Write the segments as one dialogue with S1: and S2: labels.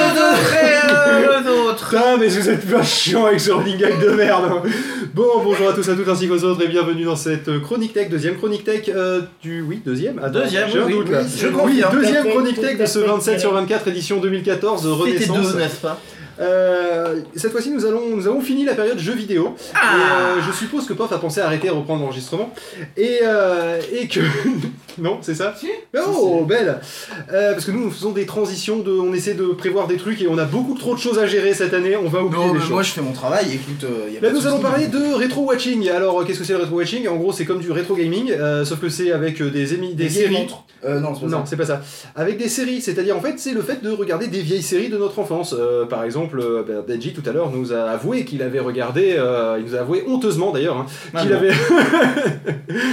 S1: après euh, le nôtre
S2: Putain, mais vous êtes pas chiant avec ce running gag de merde. hein. Bon, bonjour à tous, à toutes ainsi qu'aux autres, et bienvenue dans cette euh, chronique tech, deuxième chronique tech euh, du. Oui, deuxième Attends,
S1: Deuxième,
S2: j'ai un
S1: oui,
S2: doute,
S1: oui,
S2: là.
S1: je
S2: Oui,
S1: confirme.
S2: deuxième chronique tech de ce 27 sur 24, édition 2014,
S1: C'était
S2: Renaissance.
S1: deux, n'est-ce pas
S2: Euh, cette fois-ci, nous, allons, nous avons fini la période jeux vidéo.
S1: Ah
S2: Et, euh, je suppose que Pof a pensé à arrêter et reprendre l'enregistrement. Et, euh, et que. non, c'est ça Oh, belle Euh, Parce que nous, nous faisons des transitions, de, on essaie de prévoir des trucs et on a beaucoup trop de choses à gérer cette année, on va oublier
S1: Non,
S2: des
S1: mais
S2: choses.
S1: moi je fais mon travail, écoute, euh, y a pas
S2: Là,
S1: de
S2: nous
S1: souci.
S2: allons parler de rétro-watching. Alors, euh, qu'est-ce que c'est le rétro-watching En gros, c'est comme du rétro-gaming, euh, sauf que c'est avec euh, des, émi- des
S1: vieilles
S2: séries.
S1: montres. Euh, non, c'est pas
S2: Non,
S1: ça.
S2: c'est pas ça. Avec des séries, c'est-à-dire en fait, c'est le fait de regarder des vieilles séries de notre enfance. Euh, par exemple, euh, ben, Deji tout à l'heure nous a avoué qu'il avait regardé, euh, il nous a avoué honteusement d'ailleurs, hein,
S1: Ah,
S2: qu'il
S1: bon.
S2: avait...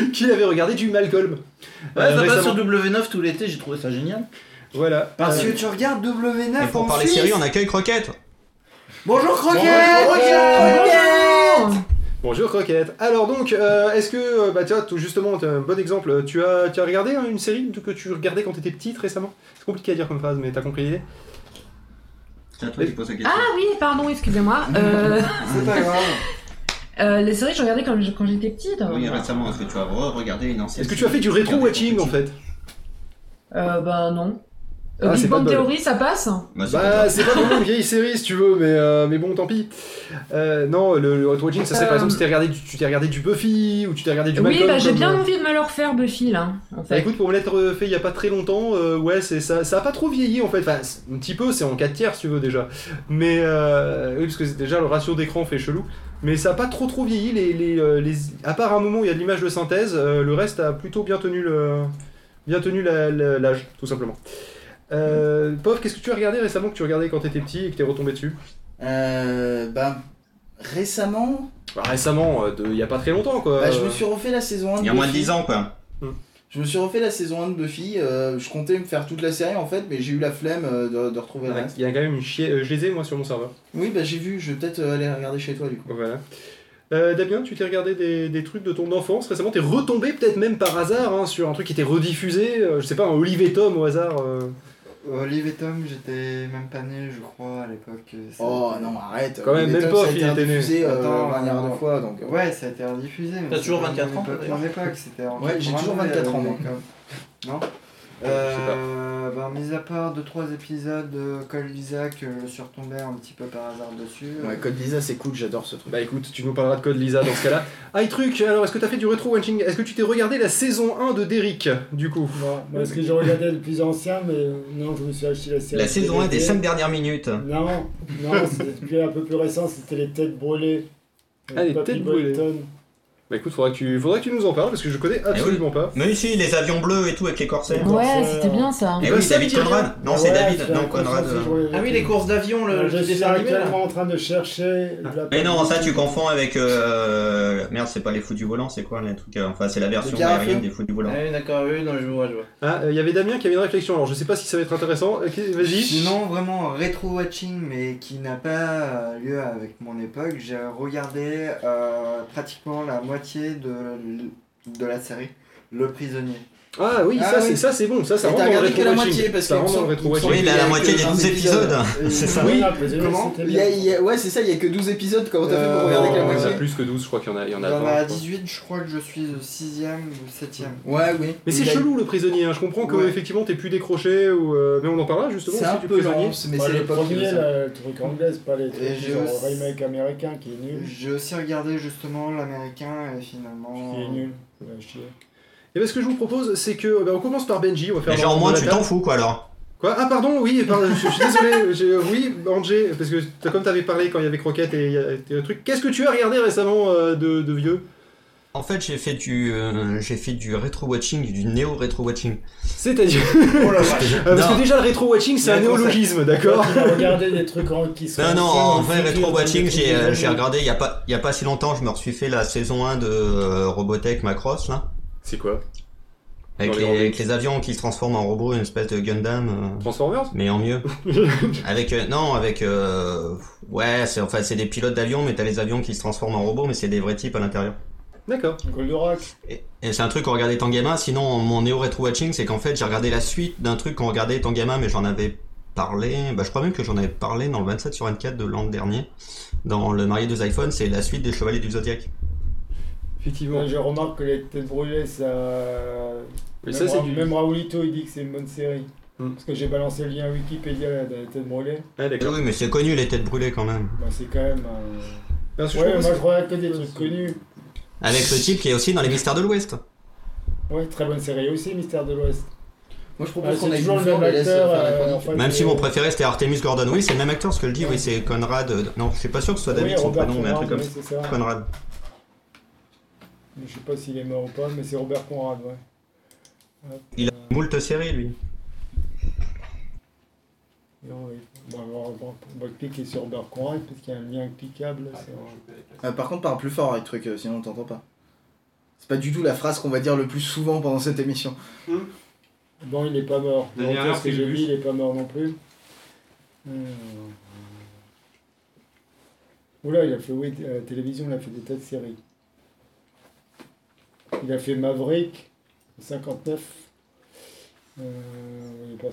S2: qu'il avait regardé du Malcolm. Euh,
S1: Ouais, ça passe
S2: récemment.
S1: sur Ah, W9 tout l'été, j'ai trouvé ça génial.
S2: Voilà.
S3: Parce
S2: Euh,
S3: que tu regardes
S4: Et
S3: W9
S4: pour
S3: en
S4: parler
S3: Suisse.
S4: série, on accueille Croquette.
S3: Bonjour Croquette
S2: Bonjour Croquette. Alors donc, euh, est-ce que, euh, bah tiens, tout justement, t'as un bon exemple, tu as, tu as regardé hein, une série que tu regardais quand t'étais petite récemment C'est compliqué à dire comme phrase, mais t'as compris l'idée
S4: C'est à toi qui poses la question.
S5: Ah oui, pardon, excusez-moi. Euh,
S3: C'est pas grave.
S5: euh, les séries, je regardais quand, je- quand j'étais petite.
S4: Oui, récemment, est-ce que tu as regardé une ancienne
S2: Est-ce que tu as fait du rétro-watching en fait
S5: Euh, bah non.
S2: Ah,
S5: Euh,
S2: c'est
S5: Big
S2: pas
S5: Bang
S2: bol.
S5: Theory, ça passe
S2: Bah, c'est pas vraiment une vieille série si tu veux, mais, euh, mais bon, tant pis. Euh, non, le, le rétro-watching, ça c'est par
S5: Euh,
S2: exemple si t'es regardé du- tu t'es regardé du Buffy ou tu t'es regardé du
S5: Oui,
S2: Malcolm.
S5: bah j'ai
S2: comme,
S5: bien
S2: euh,
S5: envie de me le refaire, Buffy, là, en
S2: Bah
S5: fait.
S2: écoute, pour me l'être euh, fait il y a pas très longtemps, euh, ouais, c'est ça, ça a pas trop vieilli en fait. Enfin, c'est- un petit peu, c'est en 4 tiers si tu veux déjà. Mais euh, oui, parce que c'est- déjà le ratio d'écran fait chelou. Mais ça a pas trop trop vieilli. Les, les, euh, les- À part un moment où il y a de l'image de synthèse, euh, le reste a plutôt bien tenu le, bien tenu la- la- l'âge, tout simplement. Euh, Pof, qu'est-ce que tu as regardé récemment que tu regardais quand t'étais petit et que t'es retombé dessus
S3: Euh, bah, récemment,
S2: Bah, Récemment, euh, de- il y a pas très longtemps quoi.
S3: bah, je me suis refait la saison 1 de
S4: Il y a moins de
S3: Buffy.
S4: 10 ans, quoi.
S3: Je me suis refait la saison 1 de Buffy. euh, je comptais me faire toute la série en fait, mais j'ai eu la flemme euh, de, de retrouver le
S2: Ouais,
S3: reste.
S2: Il y a quand même une chier. euh, je les ai moi sur mon serveur.
S3: Oui, bah j'ai vu, je vais peut-être euh, aller regarder chez toi du coup.
S2: Voilà. Euh, Damien, tu t'es regardé des, des trucs de ton enfance récemment, t'es retombé peut-être même par hasard hein, sur un truc qui était rediffusé, euh, je sais pas, un Olivier Tom au hasard. euh.
S6: Olive et Tom, j'étais même pas né, je crois, à l'époque. euh, Ça-
S3: Oh non, arrête.
S2: Quand même,
S3: Les
S2: même
S3: tops,
S2: pas,
S3: ça a été
S2: il était né.
S3: rediffusé, euh,
S6: Attends,
S3: 20 milliards de
S6: non.
S3: fois donc. euh,
S6: Ouais, ça a été rediffusé. mais
S1: T'as toujours
S6: c'était
S1: 24 ans,
S6: pas
S1: d'ailleurs
S6: Mon époque, c'était en
S3: Ouais, j'ai
S6: 80,
S3: toujours 24 ans, moi.
S6: quand- hein. Non
S2: sais pas.
S6: euh, bah, mis à part 2-3 épisodes de Col Lisa que je suis retombé un petit peu par hasard dessus. euh,
S3: Ouais, Code Lisa, c'est cool, j'adore ce truc.
S2: Bah écoute, tu nous parleras de Code Lisa dans ce cas-là. Ah, et truc, alors est-ce que t'as fait du rétro-watching Est-ce que tu t'es regardé la saison 1 de Derrick, du coup
S7: Non, parce que j'ai regardé le plus ancien, mais euh, non, je me suis acheté la série.
S4: La saison 1 des 5 dernières minutes.
S7: Non, non, c'était depuis un peu plus récent, c'était les têtes brûlées.
S2: Ah, les
S7: Papy
S2: têtes brûlées.
S7: Bolton.
S2: Bah écoute, faudra que, tu, faudra que tu nous en parles parce que je
S3: Eh
S2: connais absolument pas.
S4: Mais si, les avions bleus et tout avec les corsaires.
S7: Ouais,
S5: Ouais,
S7: ça-
S5: c'était bien ça.
S4: Et
S2: Bah,
S4: oui,
S2: ça
S4: David
S2: me dit rien.
S4: Conrad. Non, c'est
S7: Ah Ouais,
S4: David.
S7: j'ai
S4: Non,
S7: un
S4: Conrad.
S7: conscience, je
S4: euh,
S7: regarde.
S1: Ah oui, les courses d'avion, le,
S7: Alors,
S1: le
S7: Euh, Je suis
S1: dessin animé là.
S7: actuellement en train de chercher. la
S4: Mais non, ça
S7: Papy
S4: tu confonds avec. euh, Merde, c'est pas les fous du volant, c'est quoi les trucs euh, Enfin, c'est la version
S3: Le carafeux.
S4: aérienne des fous du volant.
S1: Ah oui, d'accord, oui, non, je vois, je vois.
S2: Ah, il y avait Damien qui avait une réflexion, alors je sais pas si ça va être intéressant. Ok, Vas-y.
S6: Sinon, vraiment rétro-watching, mais qui n'a pas euh, lieu avec mon époque, j'ai regardé euh, pratiquement la moitié de, de la série, Le Prisonnier.
S2: Ah oui,
S3: Ah,
S2: ça
S3: oui.
S2: c'est ça c'est bon, ça ça
S3: Et
S2: rentre
S3: t'as
S2: dans le
S3: regardé que la
S2: rétro-watching.
S3: moitié, parce
S2: Ça
S3: que
S2: rentre dans
S3: il
S2: le
S3: me
S2: rétro-watching.
S3: semble-
S4: Oui, la, la
S3: que
S4: moitié des
S3: un
S4: 12 épisodes.
S7: Bolton.
S4: C'est ça.
S7: Et-
S3: Oui,
S7: Ah, Prisonnier,
S6: comment
S7: c'était
S3: Il
S7: bien.
S3: y a- il y a- ouais, c'est ça, il y a que 12 épisodes, comment t'as fait pour regarder que
S2: Il y
S3: la
S6: Euh,
S2: en a
S3: moitié
S2: plus que 12, je crois qu'il y en a, il y en
S6: Il
S2: a
S6: y en a
S2: 20.
S6: 18, je crois que je suis le 6ème ou 7ème.
S3: Ouais, oui.
S2: Mais c'est
S3: Il a-
S2: chelou le prisonnier, hein. je comprends que
S6: Ouais.
S2: effectivement t'es plus décroché, ou, euh, mais on en parlera justement
S3: C'est
S2: aussi
S3: un
S2: du
S3: peu
S2: prisonnier.
S3: lent, mais
S7: Bah,
S3: c'est
S7: le
S3: l'époque. qui
S7: premier,
S3: faisait ça.
S7: là, le truc anglais, c'est pas les
S6: Et
S7: trucs
S6: j'ai
S7: genre
S6: aussi-
S7: remake américain qui est
S3: Mmh.
S7: nul.
S6: J'ai aussi regardé justement l'américain et
S7: Qui
S6: finalement.
S7: est nul. Ouais, chier.
S2: Et bien ce que je vous propose, c'est que. euh, ben, on commence par Benji, on va faire.
S4: Mais genre,
S2: un
S4: moi,
S2: tour
S4: tu
S2: de la
S4: t'en
S2: table.
S4: fous quoi alors
S2: Quoi Ah, pardon, oui, pardon, je, je suis désolé. j'ai- euh, oui, Benji, parce que t'as- comme t'avais parlé quand il y avait Croquette et il y a- et le truc, qu'est-ce que tu as regardé récemment euh, de, de vieux
S4: En fait, j'ai fait du, euh, j'ai fait du rétro-watching, du néo-rétro-watching.
S2: C'est-à-dire.
S3: Oh la vache.
S2: Euh, parce
S4: Non.
S2: que déjà, le rétro-watching, c'est
S3: Il y a
S2: un
S3: un concept.
S2: néologisme,
S7: Toi
S2: d'accord
S7: qui vas regarder des trucs en- qui sont.
S4: Non, non,
S7: anciens,
S4: en
S7: des
S4: vrai,
S7: trucs qui-
S4: rétro-watching,
S7: des trucs
S4: j'ai
S7: des
S4: euh,
S7: années
S4: j'ai regardé il y, a pas, il y a pas si longtemps, je me suis fait la saison 1 de euh, Robotech Macross là.
S2: C'est quoi
S4: Avec
S2: Dans les
S4: les,
S2: robots.
S4: avec les avions qui se transforment en robots, une espèce de Gundam. euh,
S2: Transformers
S4: mais en mieux. avec euh, non, avec euh, ouais, c'est enfin c'est des pilotes d'avions, mais t'as les avions qui se transforment en robots, mais c'est des vrais types à l'intérieur.
S2: D'accord.
S7: Goldorak.
S4: Et, et c'est un truc qu'on regardait tant gamin. Sinon, mon néo rétro watching, c'est qu'en fait j'ai regardé la suite d'un truc qu'on regardait tant gamin, mais j'en avais parlé, bah, je crois même que j'en avais parlé dans le 27 sur 24 de l'an dernier, dans le marié des iPhones, c'est la suite des Chevaliers du Zodiac.
S2: Effectivement.
S7: Moi, je remarque que les têtes brûlées, ça.
S2: Mais
S7: même,
S2: ça, c'est
S7: Ra-
S2: du.
S7: même Raoulito, il dit que c'est une bonne série.
S2: Hmm.
S7: Parce que j'ai balancé le lien Wikipédia dans les têtes brûlées.
S2: Ah, d'accord.
S4: Oui, mais c'est connu, les têtes brûlées quand même.
S7: Bah, c'est quand même.
S3: Ah,
S7: euh,
S2: Parce que je
S7: Ouais,
S2: trouve
S7: moi
S2: que
S7: je regarde que des trucs connus.
S4: Avec le type qui est aussi dans les Mystères de l'Ouest.
S7: Ouais, très bonne série aussi, Mystère de l'Ouest.
S3: Moi je
S7: Ah,
S3: propose qu'on
S7: c'est
S3: aille
S7: toujours
S3: plus
S7: le
S3: fort,
S7: même
S3: mais laisse euh,
S7: acteur.
S3: faire la
S7: euh,
S3: chronique.
S7: en fait,
S4: Même si mon
S7: euh,
S4: préféré c'était Artemis Gordon. Oui, c'est le même acteur, ce que je dis. Oui, c'est Conrad. euh, Non, je suis pas sûr que ce soit David
S7: oui,
S4: son
S7: Robert
S4: prénom, mais un truc
S7: Conrad,
S4: comme ça.
S7: ouais, c'est ça.
S4: Conrad.
S7: Mais Je sais pas s'il est mort ou pas, mais c'est Robert Conrad, ouais. Hop,
S4: Il a
S7: euh,
S4: moult séries, lui.
S7: non, oui. Bon, alors, bon, on va cliquer sur Robert Conrad parce qu'il y a un lien cliquable. sur-
S3: Euh, par contre, parle plus fort avec truc, euh, sinon on t'entend pas. C'est pas du tout la phrase qu'on va dire le plus souvent pendant cette émission.
S7: Bon, il est pas mort.
S8: La
S7: Bon,
S8: dernière,
S7: parce que
S8: c'est
S7: j'ai
S8: le
S7: vu,
S8: bus.
S7: il est pas mort non plus. Hum. Oula, il a fait, oui, euh, télévision, il a fait des tas de séries. Il a fait Maverick, 59. Euh, il est pas-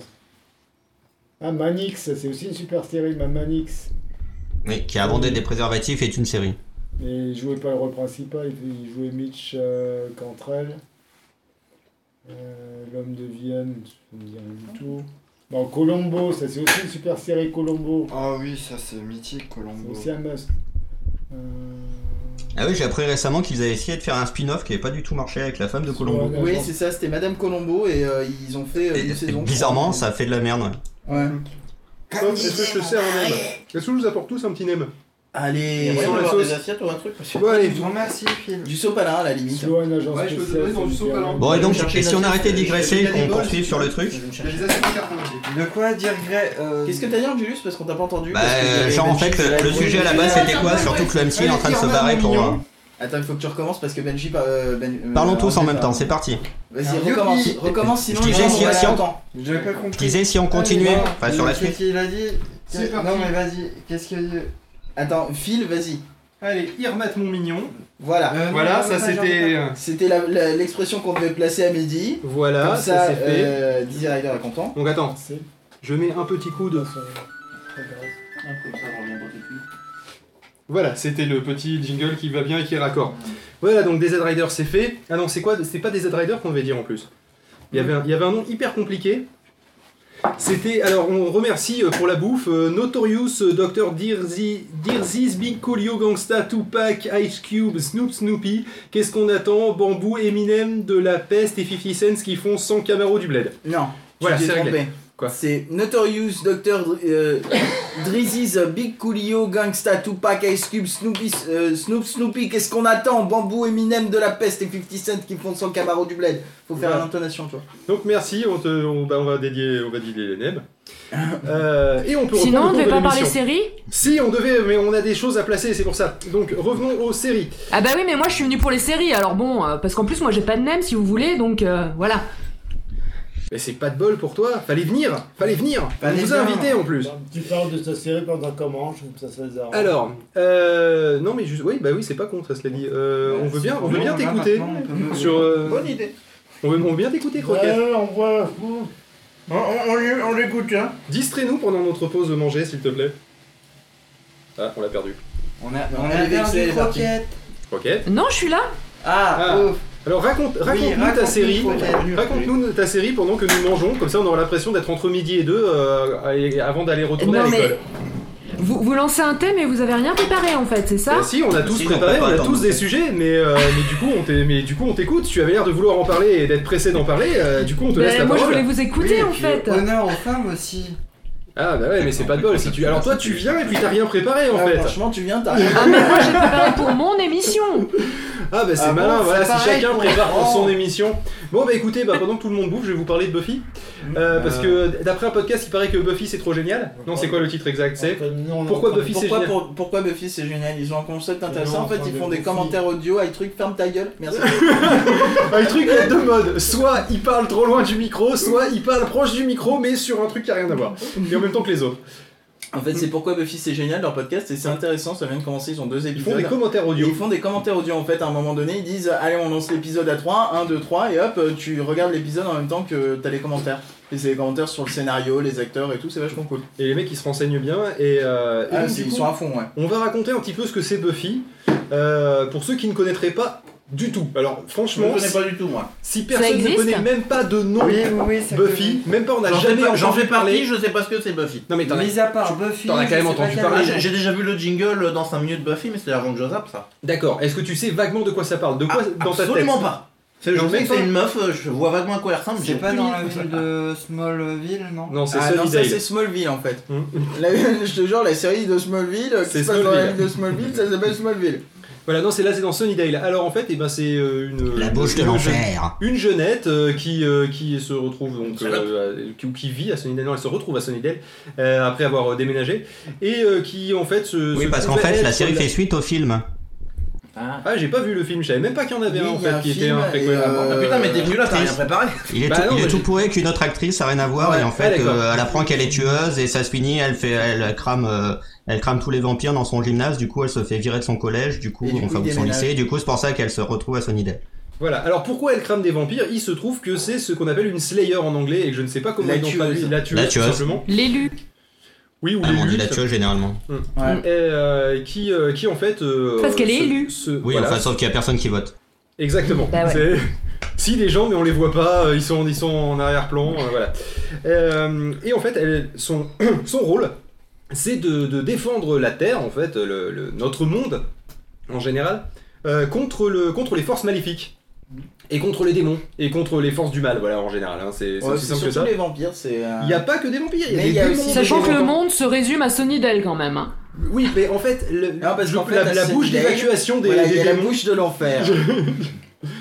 S7: Ah, Manix, c'est aussi une super série, ma Manix.
S4: Mais qui a vendé des préservatifs est une série.
S7: Mais il jouait pas le rôle principal, il jouait Mitch euh, Cantrell. Euh, L'homme de Vienne, je ne me dis rien du tout. Bon, Colombo, ça c'est aussi une super série Colombo.
S6: Ah oui, ça c'est mythique,
S7: C'est
S6: Colombo.
S7: aussi un must. Euh,
S4: Ah oui, j'ai appris récemment qu'ils avaient essayé de faire un spin-off qui n'avait pas du tout marché avec la femme de Colombo.
S7: Ouais,
S3: Oui,
S7: bon.
S3: c'est ça, c'était Madame Colombo et euh, ils ont fait euh,
S4: Et-
S3: une
S4: et
S3: saison.
S4: bizarrement, ça fait de la merde. ouais.
S3: Ouais.
S2: Hop, Est-ce que je te sers un nem Est-ce que je vous apporte tous un petit nem
S3: Allez,
S2: Ouais,
S1: on
S2: la
S1: va
S2: sauce.
S1: des assiettes ou un truc parce que-
S2: Bon, allez.
S6: Je vous remercie, Phil.
S3: du sopalin à la limite.
S7: Sloan, agent
S8: Ouais, je peux te donner dans
S7: spécial, c'est
S8: le
S7: hyper
S8: sopalin.
S7: bien.
S4: Bon, et donc,
S1: Je vais me
S4: et si on
S3: euh,
S4: arrêtait
S1: chercher
S4: de
S1: une assiette,
S4: digresser et
S1: je vais
S4: qu'on
S1: aller bols,
S4: poursuive sur le truc
S1: je vais me
S8: Il y a
S1: chercher.
S8: des assiettes hyper congélées.
S6: De quoi dire Grey euh,
S3: Qu'est-ce que t'as dit, Angelus Parce qu'on t'a pas entendu.
S4: Bah,
S3: parce que j'avais
S4: genre, en
S3: Benji
S4: fait,
S3: qui
S4: le, le
S3: l'a-
S4: sujet à la base c'était quoi Surtout que le MC est en train de se barrer pour. euh,
S3: Attends, il faut que tu recommences parce que Benji. par- euh, Ben- euh,
S4: Parlons tous en
S3: Benji
S4: même temps,
S3: parle.
S4: c'est parti.
S3: Vas-y,
S6: Yuppie.
S3: recommence, recommence, sinon
S4: Je disais,
S3: les gens
S4: si-
S3: vont
S4: si
S3: pas
S4: on-
S3: l'entendre.
S6: J'avais pas compris. Ah,
S4: Je disais, si on continuait, enfin sur la
S6: Qu'est-ce
S4: suite.
S6: qu'il a dit
S8: C'est
S6: Que-
S8: parti.
S6: Non mais vas-y, qu'est-ce que...
S3: Attends, Phil, vas-y.
S8: Allez, Irmat mon mignon.
S3: Voilà.
S6: Euh, non,
S8: Voilà,
S6: non,
S8: ça
S6: non, j'en ai
S8: c'était. euh,
S6: pas.
S3: C'était la- la- l'expression qu'on devait placer à midi.
S4: Ah,
S2: Voilà,
S3: Comme
S2: ça,
S3: ça,
S2: c'est fait.
S3: euh, Dizzy Rider est content.
S2: Donc attends,
S7: C'est
S2: je mets un petit coup de.
S7: dans son- son-
S2: Voilà, c'était le petit jingle qui va bien et qui est raccord. Voilà, donc DZ Rider c'est fait. Ah non, c'est quoi C'est pas DZ Rider qu'on devait dire en plus. Il y avait un, il y avait un nom hyper compliqué. C'était. Alors, on remercie euh, pour la bouffe euh, Notorious, euh, Dr. Dirzi, Dirzis, Big Colio, Gangsta, Tupac, Ice Cube, Snoop Snoopy. Qu'est-ce qu'on attend Bambou, Eminem, De La Peste et 50 Cents qui font 100 Camaro du Bled.
S3: Non,
S2: Voilà,
S3: tu t'es
S2: c'est réglé.
S3: trompé.
S2: Quoi
S3: C'est Notorious, Dr. Dr- euh, Drizzy, The Big Coolio, Gangsta, Tupac, Ice Cube, Snoopy, euh, Snoop, Snoopy, qu'est-ce qu'on attend Bambou, Eminem, De La Peste et 50 Cent qui font son cabaret du bled. Faut faire
S2: Voilà.
S3: l'intonation, toi.
S2: Donc merci, on, te- on- bah, on va dédier, on va dédier les NEB. Euh, et on peut reprendre
S5: Sinon, on
S2: le
S5: ne
S2: cours
S5: devait
S2: de
S5: pas parler
S2: l'émission.
S5: série
S2: Si, on devait, mais on a des choses à placer, c'est pour ça. Donc, revenons aux séries.
S5: Ah bah oui, mais moi je suis venue pour les séries, alors bon, euh, parce qu'en plus moi j'ai pas de nem si vous voulez, donc euh, voilà.
S2: Mais c'est pas de bol pour toi, fallait venir, fallait venir.
S3: Fallait
S2: on vous a
S3: venir.
S2: invité en plus.
S7: Bah, Tu parles de ta série pendant comment je- Ça, ça les arrange.
S2: Alors, euh, non mais juste, oui, bah oui, c'est pas con, ça se l'a dit. Euh, on veut bien, on veut bien
S6: Bon, là,
S2: t'écouter.
S6: maintenant, on peut-
S2: Sur, euh,
S1: Bonne idée.
S2: on, veut, on veut bien t'écouter, Croquette.
S7: Ouais, on voit. ouh.
S1: On, on, on lui- on l'écoute, hein.
S2: Distrais-nous pendant notre pause de manger, s'il te plaît. Ah, on l'a perdu.
S6: On a,
S3: Non,
S6: on
S3: elle
S6: a
S3: est
S6: perdu
S3: vexée, elle est partie.
S6: Croquette.
S2: Croquette.
S5: Non, je suis là
S3: Ah,
S2: Ah.
S6: Oh,
S2: Alors raconte, raconte-nous ta
S6: raconte-nous,
S2: série.
S6: Croquette.
S2: Raconte-nous ta série pendant que nous mangeons, comme ça on aura l'impression d'être entre midi et deux euh, et- avant d'aller retourner à
S5: Non, mais-
S2: l'école.
S5: vous, vous lancez un thème et vous avez rien préparé en fait, c'est ça
S2: Bah si, on a tous
S4: Si,
S2: préparé,
S4: on peut
S2: on
S4: pas
S2: a
S4: attendre.
S2: tous des sujets, mais, euh, mais du coup on t'est- mais du coup on t'écoute. Tu avais l'air de vouloir en parler et d'être pressé d'en parler. euh, du coup on te laisse
S5: Bah,
S2: la
S5: Moi je
S2: parole.
S5: voulais vous écouter
S6: Oui, et
S5: en
S6: puis,
S5: fait.
S6: Honneur aux femmes aussi.
S2: Ah bah ouais, mais c'est pas de bol. Si tu... Alors toi tu viens et puis t'as rien préparé en
S3: Ah,
S2: fait.
S3: franchement, tu viens, t'as rien.
S5: Ah mais moi j'ai préparé pour mon émission
S2: Ah bah c'est
S6: Ah bon,
S2: malin.
S6: c'est
S2: voilà, si
S6: pareil
S2: chacun
S6: pour-
S2: prépare pour son
S6: Oh.
S2: émission. Bon bah écoutez, bah, pendant que tout le monde bouffe, je vais vous parler de Buffy, Euh, parce que d'après un podcast, il paraît que Buffy c'est trop génial. Non,
S6: Euh.
S2: c'est quoi le titre exact C'est
S7: Enfin, nous, on
S2: pourquoi
S7: entend-
S2: Buffy c'est
S3: Pourquoi,
S2: génial
S3: pour- pourquoi Buffy c'est génial Ils ont un concept intéressant.
S7: non,
S3: En fait,
S7: enfin,
S3: ils
S7: de
S3: font des
S7: Buffy.
S3: commentaires audio. Avec truc, ferme ta gueule. Merci.
S2: Un Bah, truc, il y a deux modes. Soit il parle trop loin du micro, soit il parle proche du micro, mais sur un truc qui a rien à voir. Et en même temps que les autres.
S3: en fait, c'est pourquoi Buffy c'est génial leur podcast. Et c'est intéressant. Ça vient de commencer. Ils ont deux
S2: Ils
S3: épisodes.
S2: font des commentaires audio.
S3: Ils font des commentaires audio en fait à un moment donné, ils disent allez on lance l'épisode à 3, 1, 2, 3 et hop tu regardes l'épisode en même temps que t'as les commentaires. les commentaires sur le scénario, les acteurs et tout, c'est vachement cool.
S2: Et les mecs, ils se renseignent bien. Et, euh, et
S3: Ah,
S2: donc,
S3: c'est-
S2: du
S3: ils
S2: coup,
S3: sont à fond, ouais.
S2: on va raconter un petit peu ce que c'est Buffy. euh, pour ceux qui ne connaîtraient pas du tout. Alors,
S1: Je ne
S2: franchement,
S1: connais
S2: si,
S1: pas du tout, moi.
S2: si personne ne
S5: existe
S2: connaît même pas de nom
S6: Oui, oui, oui, c'est
S2: Buffy, même pas, on n'a
S1: J'en fais
S2: jamais
S1: pas- J'en
S2: entendu
S1: fais
S2: parler.
S1: partie, je sais pas ce que c'est Buffy.
S2: Non, mais t'en as-
S6: Mis à part Buffy.
S2: t'en as
S6: je
S2: quand même
S6: sais
S2: entendu
S6: pas
S2: parler,
S6: quel
S1: Ah,
S6: est
S1: J'ai j'ai déjà vu le jingle dans 5 minutes Buffy, mais c'est l'argent que je zappe, ça.
S2: D'accord. Est-ce que tu sais vaguement de quoi ça parle De quoi
S1: Ah,
S2: dans ta tête
S1: Absolument pas. C'est-
S2: Non,
S1: Je
S2: mais
S1: sais que c'est
S2: toi-
S1: une meuf, euh, je vois vaguement à quoi elle ressemble.
S6: le-
S1: j'ai
S6: C'est pas
S1: aucune
S6: dans
S1: idée
S6: la
S1: de ça.
S6: ville de Smallville, non
S2: Non, c'est
S3: Ah non, ça
S2: Sunnydale.
S3: c'est Smallville en fait.
S2: Hmm.
S3: La- je te jure, la série de Smallville, euh, qui
S2: C'est
S3: se passe dans la
S2: Smallville.
S3: ville de Smallville, ça s'appelle Smallville.
S2: Voilà, non, c'est là, c'est dans Sunnydale. Alors en fait, eh ben, c'est euh, une.
S4: La bouche de
S2: une jeune-
S4: l'enfer.
S2: Une jeunette euh, qui, euh, qui se retrouve donc
S1: Salope.
S2: euh, à- qui, ou qui vit à Sunnydale, non, elle se retrouve à Sunnydale euh, après avoir euh, déménagé et euh, qui en fait se.
S4: Oui,
S2: se
S4: parce qu'en
S2: trouve à
S4: fait, la
S2: être
S4: série
S2: la-
S4: fait suite au film.
S2: Ah, j'ai pas vu le film, je savais même pas qu'il y en avait
S3: Oui,
S2: un en
S3: il y a
S2: fait
S3: un
S2: qui était
S3: film
S2: un préquel.
S3: et, euh,
S1: Ah putain, mais t'es venu là, t'as rien
S4: triste.
S1: préparé.
S4: Il est
S2: Bah
S4: tout,
S2: non,
S4: il est
S2: mais
S4: tout
S2: j'ai-
S4: pourré qu'une autre actrice, ça n'a rien à voir,
S2: Ouais.
S4: et en
S2: Ah,
S4: fait,
S2: d'accord.
S4: euh, elle apprend qu'elle est tueuse, et ça se finit, elle fait, elle crame, euh, elle crame tous les vampires dans son gymnase, du coup, elle se fait virer de son collège, du coup,
S3: Et du coup,
S4: enfin,
S3: il
S4: ou de son
S3: déménage.
S4: lycée, et du coup, c'est pour ça qu'elle se retrouve à Sunnydale.
S2: Voilà. Alors pourquoi elle crame des vampires Il se trouve que c'est ce qu'on appelle une Slayer en anglais et que je ne sais pas comment
S3: La
S2: ils ont
S3: tueuse.
S2: traduit la tueuse,
S4: La
S2: tout
S4: tueuse.
S2: simplement.
S5: L'élu.
S2: Oui ou
S4: Ah, mais on
S2: l'élu,
S4: dit la
S2: ça-
S4: tueuse généralement.
S2: Et, euh, qui, euh, qui en fait. euh,
S5: Parce qu'elle est
S2: se-
S5: élue.
S2: se-
S4: Oui,
S2: voilà.
S4: enfin, sauf qu'il y a personne qui vote.
S2: Exactement.
S5: Bah ouais.
S2: C'est- Si des gens, mais on les voit pas, euh, ils sont, ils sont en arrière-plan, euh, voilà. Euh, et en fait, elle, son, son rôle, c'est de, de défendre la Terre, en fait, le- le- notre monde en général, euh, contre, le, contre les forces maléfiques et contre les démons et contre les forces du mal, voilà, en général. hein, c'est c'est
S3: Ouais,
S2: aussi
S3: c'est
S2: simple
S3: surtout
S2: que ça.
S3: les vampires, c'est. euh,
S2: Il n'y a pas que des vampires, il y a
S3: Mais
S2: des
S3: il y a
S2: démons.
S3: aussi-
S2: des
S5: Sachant que le
S2: gens-
S5: monde se résume à Sunnydale quand même. hein.
S2: Oui, mais en fait, le-
S3: Ah, parce
S2: le-
S3: qu'en fait,
S2: la,
S3: à
S2: la bouche
S3: Sunnydale,
S2: d'évacuation des,
S3: voilà, il
S2: des
S3: y a la
S2: démons,
S3: bouche de l'enfer.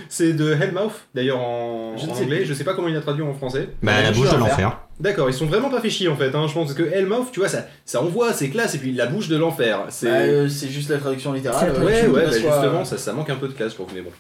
S2: c'est de Hellmouth, d'ailleurs en,
S3: Je ne
S2: en
S3: sais
S2: anglais,
S3: plus.
S2: je sais pas comment il a traduit en français.
S4: Bah, la bouche de l'enfer.
S2: D'accord, ils sont vraiment pas fait chier en fait, hein. je pense que Hellmouth, tu vois, ça, ça envoie, c'est classe, et puis la bouche de l'enfer, c'est...
S3: Bah, euh, C'est juste la traduction
S5: C'est
S3: littérale.
S5: la
S3: euh,
S2: ouais, ouais,
S3: tu peux
S2: bah,
S3: pas soit-
S2: justement, ça, ça manque un peu de classe pour vous, mais bon.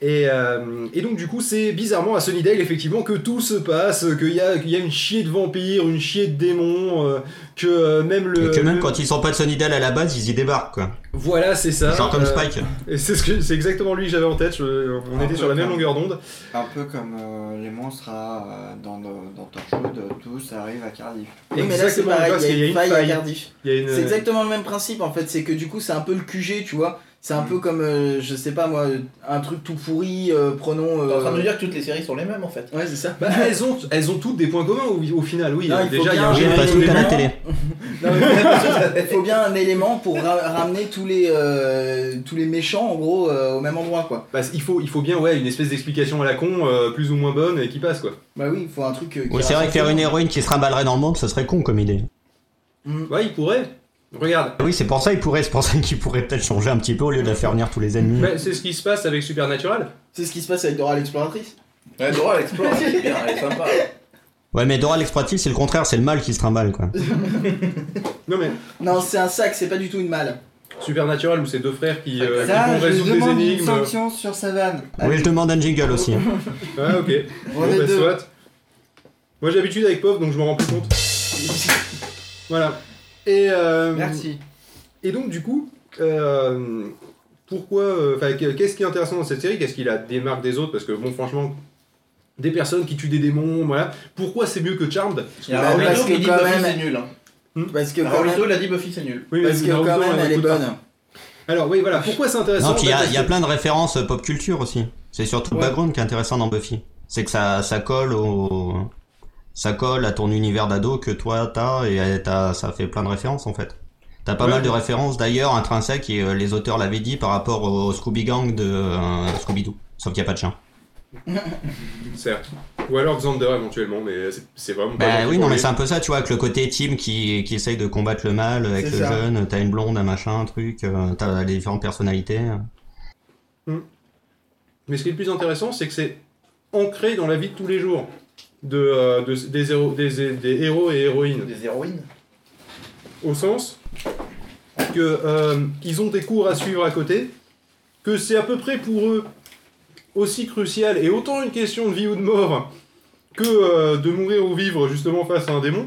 S2: Et, euh, et donc du coup, c'est bizarrement à Sunnydale, effectivement, que tout se passe, qu'il y a, qu'il y a une chier de vampires, une chier de démons, euh, que euh, même le...
S4: Et que même
S2: le-
S4: quand ils sont pas de Sunnydale à la base, ils y débarquent, quoi.
S2: Voilà, c'est ça.
S4: Genre comme
S2: euh,
S4: Spike.
S2: et c'est, ce que, c'est exactement lui que j'avais en tête, je- on
S6: Ah,
S2: était sur la
S6: ouais,
S2: même
S6: ouais.
S2: longueur d'onde.
S6: Un peu comme euh, les monstres à, euh, dans, dans Torchwood, tous arrivent à Cardiff.
S3: Oui, mais là c'est
S2: Exactement,
S3: pareil,
S2: parce
S3: il
S2: qu'il
S3: y a une faille à Cardiff.
S2: Il y a une... euh,
S3: C'est exactement le même principe en fait, c'est que du coup c'est un peu le QG, tu vois. C'est un
S6: Mm.
S3: peu comme, euh, je sais pas moi, un truc tout pourri, euh, prenons.
S1: T'es en train de
S3: euh,
S1: me dire que toutes les séries sont les mêmes en fait.
S3: Ouais, c'est ça.
S2: Bah, elles, ont, elles ont toutes des points communs au, au final, oui.
S3: Non,
S2: euh,
S3: il faut
S2: déjà, il y
S3: bien
S2: a un
S4: Oui,
S3: gérer
S4: pas
S2: générique
S3: les
S2: de
S4: tout à la
S3: démons.
S4: télé.
S3: Non, mais il faut bien un élément pour ra- ramener tous les, euh, tous les méchants en gros euh, au même endroit quoi.
S2: Bah, il, faut, il faut bien ouais, une espèce d'explication à la con, euh, plus ou moins bonne, et qui passe quoi.
S3: Bah oui, il faut un truc. euh, qui
S4: Oui, c'est vrai que
S3: rassemble
S4: faire
S3: tout
S4: une
S3: le monde.
S4: héroïne qui se ramballerait dans le monde, ce serait con comme idée.
S2: Ouais, il pourrait. Regarde,
S4: Oui, c'est pour ça, il pourrait, c'est pour ça qu'il pourrait peut-être changer un petit peu au lieu de la faire venir tous les ennemis.
S2: bah, c'est ce qui se passe avec Supernatural.
S3: C'est ce qui se passe avec Dora l'exploratrice.
S1: Ouais, Dora, elle explore, elle est bien, elle est sympa.
S4: Ouais, mais Dora l'exploitative, c'est le contraire, c'est le mal qui se trimballe, quoi.
S2: Non mais
S3: Non, c'est un sac, c'est pas du tout une malle.
S2: Supernatural où ces deux frères qui, euh, qui
S6: Ça,
S2: vont
S6: je
S2: résoudre des
S6: demande une
S2: énigmes.
S6: sanction sur sa vanne.
S4: Oui, je demande un jingle aussi. hein.
S2: Ah ok.
S6: On
S2: Bon,
S6: est
S2: bah,
S6: deux.
S2: soit. Moi j'ai l'habitude avec pauvre donc je me rends plus compte. Voilà. Et euh,
S6: Merci.
S2: Et donc, du coup, euh, pourquoi. euh, Enfin, que- qu'est-ce qui est intéressant dans cette série Qu'est-ce qui la démarque des autres Parce que, bon, franchement, des personnes qui tuent des démons, voilà. Pourquoi c'est mieux que Charmed
S1: Il y a
S3: Bah,
S1: Naruto
S3: parce que
S1: qui dit
S3: quand
S1: Buffy
S3: même-
S1: c'est nul. Hein.
S3: Parce que
S6: Ah
S3: quand même,
S1: Naruto, il a dit Buffy c'est nul.
S2: Oui, mais
S3: parce que
S2: Naruto,
S3: quand même
S2: on
S3: elle est
S2: écoute pas.
S3: bonne.
S2: Alors, oui, voilà. Pourquoi c'est intéressant
S4: Non, puis il y, a-
S2: Bah,
S4: il y a
S2: parce
S4: plein de références euh, pop culture aussi. C'est surtout
S2: Ouais.
S4: le background qui est intéressant dans Buffy. C'est que ça, ça colle au. Ça colle à ton univers d'ado que toi t'as et euh, t'as- ça fait plein de références en fait. T'as pas
S2: Ouais.
S4: mal de références d'ailleurs intrinsèques et euh, les auteurs l'avaient dit par rapport au Scooby Gang de euh, Scooby Doo. Sauf qu'il n'y a pas de chien.
S2: que- Certes. Ou alors Xander éventuellement, mais c'est- c'est vraiment pas.
S4: Bah
S2: gentil
S4: oui,
S2: pour
S4: non, mais
S2: lui.
S4: c'est un peu ça, tu vois, avec le côté team qui, qui essaye de combattre le mal avec
S3: C'est
S4: le
S3: ça.
S4: jeune, t'as une blonde, un machin, un truc, euh, t'as les différentes personnalités.
S2: Mais ce qui est le plus intéressant, c'est que c'est ancré dans la vie de tous les jours de, euh, de- des, héros, des- des héros et héroïnes.
S1: Des héroïnes.
S2: au sens que euh, ils ont des cours à suivre à côté, que c'est à peu près pour eux aussi crucial et autant une question de vie ou de mort que euh, de mourir ou vivre justement face à un démon.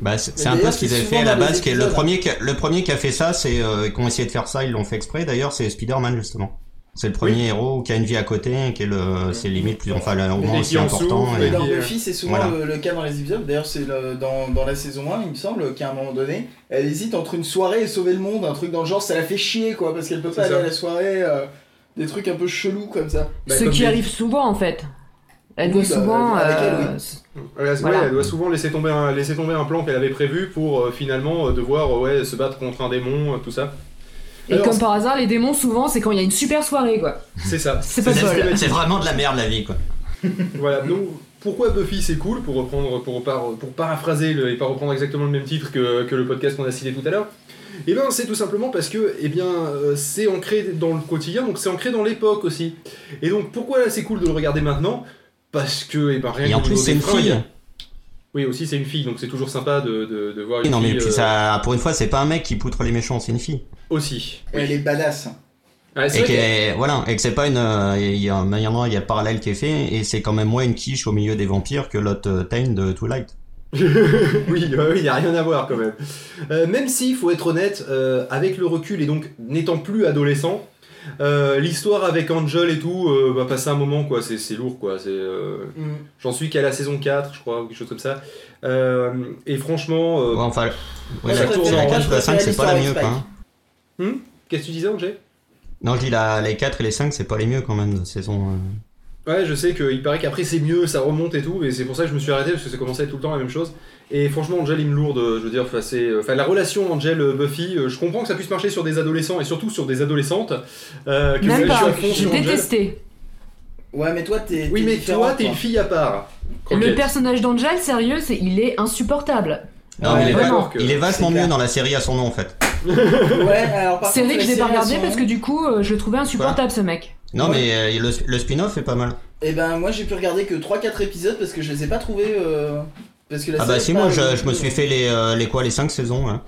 S4: Bah, c'est
S3: Mais
S4: c'est un peu
S3: d'ailleurs,
S4: ce qu'ils
S3: c'est
S4: avaient
S3: souvent
S4: fait à la
S3: dans les
S4: base, qui est le
S3: épisodes, hein.
S4: premier, qui, le premier qui a fait ça, c'est euh, qui ont essayé de faire ça, ils l'ont fait exprès d'ailleurs, c'est Spider-Man justement. C'est le premier héros qui a une vie à côté, qui est le, c'est limite plus, enfin, le
S2: Et
S4: moins
S2: qui
S4: aussi
S2: en
S4: important.
S2: souffre,
S4: et-
S2: et-
S3: Dans
S2: euh,
S3: Buffy, c'est souvent
S4: voilà.
S3: le, le cas dans les épisodes. D'ailleurs, c'est le- dans, dans la saison 1, il me semble, qu'à un moment donné, elle hésite entre une soirée et sauver le monde, un truc dans le genre, ça la fait chier, quoi, parce qu'elle peut pas
S2: C'est
S3: aller
S2: ça.
S3: à la soirée, euh, des trucs un peu chelous comme ça. Bah,
S5: Ce
S3: comme
S5: qui
S3: des-
S5: arrive souvent en fait. Elle
S3: Oui,
S5: doit
S3: bah,
S5: souvent.
S3: avec elle,
S5: euh,
S3: oui.
S5: s-
S2: Ouais, c'est- ouais,
S5: Voilà.
S2: elle doit souvent laisser tomber un, laisser tomber un plan qu'elle avait prévu pour euh, finalement euh, devoir euh, ouais, se battre contre un démon, euh, tout ça.
S5: Et
S2: Alors,
S5: comme par hasard, les démons, souvent, c'est quand il y a une super soirée quoi.
S2: C'est ça.
S5: C'est pas
S4: C'est-
S5: sol.
S4: C'est vraiment de la merde la vie quoi.
S2: Voilà, donc pourquoi Buffy c'est cool pour reprendre, pour, par- pour paraphraser le- et pas reprendre exactement le même titre que, que le podcast qu'on a cité tout à l'heure Eh bien, c'est tout simplement parce que eh bien, euh, c'est ancré dans le quotidien, donc c'est ancré dans l'époque aussi. Et donc pourquoi là c'est cool de le regarder maintenant Parce que eh ben, rien
S4: Et en
S2: qu'au
S4: plus
S2: niveau
S4: c'est
S2: des
S4: une
S2: fringues-
S4: fille.
S2: Oui, aussi c'est une fille, donc c'est toujours sympa de, de, de voir une
S4: Non mais
S2: fille
S4: puis
S2: euh,
S4: ça, pour une fois c'est pas un mec qui poutre les méchants, c'est une fille.
S2: aussi.
S3: Elle est badass.
S2: Ouais, Bah, c'est
S4: Et
S2: vrai que-
S4: que voilà, et que c'est pas une, euh, il y a un maintenant, il y a un parallèle qui est fait et c'est quand même moins une quiche au milieu des vampires que l'autre euh, Tain de Twilight.
S2: oui, il n'y a rien à voir quand même. Euh, même si, faut être honnête, euh, avec le recul et donc n'étant plus adolescent, euh, l'histoire avec Angel et tout euh, va passer un moment quoi, c'est c'est lourd quoi. c'est, euh, J'en suis qu'à la saison 4, je crois, ou quelque chose comme ça. Euh, et franchement, euh,
S4: Ouais, enfin, ouais,
S3: je
S4: la,
S3: préfère-
S4: la
S3: moi,
S4: 4
S3: je
S4: et la 5 c'est
S3: préfère
S4: pas la mieux
S3: l'histoire
S4: quoi.
S3: avec
S4: hein.
S2: qu'est-ce que tu disais, Angel
S4: Non, je dis la, les 4 et les 5 c'est pas les mieux quand même de saison. euh.
S2: Ouais, je sais qu'il paraît qu'après c'est mieux, ça remonte et tout, mais c'est pour ça que je me suis arrêté parce que ça commençait tout le temps la même chose. Et franchement, Angel, il me lourde, euh, je veux dire, enfin, c'est- euh, enfin, la relation Angel-Buffy, euh, je comprends que ça puisse marcher sur des adolescents et surtout sur des adolescentes. euh, que
S5: Même
S2: je suis
S5: pas.
S2: à fond
S5: J'ai
S2: sur Angel.
S5: détesté.
S3: Ouais, mais toi, t'es.
S2: Oui,
S3: t'es
S2: mais
S3: différent,
S2: toi, t'es une fille à part.
S5: Le
S2: Croquette.
S5: personnage d'Angel, sérieux, c'est il est insupportable.
S4: Non,
S2: Ouais,
S4: mais il, est
S5: vraiment.
S4: va- il est vachement
S3: C'est
S4: mieux
S3: clair.
S4: dans la série à son nom en fait.
S3: Ouais, alors par
S5: C'est
S3: contre,
S5: vrai que
S3: les
S5: je l'ai pas
S3: séries,
S5: regardé
S3: elles
S5: parce
S3: sont-
S5: que du coup, euh, je le trouvais insupportable ce mec.
S4: Non,
S3: Ouais.
S4: mais euh, le, le spin-off est pas mal.
S3: Eh ben, moi, j'ai pu regarder que 3-4 épisodes parce que je les ai pas trouvés. euh, Parce que la
S4: Ah bah
S3: série
S4: si,
S3: est pas-
S4: moi je, je me suis fait les, euh, les quoi, les 5 saisons. hein.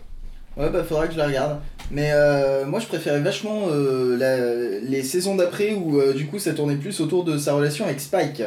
S3: Ouais, bah faudra que je la regarde. Mais euh, moi je préférais vachement euh, la- les saisons d'après où euh, du coup ça tournait plus autour de sa relation avec Spike.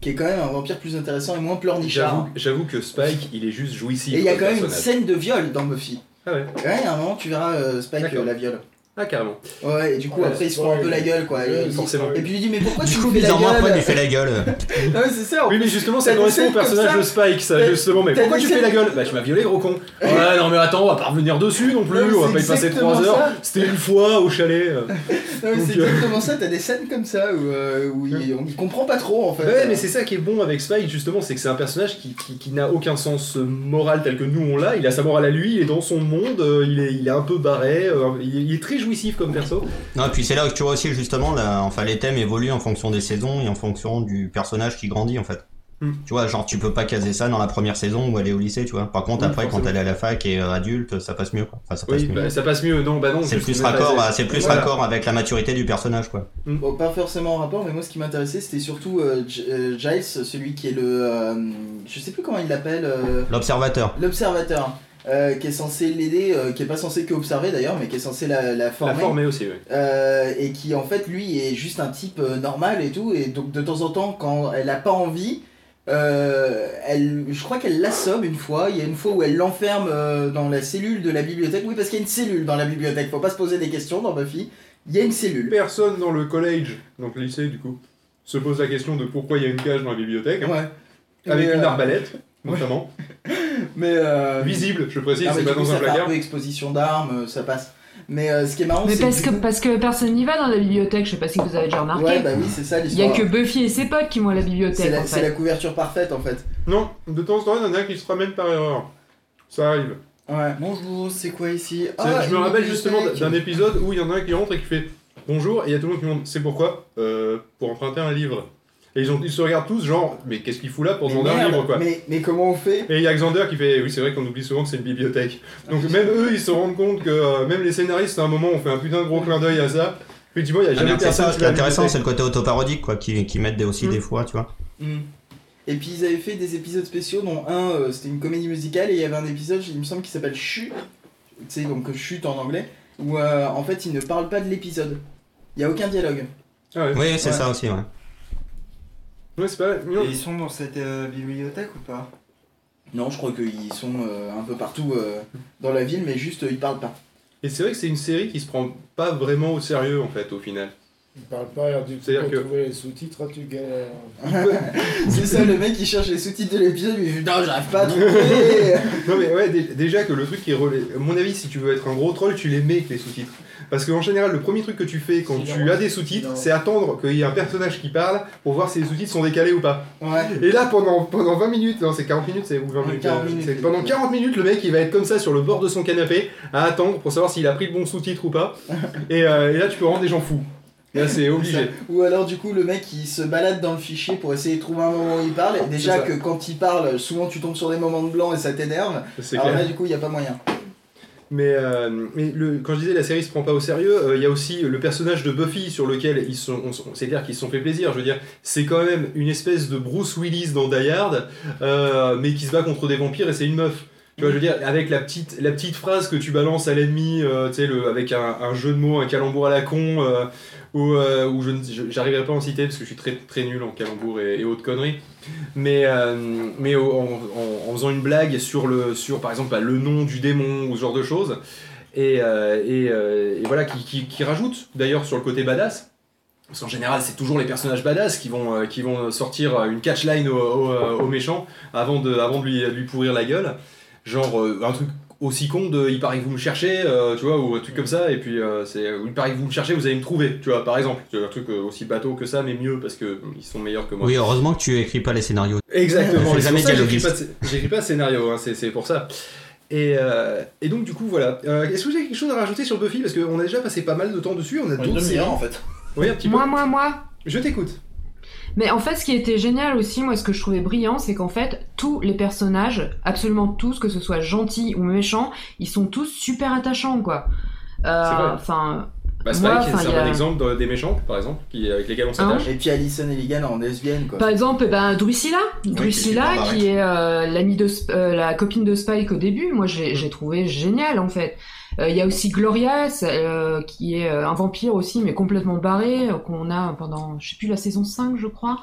S3: Qui est quand même un vampire plus intéressant et moins pleurnichard.
S2: J'avoue- J'avoue que Spike, il est juste jouissif.
S3: Et il y a
S2: comme
S3: quand même une
S2: personnage.
S3: scène de viol dans Buffy.
S2: Ah ouais,
S3: Ouais, à un moment tu verras euh, Spike
S2: D'accord.
S3: euh, la viole.
S2: ah carrément.
S3: Ouais, et du coup
S7: Ouais,
S3: après il se
S7: ouais,
S3: prend un peu
S7: ouais.
S3: la gueule quoi. Et,
S7: Ouais,
S3: il dit-
S2: forcément.
S3: et puis il lui dit mais pourquoi
S4: Du
S3: tu
S4: coup,
S3: me fais la
S4: bizarrement, après, il lui
S3: gueule
S4: fait la gueule.
S3: Non mais c'est ça. en
S2: Oui, mais
S3: plus.
S2: justement, ça
S3: t'as
S2: correspond
S3: des
S2: au
S3: scènes
S2: personnage
S3: comme
S2: de Spike, ça,
S3: T'as-
S2: justement. Mais
S3: t'as
S2: pourquoi
S3: des
S2: tu fais la
S3: scènes-
S2: gueule Bah, tu m'as violé, gros con. Ouais, non, mais attends, on va pas revenir dessus non plus,
S3: Non, mais
S2: on va
S3: c'est
S2: pas y passer
S3: exactement
S2: 3 heures.
S3: ça.
S2: C'était une fois au chalet. euh.
S3: Non, mais
S2: Donc,
S3: Ah c'est
S2: euh, Hein.
S3: exactement ça. T'as des scènes comme ça où, euh, où il- on comprend pas trop en fait.
S2: Ouais, mais c'est ça qui est bon avec Spike, justement, c'est que c'est un personnage qui, qui- qui n'a aucun sens euh, moral tel que nous on l'a. Il a sa morale à lui, il est dans son monde, euh, il, est, il est un peu barré, euh, il, est, il est très jouissif comme perso.
S4: Non, et puis c'est là que tu vois aussi, justement, là, enfin, les thèmes évoluent en fonction des saisons et en fonction du personnage qui grandit, en fait.
S2: Hmm.
S4: Tu vois, genre, tu peux pas caser ça dans la première saison où elle est au lycée, tu vois. Par contre,
S3: Hmm,
S2: Oui,
S4: après, quand
S2: forcément.
S4: elle est à la fac et euh, adulte, ça passe mieux, quoi. Enfin, ça passe
S2: Oui,
S4: mieux.
S2: bah, ça passe mieux, non, bah non.
S4: c'est
S2: parce
S4: plus
S2: qu'on est
S4: raccord,
S2: pas-
S4: à- c'est plus
S2: Voilà.
S4: raccord avec la maturité du personnage, quoi.
S3: Bon, pas forcément en rapport, mais moi ce qui m'intéressait c'était surtout euh, G- euh, Giles, celui qui est le. euh, je sais plus comment il l'appelle, euh,
S4: L'observateur.
S3: l'observateur, euh, qui est censé l'aider, euh, qui est pas censé que observer d'ailleurs, mais qui est censé la, la
S2: La
S3: former.
S2: former aussi, oui.
S3: Euh, et qui en fait lui est juste un type euh, normal et tout, et donc de temps en temps quand elle a pas envie. euh, elle, je crois qu'elle l'assomme une fois. Il y a une fois où elle l'enferme euh, dans la cellule de la bibliothèque. Oui, parce qu'il y a une cellule dans la bibliothèque. Faut pas se poser des questions dans Buffy. Il y a une cellule.
S2: Personne dans le collège, donc le lycée du coup, se pose la question de pourquoi il y a une cage dans la bibliothèque, hein,
S3: Ouais.
S2: avec
S3: Mais,
S2: une
S3: euh,
S2: arbalète, notamment.
S3: Mais euh,
S2: Visible, je précise,
S3: non, mais
S2: c'est
S3: du
S2: pas
S3: coup,
S2: dans un
S3: ça fait un
S2: placard.
S3: peu exposition d'armes, euh, ça passe. Mais euh, ce qui est marrant,
S5: Mais
S3: c'est du
S5: parce que,
S3: coup-
S5: parce que personne n'y va dans la bibliothèque, je sais pas si vous avez déjà remarqué.
S3: ouais, bah oui, c'est ça
S5: Il y a
S3: l'histoire.
S5: que Buffy et ses potes qui vont à la
S3: C'est
S5: bibliothèque
S3: la,
S5: en
S3: c'est la
S5: fait.
S3: couverture parfaite en fait.
S2: Non, de temps en temps, il y en a qui se ramènent par erreur. Ça arrive.
S3: Ouais.
S6: Bonjour, c'est quoi ici
S3: Ah,
S2: C'est- je me
S6: une
S2: rappelle
S6: bibliothèque.
S2: justement d'un épisode où il y en a un qui rentre et qui fait bonjour et il y a tout le monde qui demande c'est pourquoi Euh, Pour emprunter un livre. Et ils, ont, ils se regardent tous genre mais qu'est-ce qu'il fout là pour
S3: Mais,
S2: demander un
S3: merde,
S2: livre quoi
S3: mais, mais comment on fait
S2: Et il y a Xander qui fait oui c'est vrai qu'on oublie souvent que c'est une bibliothèque. Donc même eux ils se rendent compte que euh, même les scénaristes à un moment ont fait un putain de gros clin d'œil à ça. Effectivement il y a
S4: Ah,
S2: jamais
S4: merde, c'est
S2: personne
S4: ça, ce
S2: qui
S4: qui est
S2: va à la
S4: intéressant, c'est
S2: bibliothèque.
S4: le côté autoparodique, quoi, qui, qui mettent des, aussi
S5: Mm.
S2: Hmm.
S4: des fois, tu vois.
S3: Hmm. Et puis ils avaient fait des épisodes spéciaux, dont un euh, c'était une comédie musicale et il y avait un épisode, il me semble, qui s'appelle Chut, tu sais, donc euh, chute en anglais, où euh, en fait ils ne parlent pas de l'épisode. Il y a aucun dialogue.
S2: Ah ouais.
S4: Oui, c'est
S3: Ouais.
S4: ça aussi, ouais.
S2: Ouais, c'est pas mal. Mais non.
S6: Et ils sont dans cette euh, bibliothèque ou pas
S3: Non, je crois qu'ils sont euh, un peu partout euh, dans la ville, mais juste euh, ils parlent pas.
S2: Et c'est vrai que c'est une série qui se prend pas vraiment au sérieux en fait au final.
S7: Il parle pas du tout
S2: C'est-à-dire
S7: pour
S2: que-
S7: trouver les sous-titres, hein, tu galères.
S3: C'est ça, le mec il cherche les sous-titres de l'épisode, il dit non, j'arrive pas à trouver.
S2: Non mais ouais, dé- déjà que le truc est relais. À mon avis, si tu veux être un gros troll, tu les mets avec les sous-titres. Parce qu'en général, le premier truc que tu fais quand
S7: Silence.
S2: tu as des sous-titres,
S7: Silence.
S2: c'est attendre qu'il y ait un personnage qui parle pour voir si les sous-titres sont décalés ou pas.
S6: Ouais.
S2: Et là, pendant, pendant 20 minutes, non, c'est 40 minutes, c'est ou 20 minutes,
S6: 40
S2: euh,
S6: minutes.
S2: c'est- Pendant 40 minutes, le mec il va être comme ça sur le bord de son canapé à attendre pour savoir s'il a pris le bon sous-titre ou pas. et, euh, et là, tu peux rendre des gens fous. Là, c'est obligé.
S3: Ou alors, du coup, le mec il se balade dans le fichier pour essayer de trouver un moment où il parle. Et déjà
S2: ça.
S3: que quand il parle, souvent tu tombes sur des moments de blanc et ça t'énerve.
S2: C'est
S3: Alors
S2: clair.
S3: là, du coup, il y a pas moyen.
S2: Mais, euh, mais le, quand je disais la série se prend pas au sérieux, euh, il y a aussi le personnage de Buffy sur lequel ils sont, on- on- c'est clair qu'ils se sont fait plaisir. Je veux dire, c'est quand même une espèce de Bruce Willis dans Die Hard, euh, mais qui se bat contre des vampires et c'est une meuf. Tu vois, je veux dire, avec la petite, la petite phrase que tu balances à l'ennemi, euh, tu sais, le- avec un, un jeu de mots, un calembour à la con, euh, ou, euh, ou je ne- je- j'arriverai pas à en citer parce que je suis très, très nul en calembour et, et autres conneries. Mais, euh, mais au- en, en- en faisant une blague sur, le, sur par exemple, bah, le nom du démon ou ce genre de choses, et, euh, et, euh, et voilà, qui, qui- qui rajoute d'ailleurs sur le côté badass. Parce qu'en général, c'est toujours les personnages badass qui vont, euh, qui vont sortir euh, une catchline au, au, euh, au méchant avant de, avant de lui, de lui pourrir la gueule. Genre euh, un truc aussi con de il paraît que vous me cherchez, euh, tu vois, ou un truc comme ça, et puis euh, c'est euh, il paraît que vous me cherchez, vous allez me trouver, tu vois, par exemple. C'est un truc euh, aussi bateau que ça, mais mieux parce que euh, ils sont meilleurs que moi.
S4: Oui, heureusement que tu écris pas les scénarios.
S2: Exactement,
S4: C'est
S2: c'est pour
S4: jamais
S2: ça que j'écris
S4: dialoguiste.
S2: pas, de- j'écris pas de scénario, hein, c'est c'est pour ça. Et, euh, et donc du coup voilà. Euh, Est-ce que vous avez quelque chose à rajouter sur Buffy Parce qu'on a déjà passé pas mal de temps dessus, on a
S1: Ouais,
S2: d'autres séries.
S1: demi-heure, en fait.
S2: Oui, un petit peu.
S5: Moi, moi, moi,
S2: Je t'écoute.
S5: Mais en fait, ce qui était génial aussi, moi, ce que je trouvais brillant, c'est qu'en fait, tous les personnages, absolument tous, que ce soit gentils ou méchants, ils sont tous super attachants, quoi. Euh,
S2: C'est vrai.
S5: Enfin,
S2: Bah, Spike,
S5: Moi, enfin,
S2: c'est
S5: il y
S2: un
S5: a- Hein
S2: bon exemple de- des méchants, par exemple, qui, avec lesquels on s'attache.
S3: Et puis Alison et Ligan en lesbienne quoi.
S5: par exemple, eh ben, Drusilla,
S4: qui est
S5: Drusilla
S4: super
S5: qui est euh, l'amie de Sp- euh, la copine de Spike au début. Moi, j'ai j'ai trouvé génial en fait. Euh, Il y a aussi Gloria, c'est, euh, qui est euh, un vampire aussi, mais complètement barré, euh, qu'on a pendant, je sais plus, la saison 5, je crois.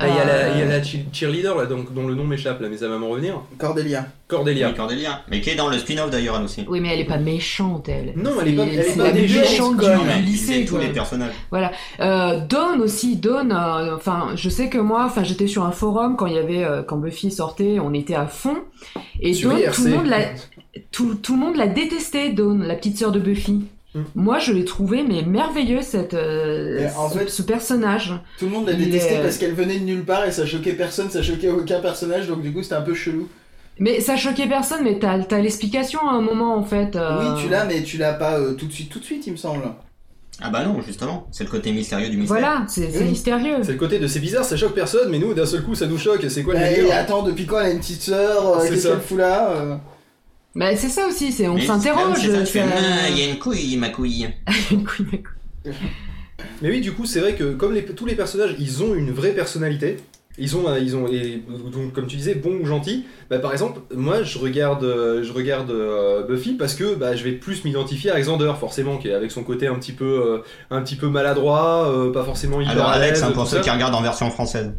S2: Ah, il y a la-
S5: Euh,
S2: il y a la cheer- cheerleader là, donc, dont le nom m'échappe là, mais ça va m'en revenir.
S3: Cordelia.
S2: Cordelia.
S4: Oui, Cordelia. Mais qui est dans le spin-off d'ailleurs, elle aussi.
S5: Euh, Oui, mais elle est pas méchante, elle.
S2: Non, elle est pas, elle est
S5: c'est
S2: pas
S5: la
S2: méchante.
S5: méchante
S3: quand
S5: du
S4: Elle
S5: lycée,
S4: disait tous
S5: quoi.
S4: les personnages.
S5: Euh, Dawn aussi, Dawn. euh, Enfin, je sais que moi, enfin, j'étais sur un forum quand il y avait, euh, quand Buffy sortait, on était à fond. Et
S2: Sur
S5: Dawn, tout
S2: IRC.
S5: le monde la, tout, tout le monde la détestait, Dawn, la petite sœur de Buffy.
S2: Mm.
S5: Moi, je l'ai trouvée mais merveilleux cette, euh,
S3: Mais en
S5: ce,
S3: fait-
S5: ce personnage.
S3: Tout le monde l'a
S5: Mais,
S3: détesté
S5: euh,
S3: parce qu'elle venait de nulle part et ça choquait personne, ça choquait aucun personnage donc du coup c'était un peu chelou.
S5: Mais ça choquait personne, mais t'as as, l'explication à un moment en fait. euh,
S3: Oui, tu l'as mais tu l'as pas euh, tout de suite, tout de suite il me semble.
S4: Ah bah non, justement. C'est le côté mystérieux du mystère.
S5: Voilà, c'est c'est
S3: Oui.
S5: mystérieux.
S2: C'est le côté de c'est bizarre, ça choque personne, mais nous d'un seul coup ça nous choque. C'est quoi le
S3: Eh,
S2: délire
S3: attends, depuis quand elle a une petite sœur euh,
S2: hein. C'est
S3: Qu'est-ce
S2: ça.
S3: qu'elle fout là euh
S5: Mais Bah, c'est ça aussi, c'est on
S4: Mais c'est- même
S5: s'interroge.
S4: si ça te fait,
S5: ça-
S4: Ah, Il y a une couille, ma couille.
S5: Une couille, ma couille.
S2: Mais oui, du coup, c'est vrai que comme les- tous les personnages, ils ont une vraie personnalité. Ils ont, un- ils ont, et donc comme tu disais, bon ou gentil. Bah, par exemple, moi, je regarde, euh, je regarde euh, Buffy parce que bah, je vais plus m'identifier à Alexander, forcément, qui est avec son côté un petit peu, euh, un petit peu maladroit, euh, pas forcément hyper
S4: Alors
S2: à
S4: Alex,
S2: l'aise,
S4: hein,
S2: tout
S4: pour ceux
S2: ça.
S4: qui regardent en version française.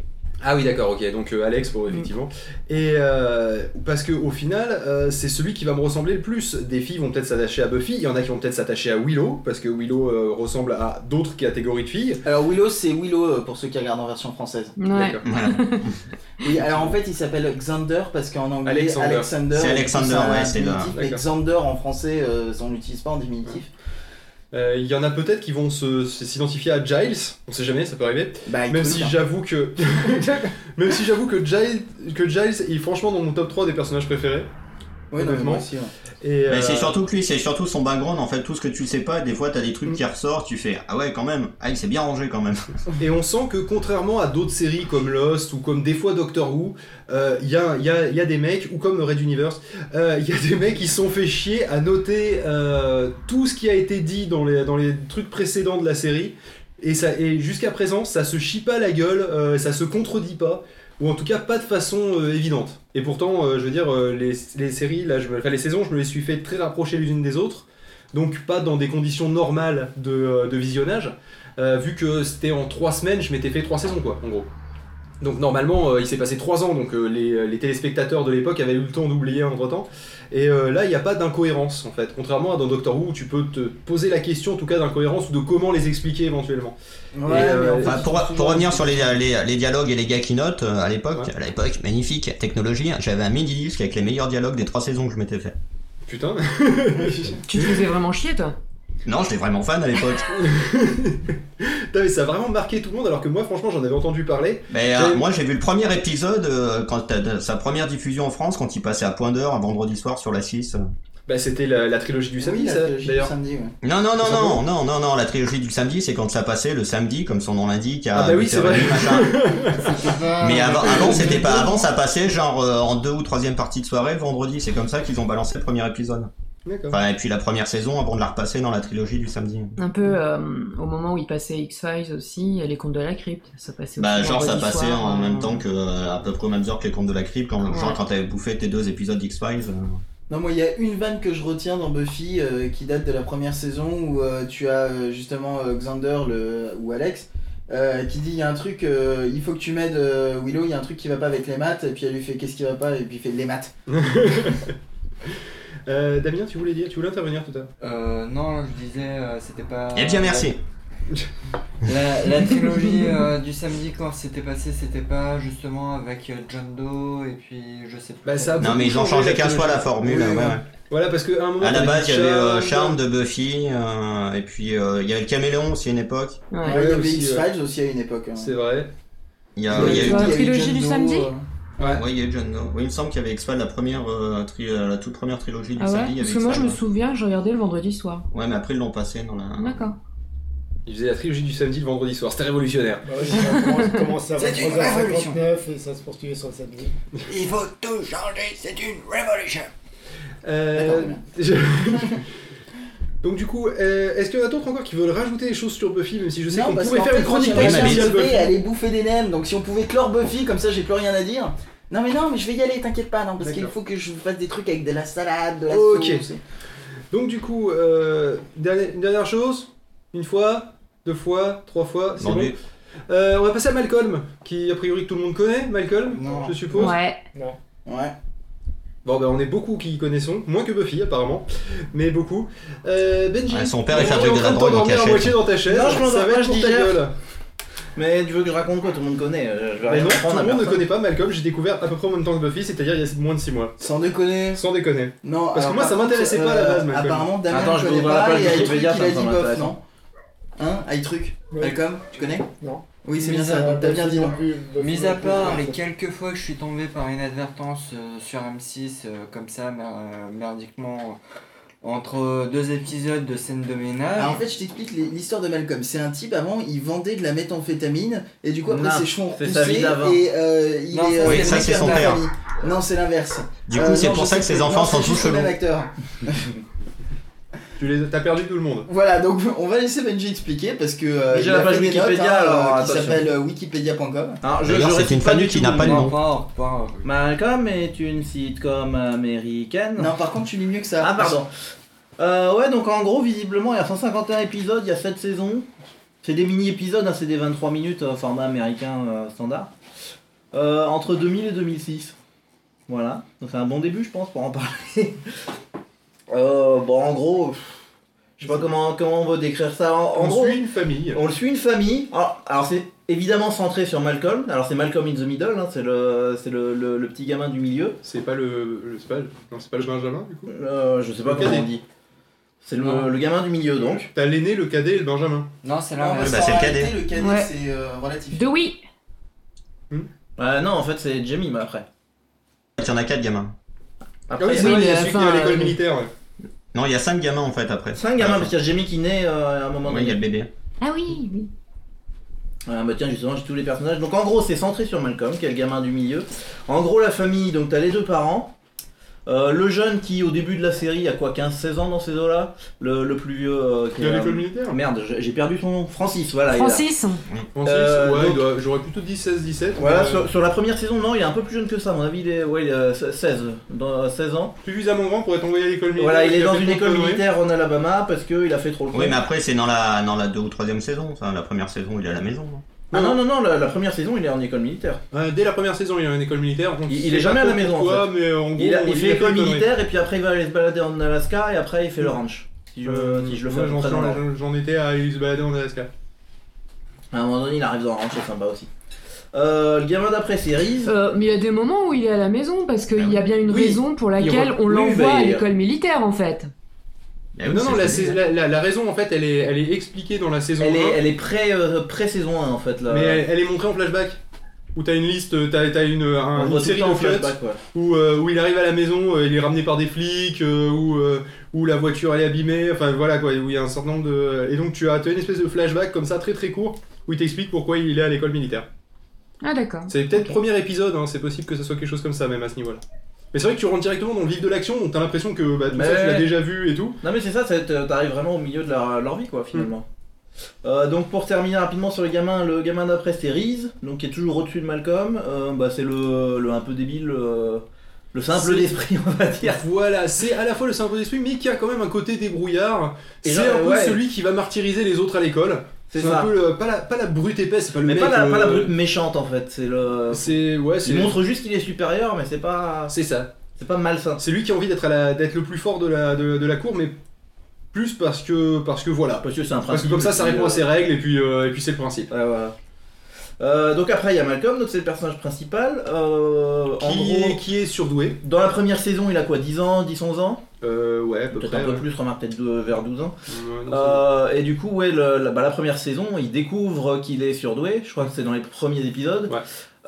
S2: Ah oui, d'accord, ok. Donc euh, Alex, pour effectivement. Et euh, parce que au final, euh, c'est celui qui va me ressembler le plus. Des filles vont peut-être s'attacher à Buffy. Il y en a qui vont peut-être s'attacher à Willow parce que Willow euh, ressemble à d'autres catégories de filles.
S3: Alors Willow, c'est Willow euh, pour ceux qui regardent en version française.
S5: Ouais.
S2: D'accord.
S4: Voilà.
S3: Oui, alors en fait, il s'appelle Xander parce qu'en anglais,
S2: Alexander.
S3: Alexander.
S4: C'est
S3: et
S4: Alexander,
S3: un
S4: ouais, c'est
S3: diminutif,
S2: là.
S3: mais
S2: D'accord.
S3: Xander en français, euh, on l'utilise pas en diminutif.
S2: Euh, Il y en a peut-être qui vont se- se- s'identifier à Giles, on sait jamais, ça peut arriver.
S3: Bah, il
S2: Même
S3: peut
S2: si
S4: hein.
S3: le faire.
S2: j'avoue que. Même si j'avoue que Giles, que Giles est franchement dans mon top 3 des personnages préférés.
S3: Ouais, non, mais
S2: honnêtement.
S3: moi aussi, ouais.
S2: Et,
S4: Mais
S2: euh,
S4: c'est surtout que lui, c'est surtout son background, en fait, tout ce que tu sais pas, des fois t'as des trucs
S2: Mm.
S4: qui ressortent, tu fais Ah ouais, quand même, ah il s'est bien rangé quand même.
S2: et on sent que contrairement à d'autres séries comme Lost ou comme des fois Doctor Who, euh, il y, a, il y a- il y a des mecs, ou comme Red Universe, euh, il y a des mecs qui se sont fait chier à noter euh, tout ce qui a été dit dans les, dans les trucs précédents de la série. Et, ça- et jusqu'à présent, ça se chie pas la gueule, euh, ça se contredit pas, ou en tout cas pas de façon euh, évidente. Et pourtant, euh, je veux dire, euh, les, les séries, là, je, me- enfin, les saisons, je me les suis fait très rapprocher les unes des autres, donc pas dans des conditions normales de, euh, de visionnage, euh, vu que c'était en trois semaines, je m'étais fait trois saisons, quoi, en gros. Donc normalement, euh, il s'est passé 3 ans, donc euh, les, les téléspectateurs de l'époque avaient eu le temps d'oublier entre temps. Et euh, là, il n'y a pas d'incohérence en fait. Contrairement à dans Doctor Who, où tu peux te poser la question en tout cas d'incohérence ou de comment les expliquer éventuellement.
S3: Ouais,
S2: euh,
S3: mais en fait,
S4: Enfin,
S3: ils
S4: bah, pour,
S3: sont
S4: pour
S3: souvent-
S4: revenir sur les, les, les dialogues et les gars qui notent, euh, à l'époque,
S2: Ouais.
S4: à l'époque, magnifique, technologie, hein. j'avais un mini-disque avec les meilleurs dialogues des trois saisons que je m'étais fait.
S2: Putain.
S5: Tu te faisais vraiment chier, toi
S4: Non, j'étais vraiment fan à l'époque.
S2: Putain, mais ça a vraiment marqué tout le monde alors que moi franchement j'en avais entendu parler.
S4: Mais euh,
S2: J'avais-
S4: moi, j'ai vu le premier épisode, euh, quand t'as- t'as- sa première diffusion en France, quand il passait à point d'heure un vendredi soir sur la 6. euh.
S2: Bah c'était la, la trilogie du samedi
S6: Oui, la
S2: ça
S6: trilogie du
S2: d'ailleurs.
S6: samedi, ouais.
S4: Non, non, non,
S2: Tout simplement.
S4: non, non, non, non, la trilogie du samedi, c'est quand ça passait le samedi, comme son nom l'indique, à
S2: Ah bah oui, c'est
S4: 8h30,
S2: vrai. Ah.
S4: machin.
S6: C'était pas-
S4: Mais avant, avant, c'était pas avant, ça passait genre euh, en deux ou troisième partie de soirée, le vendredi. C'est comme ça qu'ils ont balancé le premier épisode.
S2: D'accord.
S4: Enfin, et puis la première saison avant de la repasser dans la trilogie du samedi.
S5: Un peu euh, au moment où il passait X-Files aussi, et les contes de la crypte, ça passait aussi.
S4: Bah, genre, ça
S5: vendredi
S4: passait
S5: soir,
S4: en
S5: euh,
S4: même temps que, euh, à peu près aux mêmes heures que les contes de la crypte, quand,
S5: Ouais.
S4: genre, quand t'avais bouffé tes deux épisodes d'X-Files. euh.
S3: Non, moi, il y a une vanne que je retiens dans Buffy euh, qui date de la première saison où euh, tu as euh, justement euh, Xander le, ou Alex euh, qui dit il y a un truc, euh, il faut que tu m'aides euh, Willow, il y a un truc qui va pas avec les maths, et puis elle lui fait qu'est-ce qui va pas, et puis il fait les maths.
S2: Euh, Damien, tu voulais dire, tu voulais intervenir tout à l'heure.
S6: Euh, non, je disais, euh, c'était pas.
S4: Eh bien, merci.
S6: La, la trilogie euh, du samedi, quand c'était passé, c'était pas justement avec euh, John Doe et puis je sais plus.
S2: Bah, ça a
S4: Non, mais ils ont
S2: beaucoup
S4: changé
S2: la
S4: qu'un fois la
S2: trilogie.
S4: formule.
S2: Oui,
S4: ouais,
S2: oui.
S4: ouais.
S2: Voilà parce que à un moment
S4: À la
S2: t'avais
S4: base, il y avait euh, Charme
S2: Charmed.
S4: de Buffy, euh, et puis euh, il y avait le caméléon aussi à une époque.
S3: Ouais,
S5: ouais.
S3: il y avait
S2: aussi,
S3: X-Files aussi à une époque. hein.
S2: C'est vrai.
S4: Il y a,
S5: Ouais,
S4: il y a
S5: tu
S4: eu.
S5: vois.
S3: Il y a eu
S5: trilogie
S3: John
S5: du
S3: Doe,
S5: samedi
S3: euh,
S4: Ouais, il y a eu John Doe. Oui, il me semble qu'il y avait X-Files, la, première, euh, tri- euh, la toute première trilogie du
S5: Ah
S4: samedi.
S5: ouais
S4: il y
S5: Parce
S4: avait
S5: que moi, je
S4: X-Files,
S5: me souviens, je regardais le vendredi soir.
S4: ouais. Ouais, mais après, ils l'ont passé dans la.
S5: D'accord.
S2: Ils faisaient la trilogie du samedi le vendredi soir. C'était révolutionnaire.
S7: Bah oui, ça commence- commence à
S6: C'est une révolution.
S7: 23h59 et ça se poursuivait sur le samedi.
S6: Il faut tout changer, c'est une révolution.
S2: Euh, je- Donc du coup, euh, est-ce qu'il y en a d'autres encore qui veulent rajouter des choses sur Buffy, même si je sais
S3: Non,
S1: bah,
S2: qu'on
S3: parce
S2: pourrait
S3: qu'en
S2: faire
S3: fait,
S2: une chronique
S3: quand il
S4: spéciale
S3: va
S2: spéciale
S3: participer,
S2: Buffy.
S3: elle est bouffée des nems, donc si on pouvait clore Buffy, comme ça j'ai plus rien à dire. Non mais non, mais je vais y aller, t'inquiète pas, non, parce qu'il
S2: D'accord.
S3: faut que je vous fasse des trucs avec de la salade, de la
S2: Ok.
S3: sauce.
S2: Donc du coup, euh, dernière, une dernière chose, une fois, deux fois, trois fois, c'est
S4: Dans
S2: bon.
S4: les-
S2: Euh, on va passer à Malcolm, qui a priori tout le monde connaît, Malcolm,
S6: Non.
S2: je suppose.
S5: Ouais.
S3: Ouais.
S2: Bon ben on est beaucoup qui y connaissons, moins que Buffy apparemment, mais beaucoup. Euh, Benji,
S4: Ouais, son père, il
S2: t'es
S4: fabrique
S2: en
S4: de la
S2: train
S4: drogue en
S2: t'endormir à
S4: cachette.
S2: moitié dans ta chaise,
S1: Non, je m'endors
S2: ça va
S1: pas,
S2: être
S1: je
S2: pour ta
S1: digère.
S2: gueule.
S1: Mais tu veux que je raconte quoi Tout le monde connaît. euh, Je vais
S2: Mais
S1: rien
S2: non, tout
S1: apprendre
S2: le
S1: à
S2: monde ne
S1: personne.
S2: connaît pas Malcolm, j'ai découvert à peu près en même temps que Buffy, c'est-à-dire il y a moins de 6 mois.
S3: Sans déconner.
S2: Sans déconner.
S3: Non,
S2: Parce que
S3: alors,
S2: moi, ça
S3: par
S2: m'intéressait
S3: contre,
S2: pas à la
S3: euh,
S2: base, Malcolm.
S3: Apparemment, Damien
S1: Attends, je
S3: connaît
S1: vous ouvre la
S3: pas
S1: page
S3: et
S1: de
S3: High Truc, il
S1: Wikipédia,
S3: a
S1: ça
S3: dit
S1: me
S3: bof,
S1: intéresse.
S3: non Hein High Truc
S7: Oui.
S3: Malcolm, tu connais
S7: Non.
S3: Oui, c'est
S7: Mis
S3: bien ça,
S7: à-
S3: Damien dit hein. non.
S7: plus- plus-
S6: Mis à
S7: plus-
S6: part
S7: plus-
S6: les quelques fois que je suis tombé par inadvertance euh, sur M6, euh, comme ça, mer- euh, merdiquement, euh, entre deux épisodes de scène de
S4: Ah
S6: ménage.
S3: Alors, Ah, en fait, je t'explique les- l'histoire de Malcolm. C'est un type, avant, il vendait de la méthamphétamine, et du coup, après,
S1: Non,
S3: ses cheveux ont
S1: c'est sa
S3: repoussé,
S1: vie d'avant.
S3: et euh, il
S6: Non,
S3: est...
S6: ça,
S3: euh,
S6: Oui,
S4: ça,
S3: le
S4: c'est
S3: mec
S4: son
S3: de la
S4: père.
S3: famille. Non, c'est l'inverse.
S4: Du
S3: Euh,
S4: coup, c'est
S3: non,
S4: pour
S3: je
S4: ça que
S3: sais
S4: ses
S3: plus.
S4: enfants
S3: Non,
S4: sont
S3: c'est
S4: tous
S3: juste le
S4: chelous.
S3: même acteur.
S2: Tu les, t'as perdu tout le monde.
S3: Voilà, donc on va laisser Benji expliquer, parce que... euh,
S1: J'ai
S3: il
S1: la
S3: a
S1: page
S3: fait des
S1: Wikipédia,
S3: notes, hein,
S1: alors,
S3: euh, Qui
S1: attention.
S3: s'appelle euh, wikipedia.com.
S1: Alors, je-
S4: D'ailleurs,
S1: je
S4: c'est
S1: récite
S4: une famille
S1: du
S4: qui
S1: tout
S4: n'a
S1: mon
S4: pas de
S1: nom.
S4: nom.
S6: Pas- pas-
S1: Malcolm est une sitcom américaine.
S3: Non, par contre, tu lis mieux que ça.
S1: Ah, pardon. Euh, ouais, donc en gros, visiblement, il y a 151 épisodes, il y a 7 saisons. C'est des mini-épisodes, hein, c'est des 23 minutes, euh, format américain euh, standard. Euh, entre 2000 et 2006. Voilà. Donc c'est un bon début, je pense, pour en parler. Euh, bon, en gros, pff, je sais pas comment, comment on veut décrire ça. En, en
S2: on
S1: gros,
S2: suit une famille.
S1: on le suit une famille. Alors, alors, c'est évidemment centré sur Malcolm. Alors c'est Malcolm in the Middle, hein, c'est le, c'est le, le- le petit gamin du milieu.
S2: C'est pas le, le- c'est pas, le- non, c'est pas le Benjamin du coup.
S1: Euh, je sais pas
S2: Le
S1: comment
S2: cadet.
S1: on dit. C'est le, le gamin du milieu donc.
S2: T'as l'aîné, le cadet et le Benjamin.
S6: Non, c'est
S3: Non,
S6: là.
S3: parce
S4: bah,
S3: qu'en
S4: c'est le
S3: réalité,
S4: cadet.
S3: Le cadet,
S5: Ouais.
S3: c'est euh, relatif.
S5: De oui
S1: Ah non, en fait c'est Jamie mais après.
S4: Il y en a quatre gamins.
S2: ah oui,
S1: Après,
S2: c'est
S5: oui,
S2: vrai, il y a
S5: mais
S2: celui qui
S5: enfin,
S2: est à l'école
S5: euh,
S2: militaire. ouais.
S4: Non, il y a cinq gamins en fait après.
S1: c'est un gamin parce
S4: Ouais,
S1: qu'il y a Jamie qui naît euh, à un moment
S4: Ouais, il y a
S1: donné.
S4: le bébé.
S5: Ah oui, oui.
S1: Ah, bah tiens justement j'ai tous les personnages. Donc en gros c'est centré sur Malcolm qui est le gamin du milieu. En gros la famille, donc t'as les deux parents. Euh, le jeune qui au début de la série a quoi 15-16 ans dans ces eaux-là le, le plus vieux euh,
S2: Qui
S1: qui
S2: est à
S1: a-
S2: l'école militaire.
S1: Merde, j'ai- j'ai perdu son nom. Francis, voilà.
S4: Ah,
S1: il a-
S5: Francis
S2: Francis,
S1: Euh,
S2: ouais, il
S1: donc-
S2: doit- j'aurais plutôt dit 16, 17.
S1: Voilà,
S2: mais, euh,
S1: sur, sur la première saison, non, il est un peu plus jeune que ça, à mon avis, il est, ouais, il est, euh, 16, dans- 16 ans.
S2: suffisamment grand pour être envoyé à l'école militaire.
S1: Voilà, il est
S2: a
S1: dans
S2: fait
S1: une
S2: trop de
S1: école
S2: conneries.
S1: militaire en Alabama parce qu'il a fait trop le con.
S4: Oui, mais après, c'est dans la, dans la deux ou troisième saison. Enfin, la première saison, il est à la maison. hein.
S1: Ah non, non, non, la, la première saison, il est en école militaire.
S2: Ouais, dès la première saison, il est en école militaire. on
S1: Il- il
S2: sait
S1: est
S2: pas
S1: jamais à la
S2: trop
S1: maison, en
S2: pourquoi, mais en gros,
S1: Il, a- il
S2: Oh, il
S1: fait
S2: a
S1: école
S2: une connerie.
S1: militaire, et puis après, il va aller se balader en Alaska, et après, il fait le ranch. Si je,
S2: Euh,
S1: si je le Eh fais
S2: moi,
S1: à peu
S2: j'en
S1: près dans
S2: suis-
S1: l'ordre.
S2: j'en- J'en étais à aller se balader en Alaska.
S1: À un moment donné, il arrive dans un ranch, c'est sympa aussi. Euh, le gamin d'après, c'est Reese.
S5: Euh, mais il y a des moments où il est à la maison parce
S4: Ah
S5: qu'il y a bien une
S1: Oui.
S5: raison pour laquelle
S1: re-
S5: on
S1: oui,
S5: l'envoie
S1: mais-
S5: à l'école militaire en fait.
S4: Eh oui,
S2: non,
S4: c'est
S2: non, la,
S4: celui-là.
S2: sais- la, la- la raison en fait, elle est, elle est expliquée dans la saison
S1: Elle
S2: 1,
S1: est, elle est pré, euh, pré-saison 1, en fait. Là.
S2: mais elle, elle est montrée en flashback. Où t'as une liste, euh, t'as t'as une, un-
S1: On
S2: une
S1: voit tout le
S2: série
S1: temps
S2: de
S1: en
S2: cuts
S1: flashback, ouais.
S2: où, euh, où il arrive à la maison, euh, il est ramené par des flics, euh, où, euh, où la voiture elle est abîmée, enfin voilà quoi, où il y a un certain nombre de. Et donc tu as, tu as une espèce de flashback comme ça très très court où il t'explique pourquoi il est à l'école militaire.
S5: Ah d'accord.
S2: C'est peut-être le premier épisode, hein, c'est possible que ce soit quelque chose comme ça même à ce niveau-là. Mais c'est vrai que tu rentres directement dans le vif de l'action, donc t'as l'impression que bah, tout ça
S1: Mais-
S2: tu l'as déjà vu et tout.
S1: Non mais c'est ça, c'est- euh, t'arrives vraiment au milieu de leur, leur vie quoi
S2: Mm.
S1: finalement. Euh, donc pour terminer rapidement sur le gamin, le gamin d'après c'est Reese, donc qui est toujours au-dessus de Malcolm, Euh, bah, c'est le, le un peu débile, le, le simple
S2: C'est-
S1: d'esprit on va dire.
S2: Voilà, c'est à la fois le simple d'esprit, mais qui a quand même un côté débrouillard.
S1: Et
S2: C'est
S1: genre,
S2: un peu
S1: ouais.
S2: celui qui va martyriser les autres à l'école.
S1: C'est
S2: un
S1: ça.
S2: peu le- pas, la, pas la brute épaisse, c'est pas le
S1: Mais
S2: mec.
S1: pas la, pas la
S2: euh,
S1: brute méchante en fait, c'est le...
S2: C'est ouais, c'est
S1: Il montre juste qu'il est supérieur mais c'est pas...
S2: c'est ça.
S1: C'est pas malsain.
S2: C'est lui qui a envie d'être à la- d'être le plus fort de la de, de la cour, mais plus parce que parce que voilà.
S1: Parce que c'est un
S2: Parce que
S1: principe.
S2: comme ça, ça
S1: qui,
S2: répond à
S1: euh,
S2: ses règles et puis euh, et puis c'est le principe.
S1: ouais, voilà. Euh, donc après il y a Malcolm, donc c'est le personnage principal. Euh, en
S2: Qui
S1: gros,
S2: est, qui est surdoué
S1: dans la première saison il a quoi 10 ans, 10-11 ans
S2: euh, Ouais, à peu
S1: Peut-être
S2: près.
S1: un peu
S2: ouais.
S1: plus, remarque peut-être deux- vers 12 ans.
S2: Ouais, non,
S1: Euh, et du coup, ouais, le- la, bah, la première saison, il découvre qu'il est surdoué. Je crois que c'est dans les premiers épisodes.
S2: Ouais.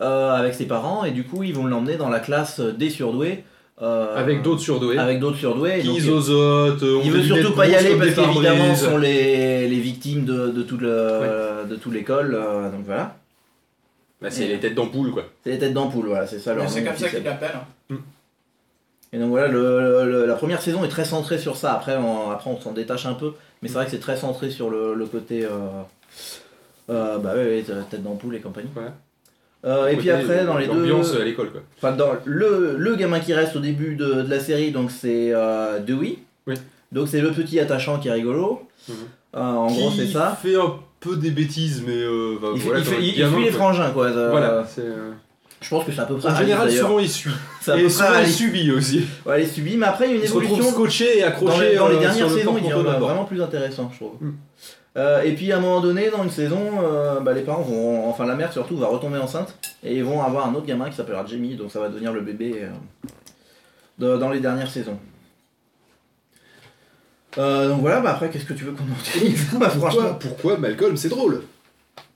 S1: euh, avec ses parents, et du coup, ils vont l'emmener dans la classe des surdoués. euh,
S2: c'est- Avec d'autres surdoués.
S1: Avec d'autres surdoués. et donc,
S2: Qui euh,
S1: il-
S2: zozotent, ont
S1: il
S2: des
S1: veut surtout
S2: lunettes
S1: pas y
S2: grosses
S1: aller
S2: comme
S1: parce
S2: des
S1: qu'évidemment,
S2: pare-brises.
S1: sont les, les victimes de, de toute le- de toute l'école. euh, donc voilà.
S2: Bah, c'est les têtes d'ampoule quoi.
S1: C'est les têtes d'ampoule, voilà, c'est ça leur
S8: C'est
S1: nom
S8: comme ça
S1: officiel.
S8: qu'il l'appelle.
S1: Et donc voilà, le- le- la première saison est très centrée sur ça. Après, on, après, on s'en détache un peu. Mais c'est vrai que c'est très centré sur le, le côté. euh, euh, bah ouais, ouais, tête d'ampoule et compagnie.
S2: Ouais.
S1: Euh, et puis
S2: Côté,
S1: après,
S2: euh,
S1: dans les deux.
S2: l'ambiance à l'école quoi.
S1: Enfin, dans le, le gamin qui reste au début de, de la série, donc c'est euh, Dewey.
S2: Oui.
S1: Donc c'est le petit attachant qui est rigolo.
S2: Mhm.
S1: Euh, en gros, c'est ça.
S2: Fait un peu des bêtises, mais euh, bah,
S1: Il, fait-
S2: voilà.
S1: il
S2: quand
S1: fait-
S2: même,
S1: il
S2: gamin,
S1: suit les
S2: quoi.
S1: frangins, quoi. Euh,
S2: Voilà. c'est, euh,
S1: Je pense que c'est à peu près.
S2: En
S1: Alice,
S2: général,
S1: d'ailleurs.
S2: souvent il suit.
S1: C'est à peu
S2: Ah, et
S1: près
S2: souvent il
S1: Alice.
S2: subit aussi.
S1: Ouais, elle est subie, mais après, il y a une
S2: Il se retrouve
S1: évolution.
S2: scotché et
S1: dans
S2: accroché
S1: les, dans les
S2: euh,
S1: dernières
S2: sur le
S1: saisons, il
S2: porte-manteau
S1: devient
S2: d'abord.
S1: vraiment plus intéressant, je trouve.
S2: Mm.
S1: Euh, et puis à un moment donné, dans une saison, euh, bah, les parents vont, enfin la mère surtout, va retomber enceinte et ils vont avoir un autre gamin qui s'appellera Jamie, donc ça va devenir le bébé euh, de- dans les dernières saisons. Euh, donc voilà, bah après, qu'est-ce que tu veux qu'on en dise Bah,
S2: Pourquoi,
S1: Franchement,
S2: pourquoi Malcolm c'est drôle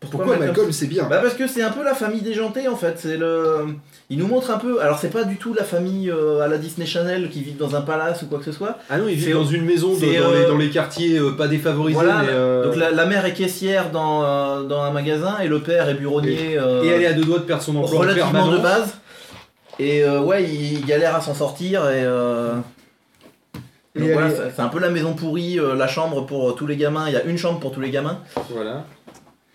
S2: Pourquoi, Malcolm c'est bien
S1: bah parce que c'est un peu la famille déjantée en fait, c'est le... Il nous montre un peu, alors c'est pas du tout la famille euh, à la Disney Channel qui vit dans un palace ou quoi que ce soit,
S2: Ah non, il
S1: c'est-
S2: vit dans une maison de-
S1: c'est,
S2: dans, les,
S1: euh,
S2: dans les quartiers euh, pas défavorisés.
S1: Voilà,
S2: mais, euh,
S1: Donc la, la mère est caissière dans, euh, dans un magasin et le père est bureaulier euh,
S2: Et elle est à deux doigts de perdre son emploi en
S1: relativement de
S2: permanence.
S1: base. Et euh, ouais, il, il galère à s'en sortir et... euh,
S2: Et
S1: donc
S2: elle
S1: voilà,
S2: est-
S1: c'est- c'est un peu la maison pourrie, euh, la chambre pour euh, tous les gamins, il y a une chambre pour tous les gamins.
S2: Voilà.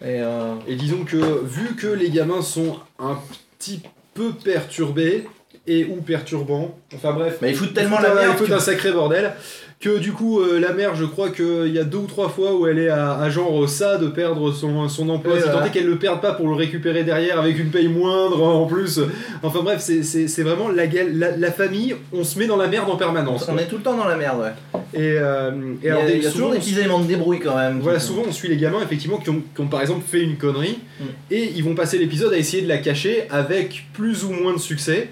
S1: Et euh,
S2: Et disons que vu que les gamins sont un petit peu perturbés et ou perturbants, enfin bref,
S1: Mais ils foutent tellement la
S2: Putain,
S1: merde.
S2: écoute,
S1: que-
S2: un sacré bordel. Que du coup, euh, la mère, je crois qu'il y a deux ou trois fois où elle est à, à genre euh, ça de perdre son, son emploi.
S1: Oui,
S2: si tant
S1: voilà.
S2: est qu'elle le perde pas pour le récupérer derrière avec une paye moindre hein, en plus. Enfin bref, c'est- c'est c'est vraiment la, gal- la, la famille, on se met dans la merde en permanence.
S1: On
S2: quoi.
S1: est tout le temps dans la merde, ouais.
S2: Et, euh, et
S1: il y
S2: alors,
S1: a,
S2: des-
S1: il y a
S2: souvent,
S1: toujours des
S2: on
S1: petits éléments de débrouille quand même.
S2: voilà,
S1: qui-
S2: souvent on suit les gamins effectivement qui ont, qui ont, par exemple fait une connerie
S1: Mm.
S2: et ils vont passer l'épisode à essayer de la cacher avec plus ou moins de succès.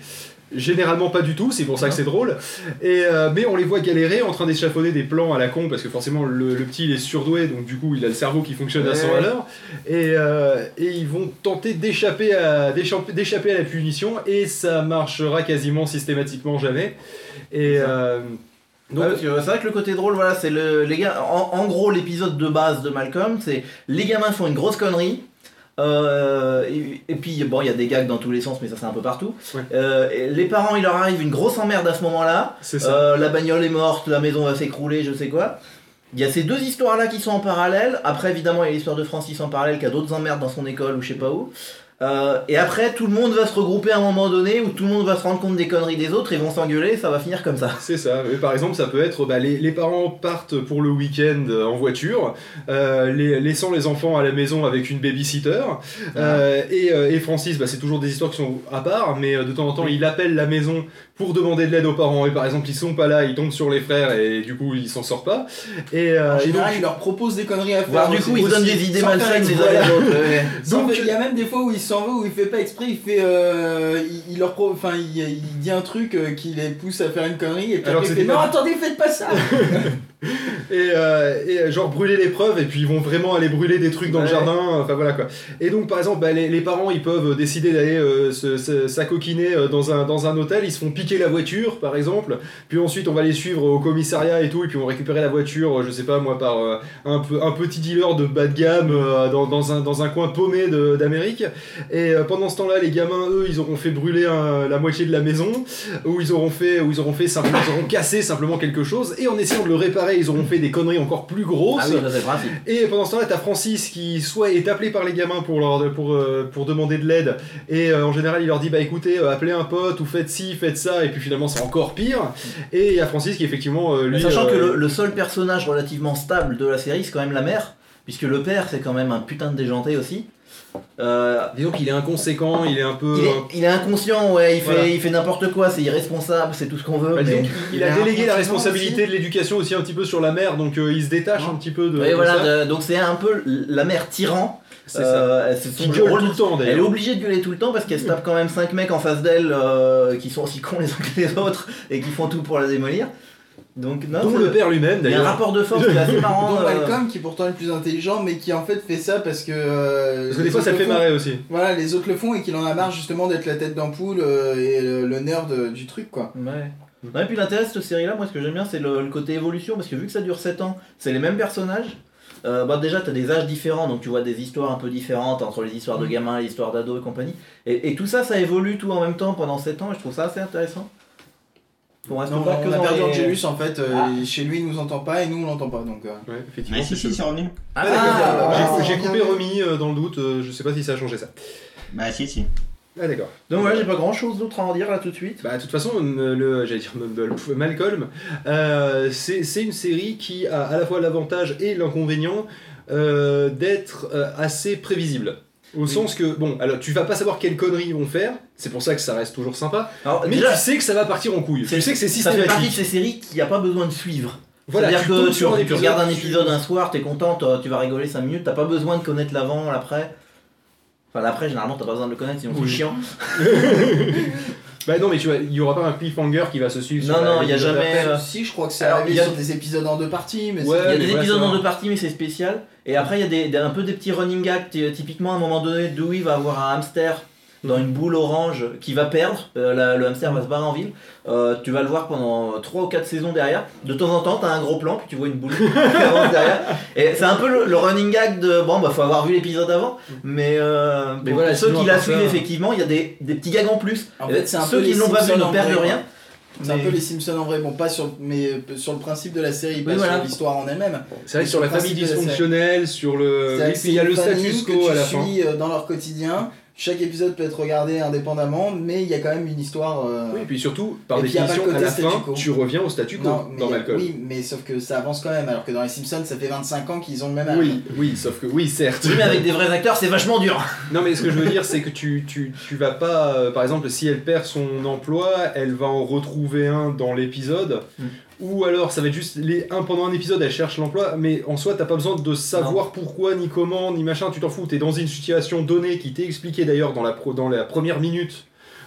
S2: Généralement pas du tout, c'est pour ça que c'est drôle. Et euh, mais on les voit galérer en train d'échafauder des plans à la con parce que forcément le, le petit il est surdoué donc du coup il a le cerveau qui fonctionne à 100 à
S1: Ouais.
S2: l'heure et, euh, et ils vont tenter d'échapper à d'échapper d'échapper à la punition et ça marchera quasiment systématiquement jamais. Et euh,
S1: Ouais,
S2: donc
S1: parce que, euh, c'est vrai que le côté drôle, voilà, c'est le, les gars. En, en gros, l'épisode de base de Malcolm, c'est les gamins font une grosse connerie. euh, et, et puis bon, il y a des gags dans tous les sens, mais ça c'est un peu partout.
S2: Ouais.
S1: Euh, et les parents, il leur arrive une grosse emmerde à ce moment-là.
S2: c'est ça.
S1: Euh, la bagnole est morte, la maison va s'écrouler, je sais quoi. Il y a ces deux histoires-là qui sont en parallèle. Après, évidemment, il y a l'histoire de Francis en parallèle qui a d'autres emmerdes dans son école ou je sais pas où. Euh, et après, tout le monde va se regrouper à un moment donné où tout le monde va se rendre compte des conneries des autres, ils vont s'engueuler, et ça va finir comme ça.
S2: C'est ça. Et par exemple, ça peut être bah, les, les parents partent pour le week-end euh, en voiture, euh, les- laissant les enfants à la maison avec une babysitter. Euh, et, euh, et Francis, bah, c'est toujours des histoires qui sont à part, mais euh, de temps en temps, il appelle la maison pour demander de l'aide aux parents. Et par exemple, ils sont pas là, ils tombent sur les frères et du coup, ils s'en sortent pas. Et, euh, et
S3: En
S2: donc,
S3: général, il leur propose des conneries à faire.
S1: Alors, Bah, du coup, ils
S3: Aussi,
S1: donnent des idées
S3: sans faire
S1: malsaines les uns
S3: exprès.
S1: les autres. ouais.
S3: Donc,
S2: Donc-
S3: il y a même des fois où il s'en va, où il fait pas exprès, il fait, euh, il, il leur pro- enfin, il, il dit un truc euh, qui les pousse à faire une connerie, et puis
S2: Alors que
S3: après, il fait,
S2: c'était
S3: non,
S2: pas-
S3: attendez, faites pas ça!
S2: et, euh, et, euh, genre brûler les preuves et puis ils vont vraiment aller brûler des trucs dans le
S3: Ouais.
S2: jardin enfin voilà quoi et donc par exemple bah, les, les parents ils peuvent décider d'aller euh, se- se- s'acoquiner euh, dans un, dans un hôtel ils se font piquer la voiture par exemple puis ensuite on va les suivre au commissariat et tout et puis on récupérer la voiture euh, je sais pas moi par euh, un, peu, un petit dealer de bas de gamme euh, dans, dans un, dans un coin paumé de- d'Amérique et euh, pendant ce temps là les gamins eux ils auront fait brûler un- la moitié de la maison où ils auront fait, où ils auront fait simplement, ils auront cassé simplement quelque chose, et en essayant de le réparer, ils auront fait des conneries encore plus grosses.
S1: Ah oui, ça c'est le principe.
S2: Et pendant ce temps-là, t'as Francis qui soit est appelé par les gamins pour leur, pour, euh, pour demander de l'aide, et euh, en général, il leur dit bah écoutez, euh, appelez un pote ou faites ci, faites ça, et puis finalement, c'est encore pire. Et il y a Francis qui effectivement, euh, lui,
S1: Sachant
S2: euh,
S1: que le, le seul personnage relativement stable de la série, c'est quand même la mère, puisque le père, c'est quand même un putain de déjanté aussi. Euh,
S2: disons qu'il est inconséquent, il est un peu,
S1: il, est, euh, il est inconscient, ouais, il fait,
S2: Voilà.
S1: il fait n'importe quoi, c'est irresponsable, c'est tout ce qu'on veut.
S2: Bah, disons
S1: mais...
S2: il a
S6: est
S2: délégué la
S6: inconséquent
S2: responsabilité de l'éducation aussi un petit peu sur la mère, donc euh, il se détache un petit peu de.
S1: Ouais,
S2: de
S1: voilà,
S2: ça.
S1: de- donc c'est un peu la mère tyran.
S2: C'est ça.
S1: Euh, c'est son
S2: Qui gueule
S1: rôle-
S2: tout le temps
S1: Elle est
S2: d'ailleurs.
S1: obligée de gueuler tout le temps parce qu'elle se tape quand même 5 mecs en face d'elle euh, qui sont aussi cons les uns que les autres et qui font tout pour la démolir. Donc, non,
S2: Dont
S1: c'est-
S2: le père lui-même
S1: il y a un
S2: d'ailleurs.
S1: rapport de force qui est assez marrant.
S2: Oh
S3: Donc,
S1: euh,
S3: Malcolm, qui pourtant est le plus intelligent, mais qui en fait fait ça parce que. euh,
S2: Parce que des
S3: les
S2: fois ça
S3: autres
S2: le fait
S3: font.
S2: marrer aussi.
S3: Voilà, les autres le font et qu'il en a marre justement d'être la tête d'ampoule euh, et le, le nerd euh, du truc quoi.
S1: Ouais. Non, et puis l'intérêt de cette série-là, moi ce que j'aime bien, c'est le, le côté évolution, parce que vu que ça dure 7 ans, c'est les mêmes personnages. Euh, bah déjà, t'as des âges différents, donc tu vois des histoires un peu différentes entre les histoires de gamins, les histoires d'ados et compagnie. Et, et tout ça, ça évolue tout en même temps pendant 7 ans, et je trouve ça assez intéressant. Qu'on reste
S3: Non,
S1: pas que
S3: on a
S1: dans
S3: perdu
S1: les-
S3: Angelus en fait, euh,
S1: Ah.
S3: et chez lui il nous entend pas et nous on l'entend pas donc. euh.
S2: Ouais, effectivement.
S4: Mais Bah, si, si, c'est revenu.
S1: Ah,
S2: Ouais, d'accord.
S3: Ah,
S2: J'ai-
S3: bah,
S2: J'ai
S6: c'est
S2: coupé
S6: bien.
S2: remis euh, dans le doute, euh, je sais pas si ça a changé ça.
S4: Bah si, si.
S2: Ah d'accord.
S1: Donc voilà, j'ai pas grand chose d'autre à en dire là tout de suite.
S2: Bah de toute façon, euh, le, j'allais dire Mumble, pff, Malcolm, euh, c'est c'est une série qui a à la fois l'avantage et l'inconvénient euh, d'être euh, assez prévisible. Au sens que, bon, alors tu vas pas savoir quelles conneries ils vont faire, c'est pour ça que ça reste toujours sympa,
S1: Alors,
S2: mais
S1: Bah, déjà,
S2: tu sais que ça va partir en couille,
S1: c'est-
S2: tu sais que c'est
S1: ça fait partie de
S2: systématique.
S1: ces séries qu'il n'y a pas besoin de suivre.
S2: Voilà,
S1: C'est-à-dire
S2: tu tombes
S1: que tu,
S2: sur un
S1: tu
S2: épisode,
S1: regardes un
S2: tu-
S1: épisode hein. un soir, t'es content, t'as- tu vas rigoler 5 minutes, t'as pas besoin de connaître l'avant, l'après. Enfin, l'après, généralement, t'as pas besoin de le connaître, sinon c'est
S2: Oui.
S1: chiant.
S2: Bah non, mais tu vois, il y aura pas un cliffhanger qui va se suivre.
S1: Non,
S2: sur la-
S1: non, il y a
S2: l'épisode
S1: jamais-
S2: d'après.
S1: euh,
S3: Si je crois que c'est
S1: alors, il
S3: arrivé
S1: y a-
S3: sur des épisodes en deux parties mais
S2: Ouais.
S1: Euh, Il y a des
S2: voilà,
S1: épisodes
S2: c'est
S1: en
S2: vrai.
S1: deux parties, mais c'est spécial. Et après, il y a des, des- un peu des petits running gags. Ty- Typiquement, à un moment donné, Dewey va avoir un hamster dans une boule orange qui va perdre. Euh, la- le hamster va se barrer en ville. Euh, tu vas le voir pendant 3 ou 4 saisons derrière. De temps en temps, t'as un gros plan, puis tu vois une boule qui avance derrière. Et c'est un peu le, le running gag de bon, bah faut avoir vu l'épisode avant. Mais, euh,
S2: Mais
S1: pour
S2: voilà,
S1: ceux
S2: sinon,
S1: qui
S2: à
S1: la
S2: part
S1: suivent,
S2: ça- hein.
S1: effectivement, il y a des, des petits gags en plus.
S3: En
S1: Euh,
S3: fait, c'est un
S1: ceux
S3: peu
S1: qui
S3: les
S1: l'ont pas vu
S3: Simpsons
S1: ne
S3: en
S1: perdent
S3: vrai,
S1: rien.
S3: quoi. C'est un
S1: Mais-
S3: peu les Simpsons en vrai, bon pas sur, mais euh, sur le principe de la série, pas
S1: Oui, voilà.
S3: sur l'histoire en elle-même.
S2: C'est vrai que sur la
S3: Le
S2: famille
S3: principe de la série.
S2: dysfonctionnelle, sur
S1: Euh,
S2: le.
S3: C'est-à-dire
S2: Et
S3: que
S2: puis il y a
S3: une
S2: le
S3: famille
S2: status
S3: que
S2: quo
S3: tu
S2: à la fin.
S3: suis, euh, dans leur quotidien. Chaque épisode peut être regardé indépendamment, mais il y a quand même une histoire. euh,
S2: Oui, et puis surtout, par
S3: Et puis, y a pas
S2: définition,
S3: le
S2: à
S3: côté
S2: la
S3: statu
S2: fin,
S3: quo.
S2: tu reviens au statu quo
S3: Non, mais
S2: dans
S3: y a-
S2: Malcolm.
S3: Oui, mais sauf que ça avance quand même, alors que dans les Simpsons, ça fait 25 ans qu'ils ont le même âge.
S2: Oui, oui, sauf que oui, certes.
S1: Oui, mais avec des vrais acteurs, c'est vachement dur.
S2: Non, mais ce que je veux dire, c'est que tu, tu, tu vas pas. euh, par exemple, si elle perd son emploi, elle va en retrouver un dans l'épisode.
S1: Mm.
S2: Ou alors, ça va être juste les, un pendant un épisode, elle cherche l'emploi, mais en soi, t'as pas besoin de savoir pourquoi, ni comment, ni machin, tu t'en fous. T'es dans une situation donnée qui t'est expliquée d'ailleurs dans la, pro- dans la première minute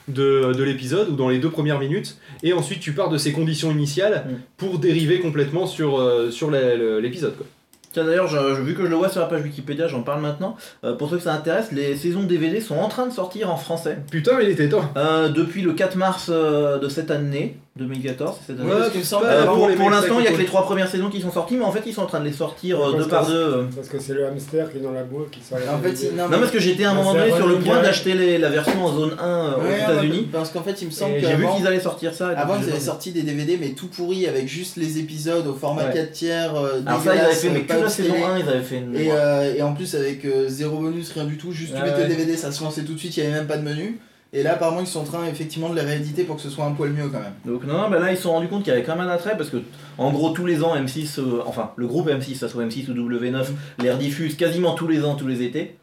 S2: de, de l'épisode, ou dans les deux premières minutes, et ensuite tu pars de ces conditions initiales
S1: Mm.
S2: pour dériver complètement sur, euh, sur la- le- l'épisode. quoi.
S1: Tiens d'ailleurs, je- je- vu que je le vois sur la page Wikipédia, j'en parle maintenant. Euh, pour ceux que ça intéresse, les saisons DVD sont en train de sortir en français
S2: Putain, il était temps!
S1: Euh, depuis le 4 mars euh, de cette année. 2014, c'est cette année.
S3: Parce qu'il me semble-
S2: pas-
S1: Euh,
S2: avant
S1: pour
S2: les
S1: pour
S2: mecs,
S1: l'instant, il y a que
S2: écoute.
S1: les trois premières saisons qui sont sorties, mais en fait, ils sont en train de les sortir euh,
S7: Parce
S1: deux par
S7: que-
S1: deux. euh.
S7: Parce que c'est le hamster qui est dans la boule qui sort.
S3: En fait, il- non,
S1: Non, parce que j'étais à un moment
S7: C'est
S1: donné sur le
S7: Running
S1: point
S7: Gag.
S1: d'acheter les- la version en zone 1 euh, aux
S3: Ouais,
S1: États-Unis.
S3: Parce qu'en fait, il me semble
S1: Et J'ai vu
S3: qu'avant,
S1: qu'ils allaient sortir ça. et Ah, donc
S3: avant,
S1: j'ai
S3: ils avaient
S1: pas-
S3: sorti des DVD, mais tout pourri avec juste les épisodes au format
S1: Ouais.
S3: 4 tiers. euh,
S1: Alors ça, ils avaient
S3: dégueulasse,
S1: fait mais que
S3: pas
S1: la
S3: de télé.
S1: saison 1, ils avaient fait une...
S3: Et, euh, et en plus avec euh, zéro bonus, rien du tout, juste tu
S1: Ouais,
S3: mettais
S1: ouais.
S3: le DVD, ça se lançait tout de suite, il n'y avait même pas de menu. Et là apparemment ils sont en train effectivement de les rééditer pour que ce soit un poil mieux quand même.
S1: Donc non, non, bah là ils se sont rendus compte qu'il y avait quand même un attrait parce que en gros tous les ans M6, euh, enfin le groupe M6, ça soit M6 ou W9,
S2: Mm.
S1: les rediffuse quasiment tous les ans, tous les étés.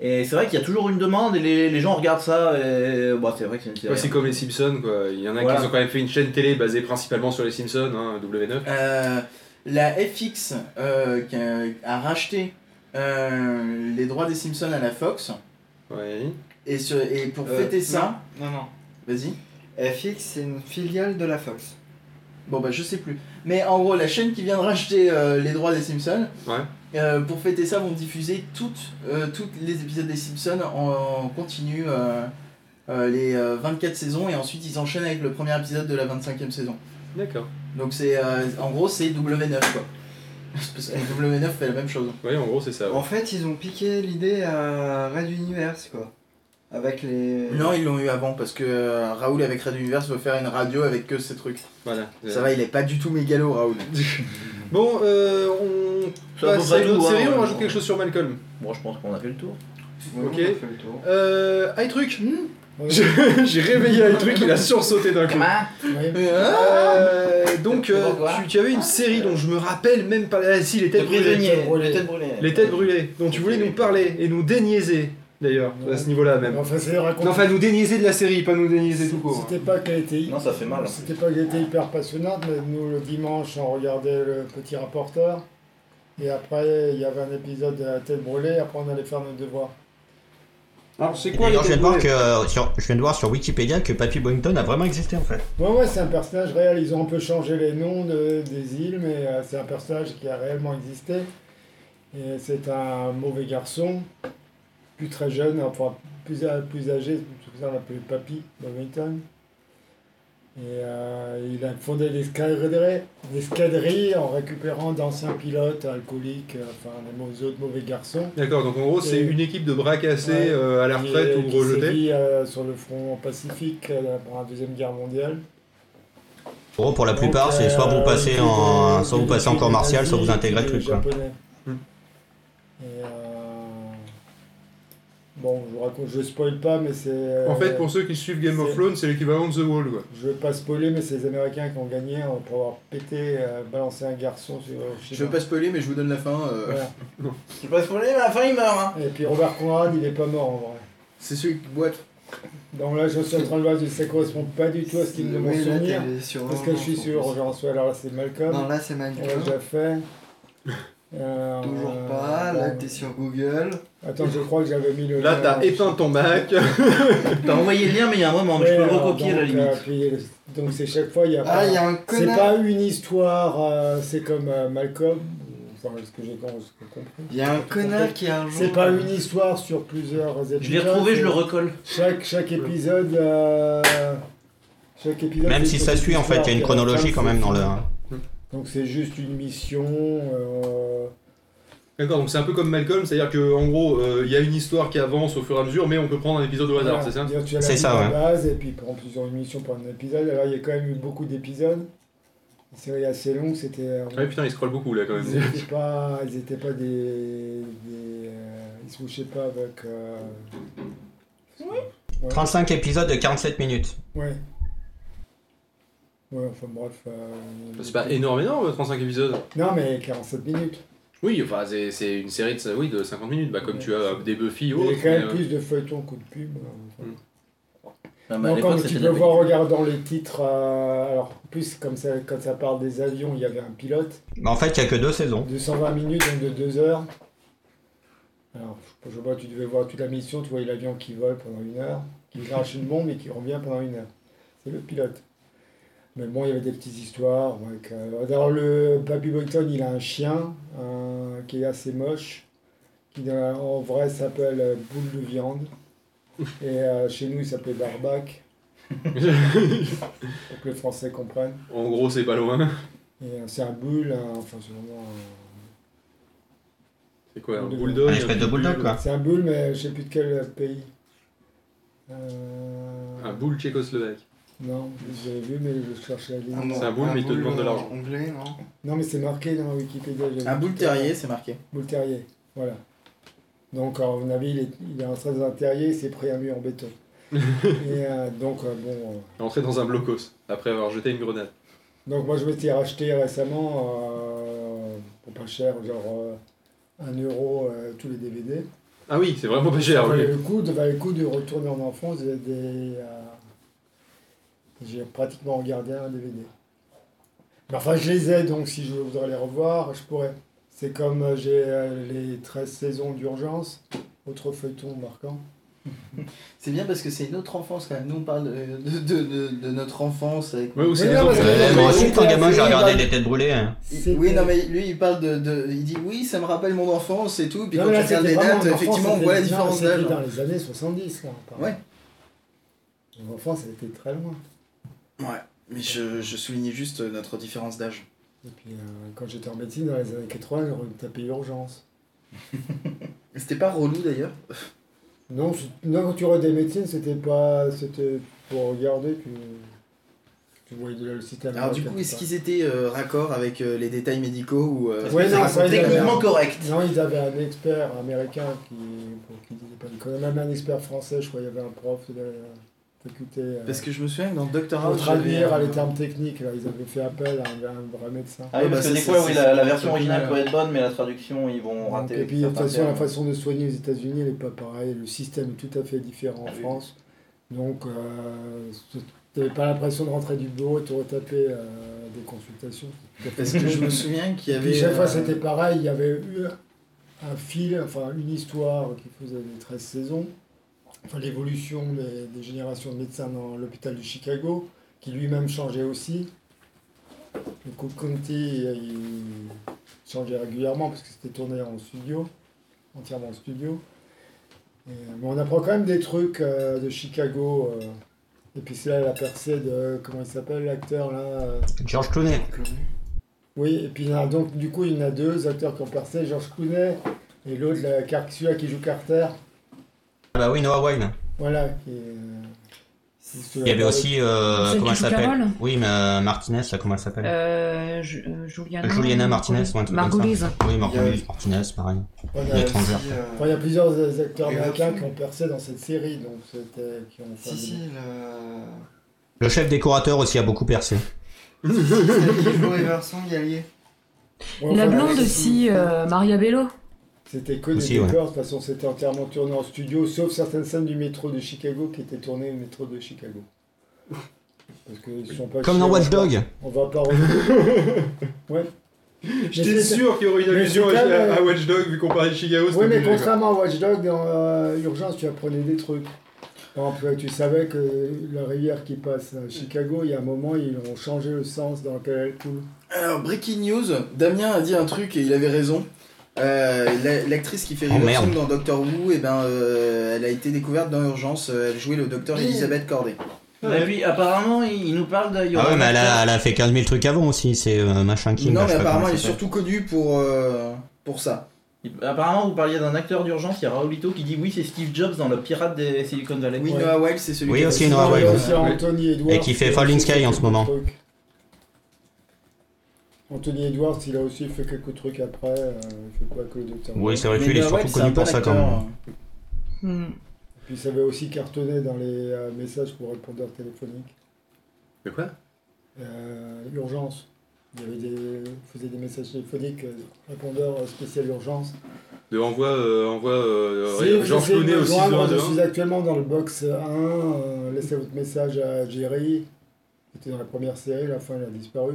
S1: Et c'est vrai qu'il y a toujours une demande et les, les gens regardent ça et bah, c'est vrai que c'est une série.
S2: Ouais, c'est comme les Simpsons, quoi. Il y en a
S1: Voilà.
S2: qui ont quand même fait une chaîne télé basée principalement sur les Simpsons, hein, W9.
S3: Euh, la FX euh, qui a, a racheté euh, les droits des Simpsons à la Fox
S2: Ouais.
S3: et, sur- et pour
S6: Euh,
S3: fêter ça,
S6: Non, non.
S3: vas-y.
S6: FX, c'est une filiale de la Fox.
S3: Bon bah je sais plus. Mais en gros la chaîne qui vient de racheter euh, les droits des Simpsons,
S2: Ouais.
S3: euh, pour fêter ça vont diffuser toutes, euh, toutes les épisodes des Simpsons en, en continu euh, euh, les euh, 24 saisons et ensuite ils enchaînent avec le premier épisode de la 25e saison.
S2: D'accord.
S3: Donc c'est euh, en gros c'est W9 quoi. Parce que W9 fait la même chose.
S2: Ouais, en gros, c'est ça. ouais.
S6: En fait, ils ont piqué l'idée à Red Universe, quoi. Avec les.
S3: Non ils l'ont eu avant parce que euh, Raoul avec Red Universe veut faire une radio avec que ces trucs.
S2: Voilà.
S3: Ça va il est pas du tout mégalo Raoul.
S2: Bon, euh, on
S1: C'est à peu
S2: passe à
S1: près
S2: une autre
S1: tout,
S2: série,
S1: hein,
S2: on
S1: ouais.
S2: rajoute quelque chose sur Malcolm.
S1: Bon je pense qu'on a fait le tour.
S6: Ouais,
S2: Ok.
S6: on a fait le tour.
S2: Euh, Aïe truc
S7: Ouais.
S2: Je- J'ai réveillé Aïe truc, il a sursauté d'un coup.
S7: Oui.
S3: Mais, hein
S2: Euh, donc, euh,
S3: Pourquoi
S2: tu, tu avais une série dont je me rappelle même pas. Ah, si, les têtes brûlées.
S1: prisonnier,
S7: brûlées.
S1: têtes brûlées.
S2: Les têtes brûlées, dont tu voulais nous parler et nous déniaiser, d'ailleurs, à ce niveau-là même.
S7: Enfin, c'est raconté.
S2: Non, enfin, nous déniaiser de la série, pas nous déniaiser tout court.
S7: C'était pas qu'elle était.
S1: Non ça fait mal. hein.
S7: C'était pas qu'elle était hyper passionnante, mais nous le dimanche on regardait le petit rapporteur. Et après il y avait un épisode de la tête brûlée, après on allait faire nos devoirs.
S2: Alors, c'est quoi les
S4: D'ailleurs, je viens
S2: têtes
S4: de voir que
S2: brûlées
S4: euh, sur, je viens de voir sur Wikipédia que Papy Boington a vraiment existé en fait.
S7: Ouais ouais c'est un personnage réel, ils ont un peu changé les noms de- des îles, mais euh, c'est un personnage qui a réellement existé. Et c'est un mauvais garçon, plus très jeune, enfin plus, a- plus âgé, c'est pour ça on l'appelait Papy Bovington. Et euh, il a fondé l'escadrille des escadrilles en récupérant d'anciens pilotes alcooliques, euh, enfin des mauvais, autres mauvais garçons.
S2: D'accord, donc en gros, c'est
S7: Et-
S2: une équipe de bras cassés
S7: Ouais.
S2: euh, à la
S7: qui-
S2: retraite ou
S7: qui
S2: rejetés.
S7: sévit, euh, sur le front pacifique euh, pendant la Deuxième Guerre mondiale.
S4: En gros, pour la
S7: Donc,
S4: plupart, c'est soit vous
S7: euh,
S4: passez
S7: des-
S4: en,
S7: des-
S4: soit vous
S7: des
S4: passez en corps
S7: nazis,
S4: martial, soit vous intégrez le
S7: des
S4: truc. Quoi.
S7: Japonais.
S2: Hmm.
S7: Et, euh, Bon, je vous raconte, je spoil pas, mais c'est. euh,
S2: En fait, pour ceux qui suivent Game of
S7: c'est-
S2: Thrones, c'est l'équivalent de The Wall, quoi.
S7: Je vais pas spoiler, mais c'est les Américains qui ont gagné euh, pour avoir pété, euh, balancé un garçon sur. euh,
S3: Je veux pas spoiler mais je vous donne la fin. euh.
S7: Voilà.
S1: Je passe pour les mais à la fin il meurt. hein.
S7: Et puis Robert Conrad, il est pas mort en vrai.
S3: C'est celui qui boite.
S7: Donc là, je suis en train de voir, ça correspond pas du tout à ce qu'il me
S6: Oui, là,
S7: souvenir.
S6: t'es sur-
S7: Parce que je suis sur Jean Soel, alors là, c'est Malcolm.
S6: Non, là, c'est
S7: On l'a
S6: Minecraft.
S7: déjà fait. Euh,
S6: Toujours pas. Là,
S7: bon.
S6: t'es sur Google.
S7: Attends, je crois que j'avais mis le.
S2: Là,
S7: lien.
S2: t'as éteint ton Mac.
S1: T'as envoyé le lien mais il y a un moment, mais
S7: Ouais,
S1: je peux le
S7: alors,
S1: recopier à la
S7: donc,
S1: limite.
S7: euh, puis, donc c'est chaque fois, il y a
S6: Ah,
S7: pas.
S6: il y a un
S7: c'est
S6: connard.
S7: pas une histoire, euh, c'est comme euh, Malcolm. Enfin, ce que j'ai con- ce que j'ai compris.
S6: Il y a un connard qui a un jour. euh,
S7: C'est pas une histoire sur plusieurs épisodes.
S1: Je l'ai retrouvé, je le
S7: c'est-
S1: recolle.
S7: Chaque, chaque épisode. euh, Chaque épisode.
S4: Même
S7: c'est
S4: si
S7: une
S4: ça
S7: petite
S4: suit en fait, il y a une
S7: histoire,
S4: chronologie quand même dans le.
S7: Donc c'est juste une mission. euh,
S2: D'accord, donc c'est un peu comme Malcolm, c'est-à-dire que en gros, euh, il y a une histoire qui avance au fur et à mesure, mais on peut prendre un épisode au hasard,
S7: Voilà,
S2: c'est ça
S7: c'est-à-dire que tu as la
S4: C'est
S7: mise
S4: ça,
S7: en
S4: ouais.
S7: base, et puis pour en plusieurs émissions pour un épisode. Alors, il y a quand même eu beaucoup d'épisodes. Une série assez longue, c'était. euh,
S2: Ah ouais, putain, il scrolle beaucoup là quand même.
S7: ils n'étaient pas, ils étaient pas des. des, euh, ils se couchaient pas avec. euh,
S4: 35 épisodes de 47 minutes.
S7: ouais. Ouais, enfin bref. euh,
S2: C'est pas énorme, énorme, 35 épisodes.
S7: Non, mais 47 minutes.
S2: Oui, enfin, c'est c'est une série de, oui, de 50 minutes, bah, comme tu as euh, des Buffy
S7: Il
S2: ou
S7: y avait
S2: autres.
S7: quand même
S2: mais, euh,
S7: plus de feuilletons coup de pub. euh,
S1: Ah,
S2: Bah,
S1: mais à
S7: Non, comme
S1: l'époque,
S7: tu
S1: c'était
S7: peux
S1: la
S7: voir en
S1: vérité.
S7: regardant les titres, euh, alors plus comme ça, quand ça parle des avions, il y avait un pilote.
S4: Mais Bah, en fait, il y a que deux saisons.
S7: 220 minutes, donc de 2 heures. Alors, je je vois, tu devais voir toute la mission, tu voyais l'avion qui vole pendant une heure, qui crache une bombe et qui revient pendant une heure. C'est le pilote. Mais bon, il y avait des petites histoires. avec, euh, alors, le Baby Boyton, il a un chien un- qui est assez moche, qui dans- en vrai s'appelle euh, Boule de Viande. Et euh, chez nous, il s'appelait Barbac. pour que les Français comprennent.
S2: euh, En gros, c'est pas loin.
S7: Et euh, c'est un boule, un- enfin c'est vraiment un-
S2: C'est quoi Un
S7: Bulldog.
S2: bulldog
S4: Un espèce de bulldog, quoi.
S7: Ah, C'est un boule, mais je sais plus de quel pays. Euh,
S2: Un boule tchécoslovaque.
S7: Non, j'avais vu, mais je cherche la ligne.
S6: Ah non,
S2: C'est un boule, mais il te
S6: boule,
S2: demande de
S6: euh,
S2: l'argent.
S6: Anglais, non
S7: Non, mais c'est marqué dans Wikipédia. j'ai
S3: Un
S7: vu.
S3: boule terrier, c'est marqué.
S7: Boule terrier, voilà. Donc, à mon avis, il est, il est entré dans un terrier, il s'est pris un mur en béton. et euh, donc, euh, bon. euh,
S2: Entrer dans un blocos après avoir jeté une grenade.
S7: Donc moi je m'étais racheté récemment euh, pour pas cher, genre euh, 1 euro euh, tous les DVD.
S2: Ah oui, c'est vraiment pas
S7: Ça
S2: cher.
S7: valait
S2: oui.
S7: le coup, de, valait le coup de retourner en enfance. et des, euh, J'ai pratiquement regardé un DVD. Mais enfin je les ai donc si je voudrais les revoir, je pourrais. C'est comme euh, j'ai euh, les 13 saisons d'urgence, autre feuilleton marquant.
S3: C'est bien parce que c'est notre enfance quand même. Nous on parle de, de, de- de- de notre enfance. avec-
S2: Ouais, ou c'est
S7: Mais
S2: les
S7: non,
S2: autres.
S7: parce que-
S4: Ouais, moi aussi, quand gamin, j'ai regardé
S3: Bah-
S4: les têtes brûlées. hein.
S3: Il- Oui, non, mais lui il parle de, de- Il dit oui, ça me rappelle mon enfance et tout. Puis
S7: Non,
S3: quand
S7: mais
S3: tu
S7: là,
S3: regardes
S7: c'était
S3: les
S7: vraiment
S3: dates,
S7: en France,
S3: effectivement, on
S7: c'était-
S3: voit la
S7: non,
S3: différence
S7: c'était
S3: d'âge.
S7: dans les années 70, là. on parle.
S3: Ouais.
S7: En France, ça a été très loin.
S3: Mais je, je soulignais juste euh, notre différence d'âge.
S7: Et puis, euh, quand j'étais en médecine, dans les années 80, j'aurais tapé urgence.
S3: C'était pas relou d'ailleurs.
S7: Non, c'est- non, quand tu regardais médecine, c'était pas... C'était pour regarder, tu... Tu voyais déjà le site
S3: Alors du
S7: américain,
S3: coup,
S7: tu
S3: est-ce
S7: vois.
S3: qu'ils étaient euh, raccords avec euh, les détails médicaux ou euh,
S7: Ouais, non,
S1: c'est
S7: ça, ils avaient
S1: techniquement
S7: un-
S1: correct.
S7: Non, ils avaient un expert américain qui, pour, qui disait pas de conneries. Même un expert français, je crois, il y avait un prof de la faculté... euh,
S3: Parce que je me souviens que dans Doctor
S7: pour
S3: House,
S7: traduire
S3: j'avais,
S7: les
S3: euh,
S7: termes techniques, là, ils avaient fait appel à un, à un vrai médecin.
S1: Ah oui,
S3: Ouais, bah,
S1: parce
S3: ça,
S1: que des fois,
S3: c'est-
S1: oui,
S3: c'est-
S1: la, la
S3: c'est
S1: version
S3: un peu
S1: originale
S3: mal.
S1: peut être bonne, mais la traduction, ils vont
S7: Donc,
S1: rater.
S7: et puis de toute
S1: certains
S7: façon, la
S1: termes.
S7: façon de soigner aux États-Unis, elle n'est pas pareille. Le système est tout à fait différent en
S1: Ah oui.
S7: France. Donc, tu n'avais pas l'impression de rentrer du bureau et de retaper euh, des consultations.
S3: Parce que je me souviens qu'il y
S7: Et
S3: avait.
S7: puis, chaque fois,
S3: euh,
S7: c'était pareil. Il y avait eu un fil, enfin une histoire qui faisait les 13 saisons. Enfin, l'évolution des, des générations de médecins dans l'hôpital de Chicago, qui lui-même changeait aussi. Le Cook County, il changeait régulièrement parce que c'était tourné en studio, entièrement en studio. Et, euh, mais on apprend quand même des trucs euh, de Chicago. euh. et puis c'est là la percée de, comment il s'appelle l'acteur là euh,
S4: George Clooney.
S7: oui, et puis il y en a- donc du coup il y en a deux acteurs qui ont percé, Georges Clooney et l'autre, la, Car- celui-là qui joue Carter.
S4: Ah bah oui, Noah Wyle.
S7: Voilà. Qui, est, euh,
S4: Il y avait aussi. euh,
S5: Celle
S4: comment elle
S5: qui joue Carole
S4: s'appelle Oui, mais euh, Martinez, là, comment elle s'appelle
S5: Euh, Ju- euh, Juliana.
S4: Juliana Martinez, ou un truc comme ça.
S5: Margolise.
S4: Oui, Martinez,
S6: il y a-
S4: Martinez, pareil.
S6: Il
S7: Voilà.
S6: y a
S4: L'étranger.
S6: aussi, euh,
S7: Enfin, il y a plusieurs acteurs
S6: Et
S7: américains
S6: Hopkins.
S7: qui ont percé dans cette série, donc c'était qui ont fait
S6: Si, si,
S7: des-
S6: le.
S4: Le chef décorateur aussi a beaucoup percé.
S6: Hugo Everson, Gallier.
S7: Ouais,
S5: La
S7: enfin,
S5: blonde
S7: c'était-
S5: aussi, euh, Maria Bello.
S7: C'était que
S4: Aussi,
S7: des
S4: ouais.
S7: décors, de toute façon c'était entièrement tourné en studio, sauf certaines scènes du métro de Chicago qui étaient tournées au métro de Chicago. Parce que ils sont pas
S4: Comme dans
S7: chiés,
S4: Watch Dog.
S7: On va pas. ouais. Mais
S2: J'étais
S7: c'est-
S2: sûr qu'il y aurait une
S7: Mais
S2: allusion à,
S7: c'est pas,
S2: à
S7: euh,
S2: Watch Dog vu qu'on parlait de Chicago. c'était
S7: Oui, mais
S2: obligé, quoi.
S7: contrairement à Watch Dogs, dans euh, Urgence, tu apprenais des trucs. Par exemple, tu savais que la rivière qui passe à Chicago, il y a un moment, ils ont changé le sens dans lequel elle coule.
S3: Alors, breaking news, Damien a dit un truc et il avait raison. Euh, la- L'actrice qui fait
S4: Oh,
S3: River
S4: merde.
S3: Song dans Doctor Who, et ben, euh, elle a été découverte dans Urgence. Euh, Elle jouait le docteur Elisabeth Corday.
S1: Et puis, apparemment, il, il nous parle de. il y
S4: Ah
S1: aura
S4: ouais, mais
S1: un
S4: elle a,
S1: acteur-
S4: elle a fait 15 000 trucs avant aussi, c'est euh, machin King.
S3: non,
S4: là,
S3: mais
S4: je sais pas
S3: apparemment,
S4: comment
S3: elle est
S4: ça s'appelle.
S3: surtout connue pour, euh, pour ça.
S1: il- Apparemment, vous parliez d'un acteur d'urgence, il y a Raoulito qui dit oui, c'est Steve Jobs dans le pirate des Silicon Valley.
S3: Oui,
S7: Ouais.
S3: Noah Wild, c'est celui
S4: Oui,
S3: qui a
S4: aussi,
S3: fait-
S4: Noah
S7: Sinon, il y a
S4: Whale,
S7: aussi
S2: ouais.
S7: Anthony Edwards.
S4: Et qui fait Falling Sky en ce moment.
S7: trucs. Anthony Edwards, il a aussi fait quelques trucs après. euh, il fait pas que le docteur.
S4: Oui, c'est
S7: Who.
S4: vrai
S3: Mais
S4: qu'il est
S3: Noah
S4: surtout
S3: Wild, c'est un
S4: connu
S3: bon
S4: pour ça quand
S3: acteur.
S4: même. Mm.
S5: Hmm.
S7: Puis ça avait aussi cartonné dans les euh, messages pour répondeurs téléphoniques.
S2: Mais quoi
S7: Euh, urgence. Il y avait des, faisait des messages téléphoniques, euh, répondeurs spécial urgence.
S2: De envoie, euh, envoie euh,
S7: Si vous
S2: Georges
S7: essayez de
S2: Clooney
S7: me
S2: au
S7: joindre, Je
S2: 6
S7: suis actuellement dans le box 1. euh, laissez votre message à Jerry. Il était dans la première série, la fin il a disparu.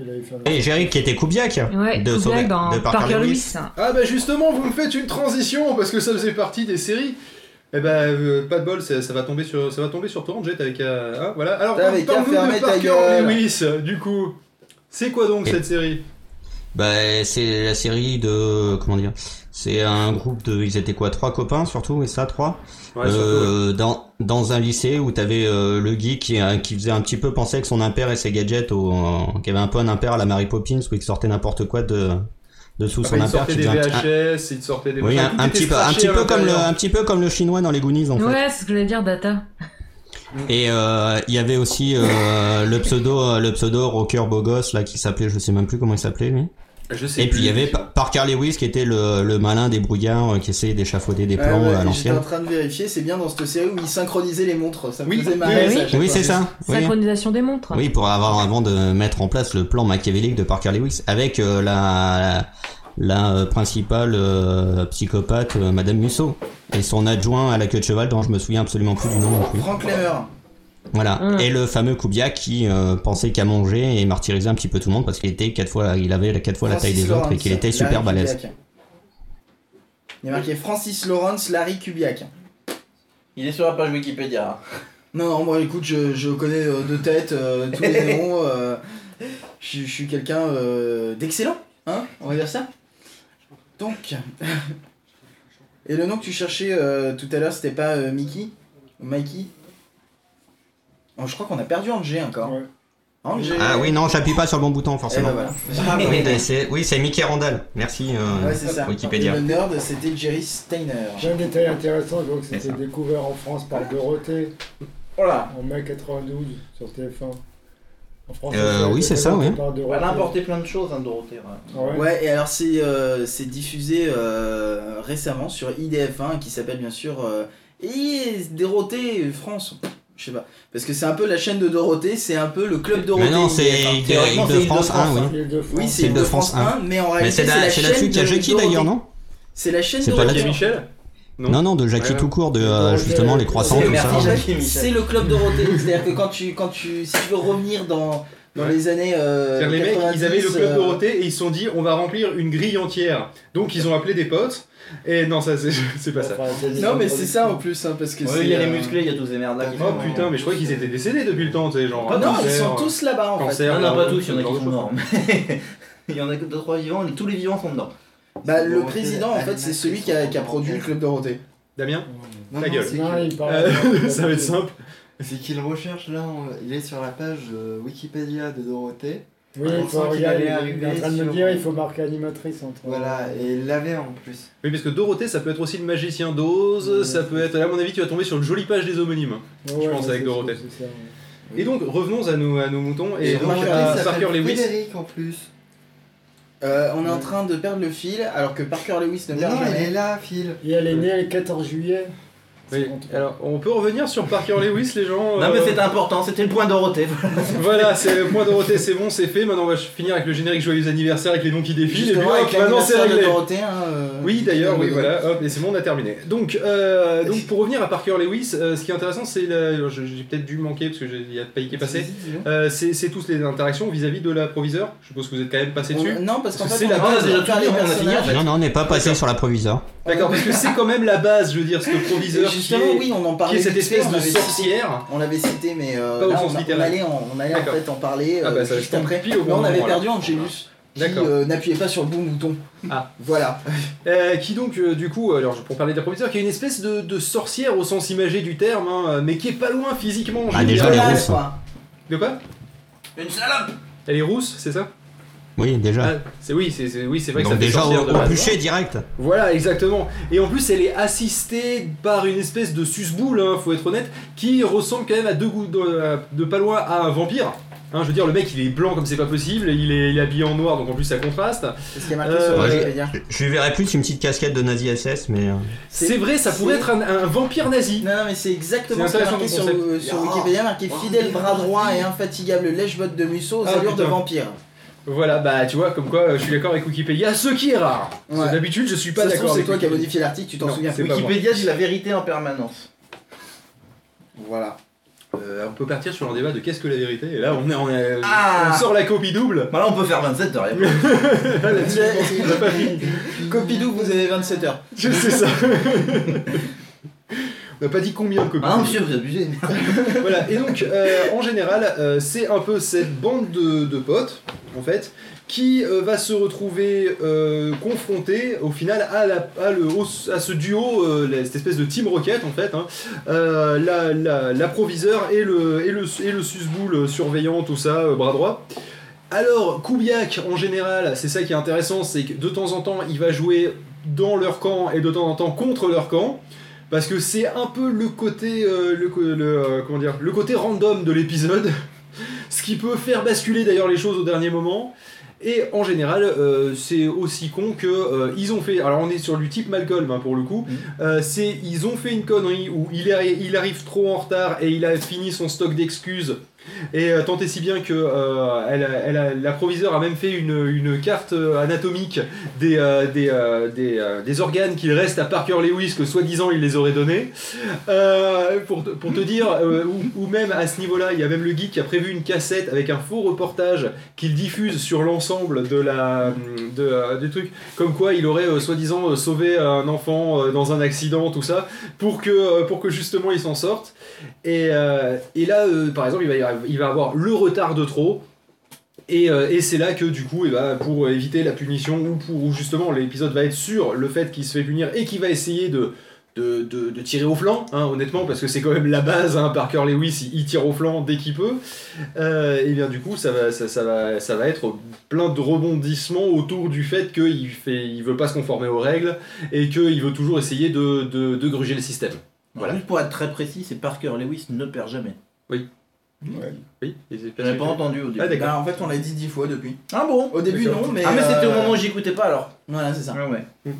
S7: Il avait fait un-
S4: Et Jerry qui était Koubiak
S5: Ouais,
S4: de,
S5: Kubrick
S4: Sauvé-
S5: dans
S4: de Parker, Lewis.
S2: Ah bah justement, vous me faites une transition parce que ça faisait partie des séries. Eh bah, euh, pas de bol, ça, ça va tomber sur, ça va tomber sur Torrent avec. euh, ah, voilà. Alors,
S3: T'as avec
S2: parle-nous
S3: qu'à fermer
S2: de
S3: ta
S2: Parker
S3: gueule.
S2: Lewis, du coup. C'est quoi donc
S4: Et-
S2: cette série
S4: Bah, c'est la série de comment dire C'est un groupe de ils étaient quoi trois copains surtout et ça trois
S2: Ouais, surtout, ouais.
S4: Euh, dans dans un lycée où t'avais euh, le geek qui, euh, qui faisait un petit peu penser que son impère et ses gadgets, au- euh, qui avait un peu un impère à la Mary Poppins, où il sortait n'importe quoi de, de
S2: Ah,
S4: sous
S2: bah,
S4: son
S2: il
S4: impère.
S2: sortait
S4: qui
S2: des
S4: faisait un-
S2: VHS, il sortait des
S4: Oui,
S2: machins,
S4: un,
S2: tout
S4: un
S2: était
S4: petit peu, un
S2: scratché
S4: petit
S2: à
S4: peu comme le,
S2: l'intérieur.
S4: un petit peu comme le chinois dans les Goonies en fait.
S5: Ouais, c'est ce que j'allais dire, Data.
S4: Et euh, il y avait aussi euh, le pseudo, euh, le pseudo rocker beau gosse là qui s'appelait, je sais même plus comment il s'appelait lui.
S2: Je sais
S4: Et puis il y
S2: plus.
S4: avait Pa- Parker Lewis qui était le, le malin des brouillards euh, qui essayait d'échafauder des plans
S3: Ah ouais,
S4: euh, à
S3: J'étais en
S4: l'ancienne.
S3: train de vérifier, c'est bien dans cette série où ils synchronisaient les montres. Ça me
S2: Oui,
S3: faisait
S5: oui,
S3: marrer.
S5: oui.
S3: ça, à chaque
S4: Oui,
S3: fois.
S4: c'est ça. Oui.
S5: Synchronisation des montres.
S4: Oui, pour avoir avant de mettre en place le plan machiavélique de Parker Lewis avec euh, la, la euh, principale euh, psychopathe euh, Madame Musso et son adjoint à la queue de cheval dont je me souviens absolument plus du nom non plus.
S3: Frank Lemmer.
S4: Voilà.
S5: Mm.
S4: Et le fameux Kubiak qui euh, pensait qu'à manger et martyrisait un petit peu tout le monde parce qu'il était quatre fois, il avait quatre fois la
S3: Francis
S4: taille des autres et
S3: Lawrence,
S4: qu'il était super
S3: Larry
S4: balèze.
S3: Kubiak. Il y a marqué Francis Lawrence, Larry Kubiak.
S1: Il est sur la page Wikipédia.
S3: Non, non, moi écoute, je, je connais euh, de tête euh, tous les noms. euh, je, je suis quelqu'un euh, d'excellent, hein, on va dire ça. Donc, et le nom que tu cherchais euh, tout à l'heure, c'était pas euh, Mickey ou Mikey Oh, Je crois qu'on a perdu Angers encore.
S7: Ouais.
S3: Angers
S4: Ah oui, non, j'appuie pas sur le bon bouton
S3: Eh ben
S4: forcément.
S3: voilà.
S4: Oui, c'est oui, c'est Mickey Randall. Merci euh,
S3: Ouais, c'est ça.
S4: Wikipédia.
S3: Et le nerd, c'était Jerry Steiner.
S7: J'ai un détail intéressant, donc
S4: C'est
S7: c'était
S4: ça.
S7: découvert en France par Dorothée
S1: Oh là
S7: en mai 92 sur TF1. En France,
S4: Euh,
S7: ça a été
S4: oui, c'est ça,
S7: présenté
S4: oui.
S7: par
S6: Bah,
S7: Dorothée. Ah
S1: Elle a importé plein de choses, hein, Dorothée. ouais.
S7: Ouais.
S3: Ouais, et alors c'est euh, c'est diffusé euh, récemment sur IDF1 qui s'appelle bien sûr euh, Eh, Dorothée France. Je sais pas. Parce que c'est un peu la chaîne de Dorothée, c'est un peu le club Dorothée.
S4: Mais non, c'est
S3: IDF1.
S1: Théoriquement, c'est
S4: Île-de-France 1, oui.
S7: Île-de-France.
S3: Oui, c'est
S4: c'est
S3: de France
S4: Île-de-France
S3: 1, mais en
S4: Mais
S3: réalité,
S4: c'est
S3: c'est
S4: là-
S3: la
S4: c'est
S3: chaîne
S4: là-dessus qu'il y a
S3: de
S4: Jackie
S3: Dorothée.
S4: d'ailleurs, non
S3: C'est la chaîne
S4: C'est pas
S3: Dorothée.
S4: là-dessus.
S2: Michel Non.
S4: Non, non, de Jackie
S2: Ouais,
S4: tout court, de euh,
S7: Dorothée,
S4: justement les
S7: euh,
S4: croissants,
S7: c'est
S4: tout ça.
S1: Merci,
S4: hein.
S1: Jackie Michel.
S3: C'est le club Dorothée. C'est-à-dire que quand tu, quand tu, si tu veux revenir dans, dans
S2: Ouais.
S3: les années. Euh,
S2: C'est-à-dire, les mecs,
S3: 90,
S2: ils avaient le club
S3: euh,
S2: Dorothée et ils se sont dit on va remplir une grille entière. Donc ils ont appelé des potes. Et non, ça c'est c'est pas ça.
S7: Enfin, c'est-
S3: euh, Non, mais c'est ça en plus, hein, parce que
S1: Ouais,
S3: c'est.
S1: il y a les
S3: euh,
S1: musclés, il y a tous ces merdes là qui
S2: Oh
S1: font- hein.
S2: putain, mais je croyais qu'ils étaient décédés depuis le temps, tu sais, genre. hein,
S1: Ah
S3: Non, ils
S2: cancer,
S3: sont tous là-bas en fait.
S2: cancer,
S1: Non, non, pas
S2: euh,
S1: tous, il y en a
S2: genre
S1: qui
S2: de
S1: sont
S2: choses.
S1: morts. mais Il y en a que 2-3 vivants, et tous les vivants sont dedans.
S3: Bah, le
S6: Dorothée,
S3: président, en fait, c'est celui qui a, qui a produit le Club Dorothée.
S2: Damien
S6: Non,
S2: Ta
S6: non,
S2: gueule.
S6: c'est
S7: Non,
S6: que-
S7: il parle.
S2: Euh, Ça va être simple.
S6: C'est qu'il recherche là, on- il est sur la page euh, Wikipédia de Dorothée.
S7: Oui,
S6: On sent
S7: il faut
S6: Ah, qu'il
S7: regarder.
S6: allait
S7: Il est en
S6: arriver
S7: train de me
S6: sur-
S7: dire, il faut marquer animatrice entre.
S6: Voilà, et il l'avait en plus.
S2: Oui, parce que Dorothée, ça peut être aussi le magicien d'Oz, ça peut être. Là, à mon avis, tu vas tomber sur une jolie page des homonymes.
S7: Ouais,
S2: je pense,
S7: ouais,
S2: avec
S7: c'est-
S2: Dorothée.
S7: c'est ça, ouais.
S2: Et donc, revenons à nos, à nos moutons. Et,
S3: Et
S2: donc,
S3: remarquez,
S2: à
S6: ça
S2: Parker
S6: s'appelle
S2: Lewis.
S6: Frédéric en plus.
S3: Euh, on est en train de perdre le fil, alors que Parker Lewis ne
S6: Mais
S3: perd
S6: non, il est
S3: jamais.
S6: là, Phil.
S7: Et elle est née le 14 juillet.
S2: Oui, Alors, on peut revenir sur Parker Lewis, les gens.
S1: Non, mais
S2: euh,
S1: c'est important, c'était le point Dorothée.
S2: Voilà, c'est le point Dorothée, c'est bon, c'est fait. Maintenant, on va finir avec le générique Joyeux anniversaire avec les noms qui défilent. Et puis,
S3: Justement,
S2: hop,
S3: avec
S2: maintenant, c'est
S3: l'anniversaire de
S2: réglé.
S3: Dorothée. hein, euh,
S2: Oui, d'ailleurs, oui,
S3: euh,
S2: voilà, hop, et c'est bon, on a terminé. Donc, euh, donc pour revenir à Parker Lewis, euh, ce qui est intéressant, c'est. la- je- J'ai peut-être dû manquer parce que j'ai- il y a pas qui est passé.
S3: hein.
S2: Euh, c'est c'est tous les interactions vis-à-vis de la proviseure. Je suppose que vous êtes quand même passé
S3: on-
S2: dessus.
S3: Non, parce qu'en
S2: Parce que
S3: fait,
S2: c'est la base,
S1: déjà tout
S3: parlé
S1: dit, on a fini,
S3: personnages.
S1: en fait.
S4: Non, non, on n'est pas passé
S2: D'accord.
S4: sur la proviseur.
S2: D'accord, parce que c'est quand même la base, je veux dire, ce
S3: Et
S2: proviseur qui
S3: Justement,
S2: est,
S3: oui, on en
S2: qui
S3: parlait.
S2: est cette
S3: vite fait,
S2: espèce
S3: on
S2: de
S3: avait cité-
S2: sorcière.
S3: On l'avait cité, mais euh,
S2: Pas au
S3: là,
S2: sens
S3: on, a- on
S2: littéraire.
S3: allait, en, on allait en
S2: D'accord.
S3: fait en parler
S2: Ah
S3: euh,
S2: bah, ça,
S3: juste
S2: je
S3: après.
S2: pile au bon
S3: Mais on avait
S2: moment, là.
S3: perdu Angelus, qui
S2: D'accord.
S3: euh, n'appuyait pas sur le bon bouton.
S2: Ah.
S3: Voilà.
S2: Euh, qui donc, euh, du coup, alors pour parler de la proviseure, qui est une espèce de, de sorcière au sens imagé du terme, hein, mais qui est pas loin physiquement. je
S4: Ah,
S2: veux
S4: déjà,
S2: dire.
S4: les
S3: Voilà,
S4: rousses.
S3: quoi.
S2: De quoi
S1: Une salope
S2: Elle est rousse, c'est ça
S4: Oui, déjà.
S2: Ah, C'est oui, c'est c'est- oui, c'est vrai que
S4: Donc
S2: ça fait
S4: déjà
S2: sorcière
S4: au,
S2: de
S4: au
S2: base. hein.
S4: bûcher direct.
S2: Voilà, exactement. Et en plus, elle est assistée par une espèce de susboule, hein, faut être honnête, qui ressemble quand même à deux gouttes de, euh, de pas loin à un vampire. Hein, je veux dire, le mec il est blanc comme c'est pas possible, il est, il est habillé en noir donc en plus ça contraste.
S3: C'est ce qui est marqué
S2: Euh,
S3: sur
S4: ouais.
S3: Wikipédia.
S4: Je- Je lui verrais plus une petite casquette de nazi SS, mais euh,
S2: C'est vrai, ça pourrait être un, un vampire nazi.
S3: Non, non, mais c'est exactement
S2: C'est
S3: ce qui est
S2: intéressant
S3: marqué sur,
S2: comme
S3: euh, sur Wikipédia, marqué
S1: Oh,
S3: fidèle bras droit et infatigable lèche-botte de Musso aux
S2: Ah,
S3: allures de
S2: putain.
S3: vampire.
S2: Voilà, bah tu vois, comme quoi euh, je suis d'accord avec Wikipédia, ce qui est rare. Parce que
S3: Ouais.
S2: D'habitude, je suis pas
S3: Ça se trouve,
S2: d'accord
S3: c'est
S2: avec
S3: toi qui as
S2: Wikipédia.
S3: modifié l'article, tu t'en
S2: Non,
S3: souviens
S2: c'est
S3: plus.
S2: pas moi.
S1: Wikipédia dit la vérité en permanence.
S3: Voilà.
S2: Euh, on peut partir sur un débat de qu'est-ce que la vérité, et là on, est, on, est- euh,
S1: Ah
S2: on sort la copie double.
S1: Bah là, on peut faire 27 de réponse.
S3: Copidou, vous avez 27 heures.
S2: Je sais ça. On n'a pas dit combien de
S1: Ah non,
S2: comédies.
S1: monsieur, vous abusez.
S2: voilà, et donc, euh, en général, euh, c'est un peu cette bande de, de potes, en fait, qui euh, va se retrouver euh, confrontée, au final, à, la, à, le, au- à ce duo, euh, la- cette espèce de Team Rocket, en fait, hein, euh, la- la- l'approviseur et le, et le, et le susboule euh, surveillant, tout ça, euh, bras droit. Alors, Koubiak, en général, c'est ça qui est intéressant, c'est que de temps en temps, il va jouer dans leur camp et de temps en temps contre leur camp parce que c'est un peu le côté euh, le, co- le, euh, comment dire le côté random de l'épisode ce qui peut faire basculer d'ailleurs les choses au dernier moment et en général euh, c'est aussi con que euh, ils ont fait alors on est sur du type Malcolm hein, pour le coup
S1: Mhm.
S2: Euh, c'est ils ont fait une connerie où il, arri- il arrive trop en retard et il a fini son stock d'excuses et euh, tant et si bien que euh, elle, a- elle a- la proviseure a même fait une, une carte euh, anatomique des, euh, des, euh, des, euh, des organes qu'il reste à Parker Lewis que soi-disant il les aurait donnés. Euh, pour, te- pour te dire, euh, ou, ou même à ce niveau-là, il y a même le geek qui a prévu une cassette avec un faux reportage qu'il diffuse sur l'ensemble de la de, euh, du truc, comme quoi il aurait euh, soi-disant euh, sauvé un enfant euh, dans un accident, tout ça, pour que, euh, pour que justement il s'en sorte. Et, euh, et là, euh, par exemple, il va, y avoir- il va avoir le retard de trop. Et, euh, et c'est là que du coup, eh ben, pour éviter la punition ou pour ou justement l'épisode va être sur le fait qu'il se fait punir et qu'il va essayer de, de, de- de tirer au flanc, hein, honnêtement, parce que c'est quand même la base. Hein, Parker Lewis, il, il tire au flanc dès qu'il peut. Euh, et bien du coup, ça va, ça, ça va, ça va être plein de rebondissements autour du fait qu'il fait, il veut pas se conformer aux règles et qu'il veut toujours essayer de, de, de gruger le système. Voilà.
S1: Voilà. Juste pour être très précis, c'est Parker Lewis ne perd jamais.
S2: Oui. et c'est-
S1: J'avais pas entendu au début.
S2: Ah, d'accord.
S3: Bah, en fait, on l'a dit dix fois depuis.
S1: Ah bon
S3: Au début,
S2: D'accord.
S3: non, mais.
S1: Ah, mais c'était au
S3: euh,
S1: moment où j'écoutais pas alors.
S3: Voilà, c'est ça.
S1: Ah ouais.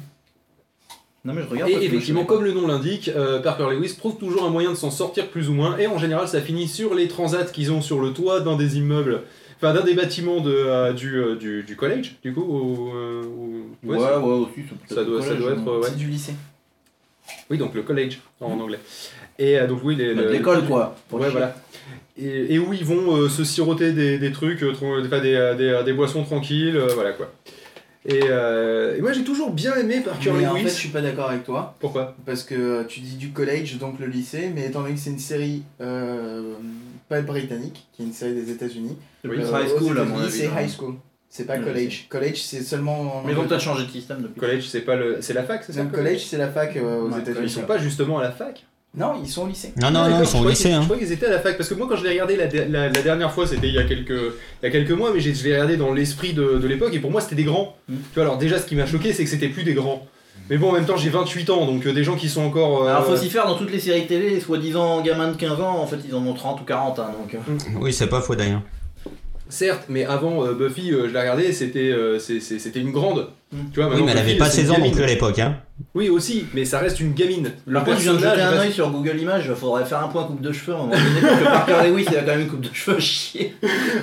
S1: Non, mais je regarde.
S2: Et
S1: parce que
S2: effectivement,
S1: je connais
S2: comme le nom l'indique, euh, Parker Lewis trouve toujours un moyen de s'en sortir plus ou moins, et en général, ça finit sur les transats qu'ils ont sur le toit d'un des immeubles, enfin d'un des bâtiments de, euh, du, euh, du, du collège, du coup. au- euh, au-
S1: pas.
S2: ouais,
S1: Ouais,
S2: ça-
S1: ouais, aussi. c'est peut-être
S2: ça doit,
S1: le
S2: ça doit
S1: collège,
S2: être.
S1: hein.
S2: euh, ouais.
S3: C'est du lycée.
S2: Oui, donc le collège en
S3: Mm.
S2: anglais. Et euh, donc, oui, les-
S1: Bah, de
S2: le-
S1: L'école, quoi. pour
S2: Ouais,
S1: le
S2: voilà. Et, et où ils vont euh, se siroter des, des trucs, euh, tron- enfin, des, euh, des, euh, des boissons tranquilles, euh, voilà quoi. Et, euh, et moi j'ai toujours bien aimé Parker
S3: Mais
S2: Lewis.
S3: en fait, je suis pas d'accord avec toi.
S2: Pourquoi
S3: Parce que euh, tu dis du collège, donc le lycée, mais étant donné que c'est une série euh, pas britannique, qui est une série des États-Unis,
S1: C'est
S2: Oui.
S1: plus
S3: euh,
S1: high
S3: aux
S1: school, à mon
S3: États-Unis,
S1: avis.
S3: c'est
S1: hein.
S3: high school. C'est pas
S1: Ouais,
S3: college. College, c'est seulement. en
S1: Mais donc,
S3: Angleterre.
S1: t'as changé de système depuis.
S2: Collège, c'est pas le, c'est la fac, c'est ça
S3: Le
S2: le
S3: collège, c'est la fac euh, aux
S1: Ouais,
S2: Ils
S3: États-Unis.
S2: sont pas justement à la fac
S3: Non, ils sont au lycée.
S4: Non, non,
S2: Ah,
S4: non,
S2: d'accord,
S4: ils
S2: je
S4: sont au
S2: croyais
S4: lycée.
S2: qu'ils-
S4: Hein.
S2: Je croyais qu'ils étaient à la fac parce que moi, quand je l'ai regardé la, de- la- la dernière fois, c'était il y a quelques, il y a quelques mois, mais j'ai- je l'ai regardé dans l'esprit de, de l'époque et pour moi, c'était des grands.
S1: Mm.
S2: Tu vois, alors déjà, ce qui m'a choqué, c'est que c'était plus des grands. Mais bon, en même temps, j'ai 28 ans, donc euh, des gens qui sont encore. euh,
S1: Alors, faut s'y faire dans toutes les séries télé, les soi-disant gamins de 15 ans, en fait, ils en ont 30 ou 40, hein, donc. euh.
S4: Oui, c'est pas faux d'ailleurs.
S2: Certes, mais avant euh, Buffy, euh, je l'ai regardé, c'était, euh, c'est- c'est- c'était une grande.
S1: Mm.
S2: Tu vois,
S4: Oui,
S2: maintenant,
S4: mais elle
S2: Buffy,
S4: avait pas
S2: c'est une
S4: 16 ans non
S2: gamine.
S4: plus à l'époque. Hein.
S2: Oui, aussi, mais ça reste une gamine.
S1: Par contre, je viens de jeter un
S2: reste-
S1: oeil sur Google Images, faudrait faire un point coupe de cheveux à un moment donné, parce que Parker Lewis, il a quand même une coupe de cheveux à chier.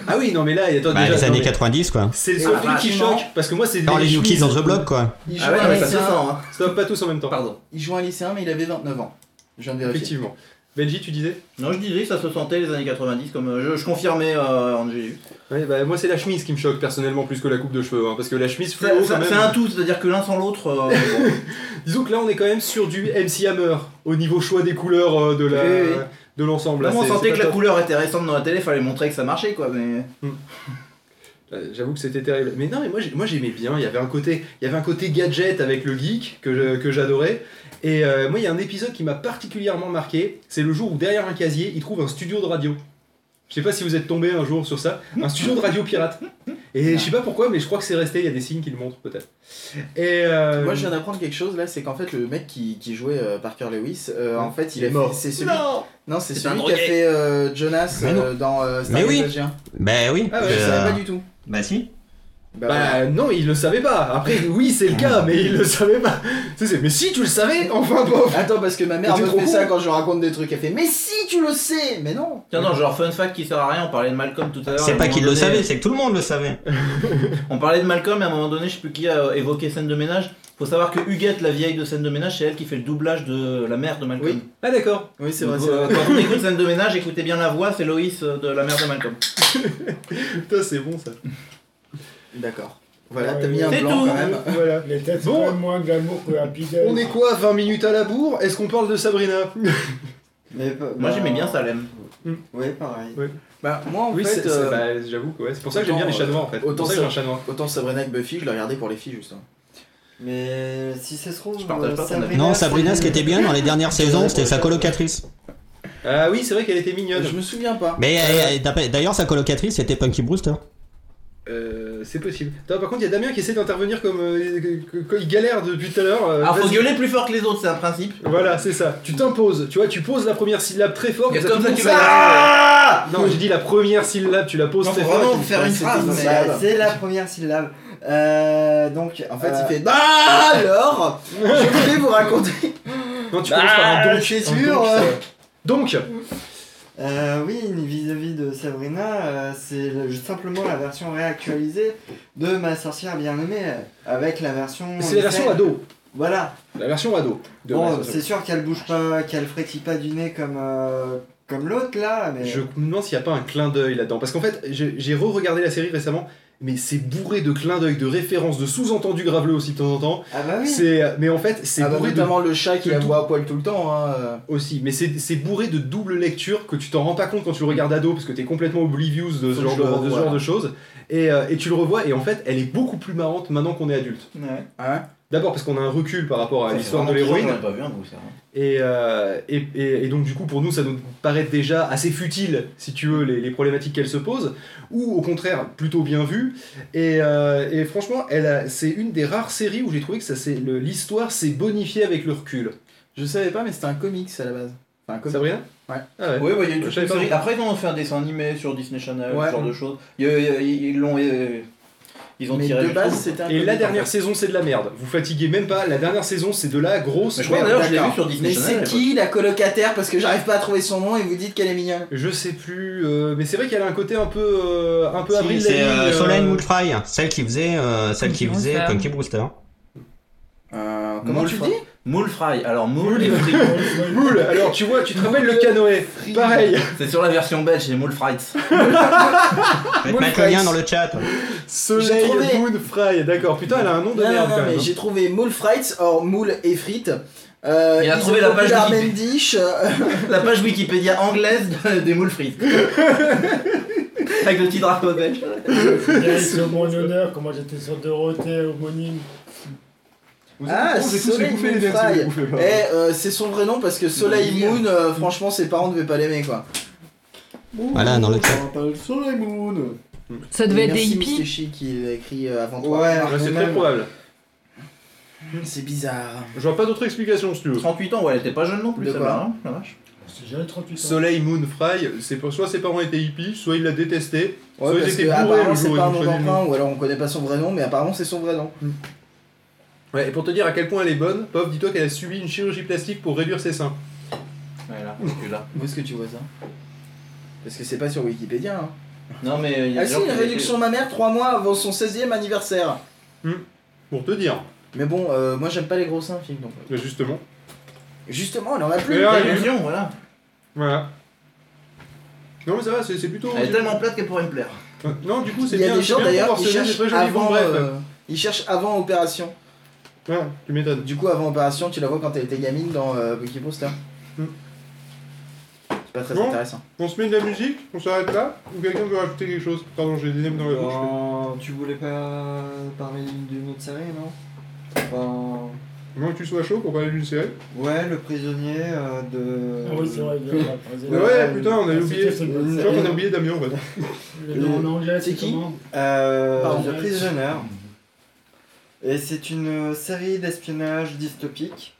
S2: Ah oui, non, mais là, attends,
S4: Bah,
S2: déjà,
S4: les
S2: non,
S4: années
S2: mais
S4: 90, quoi.
S2: C'est le
S3: Ah,
S2: seul film qui
S3: vachement.
S2: choque parce que moi, c'est.
S4: Dans
S2: des
S4: les New Kids
S2: chemises.
S4: on the Block, quoi.
S3: Ils
S1: Ah ouais,
S3: jouaient
S1: non, mais
S3: un
S1: ça se
S3: lycéen.
S1: sent, hein.
S2: Stop, pas tous en même temps.
S1: Pardon.
S3: Ils jouaient un lycéen, mais il avait 29 ans. Je viens de vérifier.
S2: Effectivement. Benji, tu disais
S1: Non, je disais que ça se sentait les années 90, comme euh, je, je confirmais euh, en GU.
S2: Ouais, bah, moi c'est la chemise qui me choque personnellement plus que la coupe de cheveux, hein, parce que la chemise fluo
S1: C'est
S2: quand même.
S1: c'est un tout, c'est-à-dire que l'un sans l'autre. euh, bon.
S2: Disons que là on est quand même sur du MC Hammer au niveau choix des couleurs euh, de la
S1: Oui, oui.
S2: de l'ensemble. là,
S1: Vraiment, on
S2: c'est-
S1: sentait
S2: c'est
S1: que la
S2: pas
S1: couleur était récente dans la télé, fallait montrer que ça marchait, quoi, mais.
S2: top. Euh, J'avoue que c'était terrible. Mais non, mais moi j'ai- moi, j'aimais bien. Il y avait un côté il y avait un côté gadget avec le geek que je- que j'adorais. Et euh, moi il y a un épisode qui m'a particulièrement marqué. C'est le jour où derrière un casier il trouve un studio de radio. Je sais pas si vous êtes tombé un jour sur ça, un studio de radio pirate. Et je sais pas pourquoi, mais je crois que c'est resté. Il y a des signes qui le montrent peut-être. Et euh,
S3: Moi, je viens d'apprendre quelque chose là, c'est qu'en fait, le mec qui, qui jouait euh, Parker Lewis, euh, en fait, il,
S2: Il est
S3: a
S2: mort.
S3: fait- C'est celui,
S1: Non
S3: non, c'est
S1: C'est
S3: celui
S1: un
S3: qui a
S1: drogué.
S3: fait euh, Jonas
S4: Mais non.
S3: euh, dans euh, Star
S4: Mais oui.
S3: Trek Algérien.
S4: Bah oui.
S2: Ah ouais,
S4: je-
S3: Je savais pas du tout.
S4: Bah si.
S3: Bah,
S2: Bah non, il le savait pas. Après, oui, c'est le cas, mais il le savait pas. Tu sais, c'est, mais si tu le savais, enfin pauvre.
S3: Attends, parce que ma mère
S2: Mais
S3: me
S2: t'es trop
S3: fait ça
S2: con.
S3: quand je raconte des trucs. Elle fait Mais si, tu le sais Mais non
S1: Tiens, non, genre fun fact qui sert à rien, on parlait de Malcolm tout à l'heure. à
S4: C'est
S1: un
S4: pas
S1: moment
S4: qu'il le
S1: donné.
S4: savait, c'est que tout le monde le savait.
S1: On parlait de Malcolm et à un moment donné, je sais plus qui a euh, évoqué scène de ménage. Faut savoir que Huguette, la vieille de scène de ménage, c'est elle qui fait le doublage de la mère de Malcolm.
S3: Oui,
S2: Ah d'accord.
S3: Oui, c'est
S1: Donc,
S3: vrai, c'est
S1: euh,
S3: vrai.
S1: quand on écoute scène de ménage, écoutez bien la voix, c'est Loïs euh, de la mère de Malcolm.
S2: Putain, c'est bon ça.
S3: D'accord.
S6: Voilà,
S7: Ouais,
S6: t'as mis un
S1: c'est
S6: blanc
S1: tout.
S6: quand même.
S7: Voilà, les têtes sont
S2: Bon.
S7: quand même moins glamour que Happy Days.
S2: On est quoi 20 minutes à la bourre Est-ce qu'on parle de Sabrina
S6: Mais, bah,
S1: Moi j'aimais bien
S6: bah,
S1: Salem.
S6: Ouais, pareil.
S2: Ouais.
S3: Bah, moi en
S2: Oui,
S3: fait,
S2: c'est-
S3: euh,
S2: c'est- bah, j'avoue que ouais, c'est pour ça que j'aime bien
S3: autant,
S2: les chats noirs en fait. C'est
S3: autant
S2: pour ça que j'ai
S3: ça-
S2: un chat noir.
S3: autant Sabrina que Buffy, je le regardais pour les filles justement.
S6: Mais si ça se trouve,
S1: Je partage
S6: euh,
S1: pas ton
S6: Sabrina,
S4: Non, Sabrina,
S6: c'est-
S4: ce qui était bien dans les dernières saisons, c'était sa colocatrice.
S2: Ah oui, c'est vrai qu'elle était mignonne.
S3: Je me souviens pas.
S4: Mais euh, euh, d'ailleurs, sa colocatrice, c'était Punky Brewster.
S2: Euh, c'est possible. Attends, par contre, il y a Damien qui essaie d'intervenir comme euh, que- que- que- il galère depuis tout à l'heure. euh,
S1: Alors Ah, faut
S2: vas-y.
S1: gueuler plus fort que les autres, c'est un principe.
S2: Voilà, c'est ça. Tu t'imposes, tu vois, tu poses la première syllabe très fort.
S1: C'est
S2: tout
S1: comme ça
S2: le
S1: que
S2: monde
S1: tu
S2: sait-
S1: vas.
S2: Ah Non, j'ai dit la première syllabe, tu la poses
S1: Non,
S2: très
S1: faut
S2: fort.
S1: vraiment
S2: et tu-
S1: faire une
S2: c'est-
S1: phrase.
S6: Bah,
S1: Syllabe.
S6: C'est la première syllabe. Euh, donc,
S3: En fait,
S6: euh,
S3: il fait Bah alors Je voulais vous raconter.
S2: Non, tu commences par un
S6: Bah,
S2: donc.
S6: c'est
S2: un
S6: sûr,
S2: donc,
S6: euh.
S2: ça- Donc,
S6: Euh, oui, vis-à-vis de Sabrina, euh, c'est le- simplement la version réactualisée de Ma sorcière bien aimée, euh, avec la version.
S2: c'est la version
S6: lycée.
S2: ado.
S6: Voilà.
S2: La version ado. de la
S6: Bon,
S2: version-
S6: c'est sûr qu'elle bouge pas, qu'elle frétille pas du nez comme, euh, comme l'autre là,
S3: Euh.
S6: mais.
S2: Je me demande s'il n'y a pas un clin d'œil là-dedans. Parce qu'en fait, j'ai j'ai re-regardé la série récemment, mais c'est bourré de clins d'œil, de références, de sous-entendus graveleux aussi de temps en temps.
S6: Ah bah oui.
S2: C'est, euh, Mais en fait, c'est
S3: Ah bah,
S2: bourré de
S3: notamment le chat qui
S2: de
S3: la
S2: tout.
S3: voit à poil tout le temps. Hein. euh.
S2: aussi, mais c'est c'est bourré de double lecture que tu t'en rends pas compte quand tu le regardes ado parce que t'es complètement oblivious de ce
S3: Faut que
S2: genre de,
S3: je le
S2: de ce
S3: revoie.
S2: genre de choses et, euh, et tu le revois et en fait elle est beaucoup plus marrante maintenant qu'on est adulte.
S1: Ouais.
S3: Hein
S2: D'abord parce qu'on a un recul par rapport à
S1: C'est
S2: l'histoire de
S1: vraiment
S2: l'héroïne
S1: bizarre, j'en ai pas vu un bout, ça.
S2: et, euh, et, et- et donc du coup pour nous ça nous paraît déjà assez futile si tu veux les, les problématiques qu'elle se pose ou au contraire plutôt bien vu et, euh, et franchement elle a- c'est une des rares séries où j'ai trouvé que ça c'est le- l'histoire s'est bonifiée avec le recul.
S3: Je savais pas, mais c'était un comics à la base. Enfin, un comics.
S2: Sabrina
S3: Ouais.
S2: Ah ouais.
S1: Oui, bah, il y a eu
S2: Je
S1: toute
S2: savais pas
S1: une série.
S2: non plus.
S1: Après, ils ont fait un dessin animé sur Disney Channel,
S3: Ouais.
S1: ce genre de choses. Il y a- il y a- Ils l'ont. euh, Ils ont
S3: Mais
S1: tiré.
S3: de
S1: jusqu'au
S3: base,
S1: bout.
S3: c'était un
S2: Et
S3: comics,
S2: la
S3: en
S2: dernière
S3: fait.
S2: saison, c'est de la merde. Vous fatiguez même pas. La dernière saison, c'est de la grosse
S1: Mais je crois
S2: merde.
S1: d'ailleurs que je l'ai
S3: d'accord.
S1: vu sur Disney
S3: Mais
S1: Channel.
S3: c'est qui la colocataire Parce que j'arrive pas à trouver son nom et vous dites qu'elle est mignonne.
S2: Je sais plus, euh, mais c'est vrai qu'elle a un côté un peu, euh, un peu
S4: Si,
S2: avril.
S4: c'est
S2: Lavigne,
S4: euh,
S2: euh,
S4: Solène Woodfry, celle qui faisait, euh, celle qui
S5: Punky
S4: faisait
S5: Brewster.
S4: Punky Brewster.
S3: Euh, comment
S1: Moule
S3: tu le
S1: fry.
S3: dis
S1: Moule fry. Alors, moule et fry.
S2: Moule. Alors tu vois, tu te rappelles le canoë Pareil.
S1: C'est sur la version belge, c'est moule frites.
S4: Faites mettre le lien dans le chat.
S2: Soleil
S3: trouvé.
S2: Moon Fry. D'accord. Putain, elle a un nom de
S3: Non, non,
S2: merde
S3: non,
S2: quand
S3: mais
S1: hein.
S2: même. hein.
S3: j'ai trouvé moule frites, or moule et frites. Euh,
S1: Il a
S3: ils
S1: trouvé
S3: ont
S1: la page
S3: populaire
S1: Wikipédia.
S3: Mendish, euh,
S1: La page Wikipédia anglaise de- des moules frites. Avec le petit drapeau belge.
S7: Bien, C'est mon honneur, comment j'étais sur Dorothée, homonyme.
S2: Vous
S3: Ah,
S2: êtes cons, j'ai tous
S3: Soleil
S2: bouffé les
S3: Moon
S2: mêmes, si vous
S3: Fry.
S2: bouffez pas.
S3: Eh, euh, c'est son vrai nom parce que Soleil
S1: Dans le
S3: Moon, euh, franchement, ses parents devaient pas l'aimer quoi.
S4: Voilà, dans le chat.
S5: Ça devait être des
S3: Merci,
S5: hippies.
S3: Mr. Chi qui l'a écrit euh, avant toi.
S6: Ouais,
S2: Ouais, bah,
S6: mais
S2: c'est très
S6: même-
S2: probable.
S3: C'est bizarre.
S2: Je vois pas d'autre explication si tu veux.
S1: 38 ans, ouais, elle était pas jeune non plus,
S3: De
S1: ça
S3: quoi
S1: va, hein, la vache.
S7: C'est jamais 38 ans.
S2: Soleil Moon Fry, c'est pour- soit ses parents étaient hippies, soit il l'a détesté,
S3: Ouais,
S2: soit ils
S3: parce que
S2: étaient bourrés
S3: apparemment
S2: le
S3: c'est
S2: jour où ils
S3: pas un
S2: ont
S3: nom
S2: choisi le nom.
S3: d'emprunt, ou alors on connaît pas son vrai nom, mais apparemment c'est son vrai nom.
S2: Ouais, et pour te dire à quel point elle est bonne, Pov, dis-toi qu'elle a subi une chirurgie plastique pour réduire ses seins.
S1: Ouais, là, tu l'as.
S3: Où est-ce que tu vois ça Parce que c'est pas sur Wikipédia. Hein.
S1: Non, mais il y a
S3: Ah
S1: des
S3: si,
S1: gens qui
S3: une
S1: avaient-
S3: réduction mammaire 3 mois avant son 16e anniversaire.
S2: Pour te dire,
S3: Mais bon, euh, moi j'aime pas les gros seins, film donc. euh,
S2: Mais justement.
S3: Justement, elle en a
S2: Mais
S3: plus.
S2: là,
S1: Des
S2: elle est-
S1: réductions, Ah, voilà.
S2: Voilà. Non mais ça va, c'est c'est plutôt...
S1: Elle est tellement plate qu'elle pourrait me plaire.
S2: Non, du coup, c'est
S3: Il y
S2: bien.
S3: a des
S2: c'est
S3: gens
S2: bien
S3: d'ailleurs qui
S2: proportionné,
S3: cherchent
S2: c'est pas joli, bon,
S3: avant.
S2: bref.
S3: euh, Ils cherchent avant opération.
S2: Ouais, tu m'étonnes.
S3: Du coup, avant opération, tu la vois quand elle était gamine dans euh, Bucky Brewster.
S2: Hmm.
S3: C'est pas très
S2: Bon.
S3: intéressant.
S2: On se met de la musique, on s'arrête là, ou quelqu'un veut rajouter quelque chose Pardon, j'ai des nems dans la bouche.
S6: Ben, tu voulais pas parler d'une autre série, non Ben,
S2: mais- Moi que tu sois chaud pour parler d'une série.
S6: Ouais, le prisonnier euh, de.
S7: Ah oui, c'est vrai, il y a pas de président.
S2: Ouais,
S6: Ouais,
S2: putain, on a
S7: Ah,
S2: oublié.
S7: c'était- c'est
S2: Je
S7: le-
S2: crois qu'on a oublié Damien, en fait.
S7: Le nom en anglais,
S3: C'est
S7: c'est
S3: qui
S7: comment
S6: Euh,
S3: Pardon.
S6: The Prisoner. Et c'est une série d'espionnage dystopique.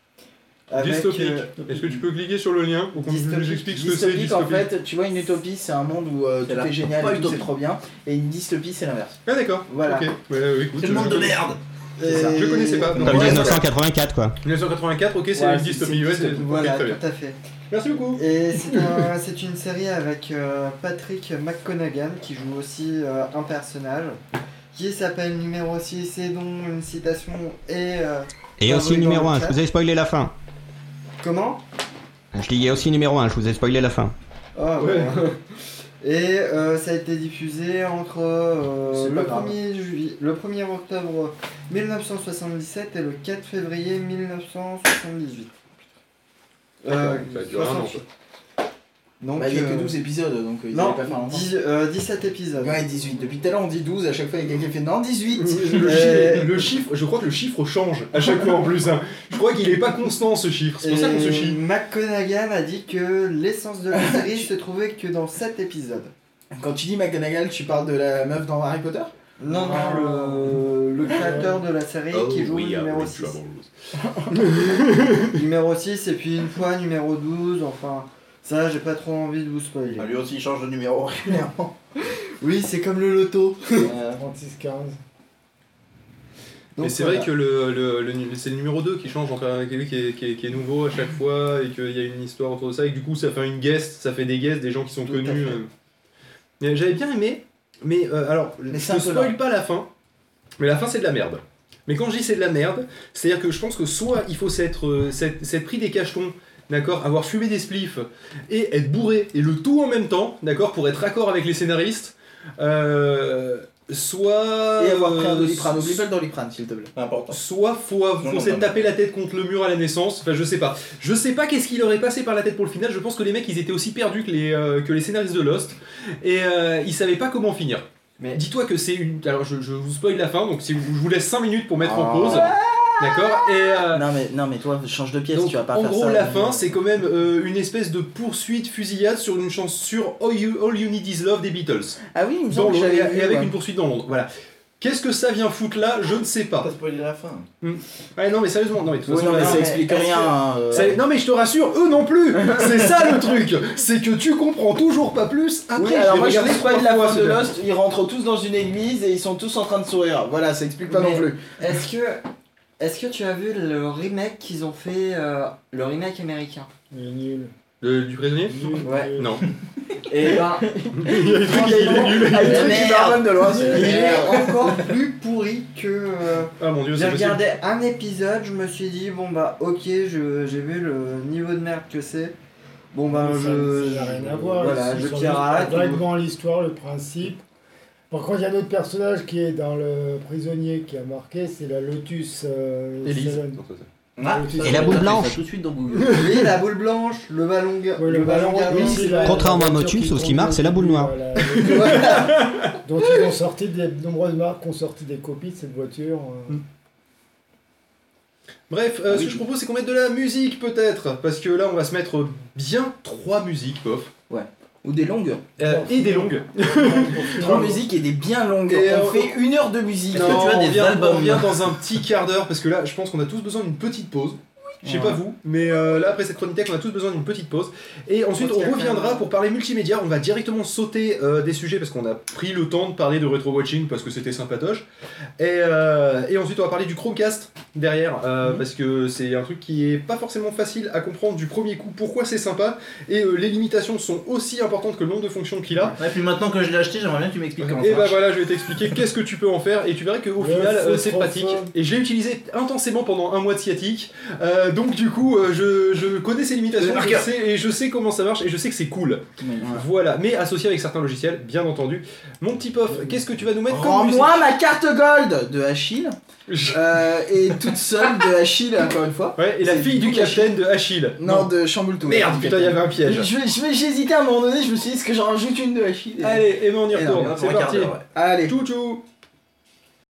S6: avec,
S2: Dystopique.
S6: euh,
S2: Est-ce que tu peux cliquer sur le lien pour qu'on
S6: Dystopique.
S2: nous explique ce que c'est,
S3: Dystopique, en
S2: dystopique
S3: fait, tu vois, une utopie, c'est un monde où euh,
S1: C'est
S3: tout
S1: la-
S3: est génial
S1: pas
S3: et tout c'est
S1: utopie.
S3: trop bien. Et une dystopie, c'est l'inverse.
S2: Ah d'accord,
S3: Voilà.
S2: ok. Ouais, euh, écoute,
S1: C'est le monde
S2: je-
S1: de merde
S3: C'est ça.
S2: Je connaissais pas.
S4: Comme
S2: Ouais,
S4: 1984, quoi.
S2: 1984, ok, c'est
S6: Ouais,
S2: une dystopie. Ouais, c'est-
S6: Voilà,
S2: ok, très bien.
S6: tout à fait.
S2: Merci beaucoup.
S6: Et c'est un- c'est une série avec euh, Patrick McConaughey qui joue aussi euh, un personnage qui s'appelle numéro 6 et dont une citation est. euh,
S4: Et
S6: Ah,
S4: aussi
S6: oui, dans
S4: numéro
S6: le
S4: 1, je
S6: chat.
S4: vous ai spoilé la fin.
S6: comment
S4: Je dis, il y a aussi numéro 1, je vous ai spoilé la fin.
S6: Oh,
S2: Ouais.
S6: bon. Et euh, ça a été diffusé entre euh,
S3: C'est pas
S6: le,
S3: grave.
S6: 1er juillet- le 1er octobre 1977 et le 4 février 1978. Euh,
S2: ça a duré un an, quoi.
S6: Donc,
S3: Bah, il y a que
S6: euh,
S3: 12 épisodes, donc euh, il
S6: non,
S3: fallait pas faire longtemps.
S6: 10, euh, 17 épisodes.
S3: Ouais, 18. Depuis tout à l'heure, on dit 12, à chaque fois, il y a quelqu'un qui fait non, 18
S2: Le,
S6: Euh,
S2: chi- le chiffre, je crois que le chiffre change à chaque fois en plus. hein. Je crois qu'il est pas constant ce chiffre. C'est pour ça qu'on se
S6: Et
S2: chie.
S6: McConaughey a dit que l'essence de la série se trouvait que dans 7 épisodes.
S3: Quand tu dis McGonagall, tu parles de la meuf dans Harry Potter
S6: Non, non,
S7: Ah.
S6: le, le créateur de la série
S2: Oh
S6: qui joue
S2: ah
S6: le numéro 6. Numéro 6 et puis une fois numéro 12, enfin... Ça, j'ai pas trop envie de vous spoiler.
S3: Lui aussi, il change de numéro régulièrement.
S6: Oui, c'est comme le loto.
S3: Euh,
S7: 36-15.
S2: Mais
S6: Donc,
S2: c'est
S6: voilà.
S2: vrai que le, le- le nu- c'est le numéro 2 qui change, enfin, qui, qui est, qui est- qui est nouveau à chaque fois, et qu'il y a une histoire autour de ça, et que du coup ça fait une guest, ça fait des guests, des gens qui sont
S6: Tout à
S2: connus.
S6: fait.
S2: euh. Mais J'avais bien aimé, mais euh, alors,
S3: Mais
S2: je
S3: c'est
S2: ne
S3: un peu
S2: spoil pas la fin, mais la fin c'est de la merde. Mais quand je dis c'est de la merde, c'est-à-dire que je pense que soit il faut s'être euh, s'être- s'être pris des cachetons, d'accord, avoir fumé des spliffs, et être bourré, et le tout en même temps, d'accord, pour être raccord avec les scénaristes, euh, soit...
S3: Et avoir pris un
S2: euh,
S3: doliprane. Oublie pas le doliprane, s'il te plaît. C'est important.
S2: Soit faut, av-
S1: Non,
S2: faut
S1: non,
S2: s'être
S1: non.
S2: tapé la tête contre le mur à la naissance, enfin je sais pas. Je sais pas qu'est-ce qui leur est passé par la tête pour le final, je pense que les mecs ils étaient aussi perdus que les, euh, que les scénaristes de Lost et euh, ils savaient pas comment finir.
S6: Mais-
S2: Dis-toi que c'est une. Alors je, je vous spoil la fin, donc si vous, je vous laisse 5 minutes pour mettre
S3: Ah.
S2: en pause. D'accord Et. euh,
S3: Non mais, non mais toi change de pièce,
S2: donc,
S3: tu vas pas
S2: en
S3: faire
S2: gros,
S3: ça.
S2: la fin, c'est quand même euh, une espèce de poursuite fusillade sur une chanson sur All You, All You Need Is Love des Beatles.
S3: Ah oui, il me
S2: Dans
S3: semble que
S2: Londres, et,
S3: j'avais vu.
S2: et avec
S3: ouais.
S2: une poursuite dans Londres. Voilà. Qu'est-ce que ça vient foutre là Je ne sais pas.
S3: T'as spoilé la fin.
S2: Ouais, non, mais sérieusement, non, mais de toute
S3: Ouais,
S2: façon,
S3: non mais
S2: là,
S3: ça
S6: mais
S3: explique
S6: est-ce
S3: rien.
S6: que-
S3: hein, euh,
S2: C'est- Non mais je te rassure, eux non plus. C'est ça le truc, c'est que tu comprends toujours pas plus. Après,
S3: Oui, alors
S2: je
S3: moi je
S2: regardé
S3: ne pas de la
S2: trois
S3: fin
S2: fois,
S3: de
S2: ce
S3: Lost, ils rentrent tous dans une église et ils sont tous en train de sourire. Voilà, ça explique pas
S6: Mais-
S3: non plus.
S6: Est-ce que est-ce que tu as vu le remake qu'ils ont fait euh, le remake américain
S7: Il est nul.
S2: De- du prisonnier
S7: Nul,
S6: Ouais.
S7: nul.
S2: Non.
S6: Et ben
S2: Eh Il y a des trucs qui étaient nuls.
S3: Ah, le truc Merde. qui marronne de Lost.
S6: il est encore plus pourri que euh,
S2: Ah mon dieu,
S6: j'ai
S2: c'est possible.
S6: regardé un épisode, je me suis dit bon bah OK, je- j'ai vu le niveau de merde que c'est. Bon bah
S7: Ça-
S6: je
S7: ça n'a rien à
S6: je-
S7: voir.
S6: voilà,
S7: Ils
S6: je
S7: sont
S6: pirate.
S7: juste
S6: ou-
S7: Vaguement l'histoire, le principe. Par contre, il y a un autre personnage qui est dans le prisonnier qui a marqué, c'est la Lotus. euh,
S2: Élise.
S7: Salon.
S2: Non, ça, ça.
S1: Ah,
S7: Lotus
S4: Et la
S7: Salon.
S4: boule
S1: Tapez ça
S4: blanche.
S1: Tout de suite dans Google.
S6: Oui, la boule blanche, le ballon, ga-
S7: Ouais, le ballon,
S6: galant.
S7: oui, c'est la-
S4: Contrairement à
S7: la
S4: Motus,
S7: voiture
S4: ce
S7: qui
S4: qui marque, c'est la boule noire.
S7: conduit, euh, la- dont ils ont sorti des de nombreuses marques ont sorti des copies de cette voiture. euh.
S2: Bref, euh, ce
S1: Oui.
S2: que je propose, c'est qu'on mette de la musique peut-être, parce que là, on va se mettre bien trois musiques, pof,
S3: Ou des longues.
S2: Euh, et des longues.
S3: Trois musiques et des bien longues.
S2: Et euh,
S3: on
S2: on-
S3: fait une heure de musique.
S2: Non,
S1: tu as
S2: on
S1: des
S2: revient-
S1: albums
S2: on revient dans un petit quart d'heure, parce que là, je pense qu'on a tous besoin d'une petite pause. Je sais
S3: Ouais.
S2: pas vous, mais euh, là après cette chronique tech, on a tous besoin d'une petite pause. Et ensuite, on
S6: Podcast,
S2: reviendra
S6: hein.
S2: pour parler multimédia. On va directement sauter euh, des sujets parce qu'on a pris le temps de parler de rétro-watching parce que c'était sympatoche. Et, euh, et ensuite, on va parler du Chromecast derrière euh,
S1: Mhm.
S2: parce que c'est un truc qui est pas forcément facile à comprendre du premier coup pourquoi c'est sympa. Et euh, les limitations sont aussi importantes que le nombre de fonctions qu'il a.
S1: Et puis maintenant que je l'ai acheté, j'aimerais bien que tu m'expliques comment
S3: Eh
S2: Et
S1: ça
S3: ben,
S2: bah
S1: marche.
S2: voilà, je vais t'expliquer qu'est-ce que tu peux en faire et tu verras qu'au
S7: Le
S2: final
S7: feu
S2: euh, c'est
S7: trop
S2: pratique.
S7: feu.
S2: Et je l'ai utilisé intensément pendant un mois de sciatique, Euh, donc du coup euh, je, je connais ses limitations
S1: Par
S2: je
S1: cœur.
S2: sais- et je sais comment ça marche et je sais que c'est cool. Voilà, mais associé avec certains logiciels, bien entendu. Mon petit pof, qu'est-ce que tu vas nous mettre comme musique
S3: Rends-moi ma carte gold de Achille. Euh, et toute seule de Achille, encore une fois.
S2: Ouais, et la
S3: C'est
S2: fille du
S3: Achille.
S2: capitaine de Achille.
S3: Non, de Chamboultou.
S2: Merde, putain, il y avait un
S3: Je,
S2: piège.
S3: je- je- j'ai hésité à un moment donné, je me suis dit, est-ce que j'en rajoute une de Achille
S2: Allez, et ben on y
S3: Et non,
S2: retourne,
S1: Pour
S2: c'est
S1: un quart
S2: parti.
S1: d'heure, ouais.
S3: Allez.
S2: Tchou tchou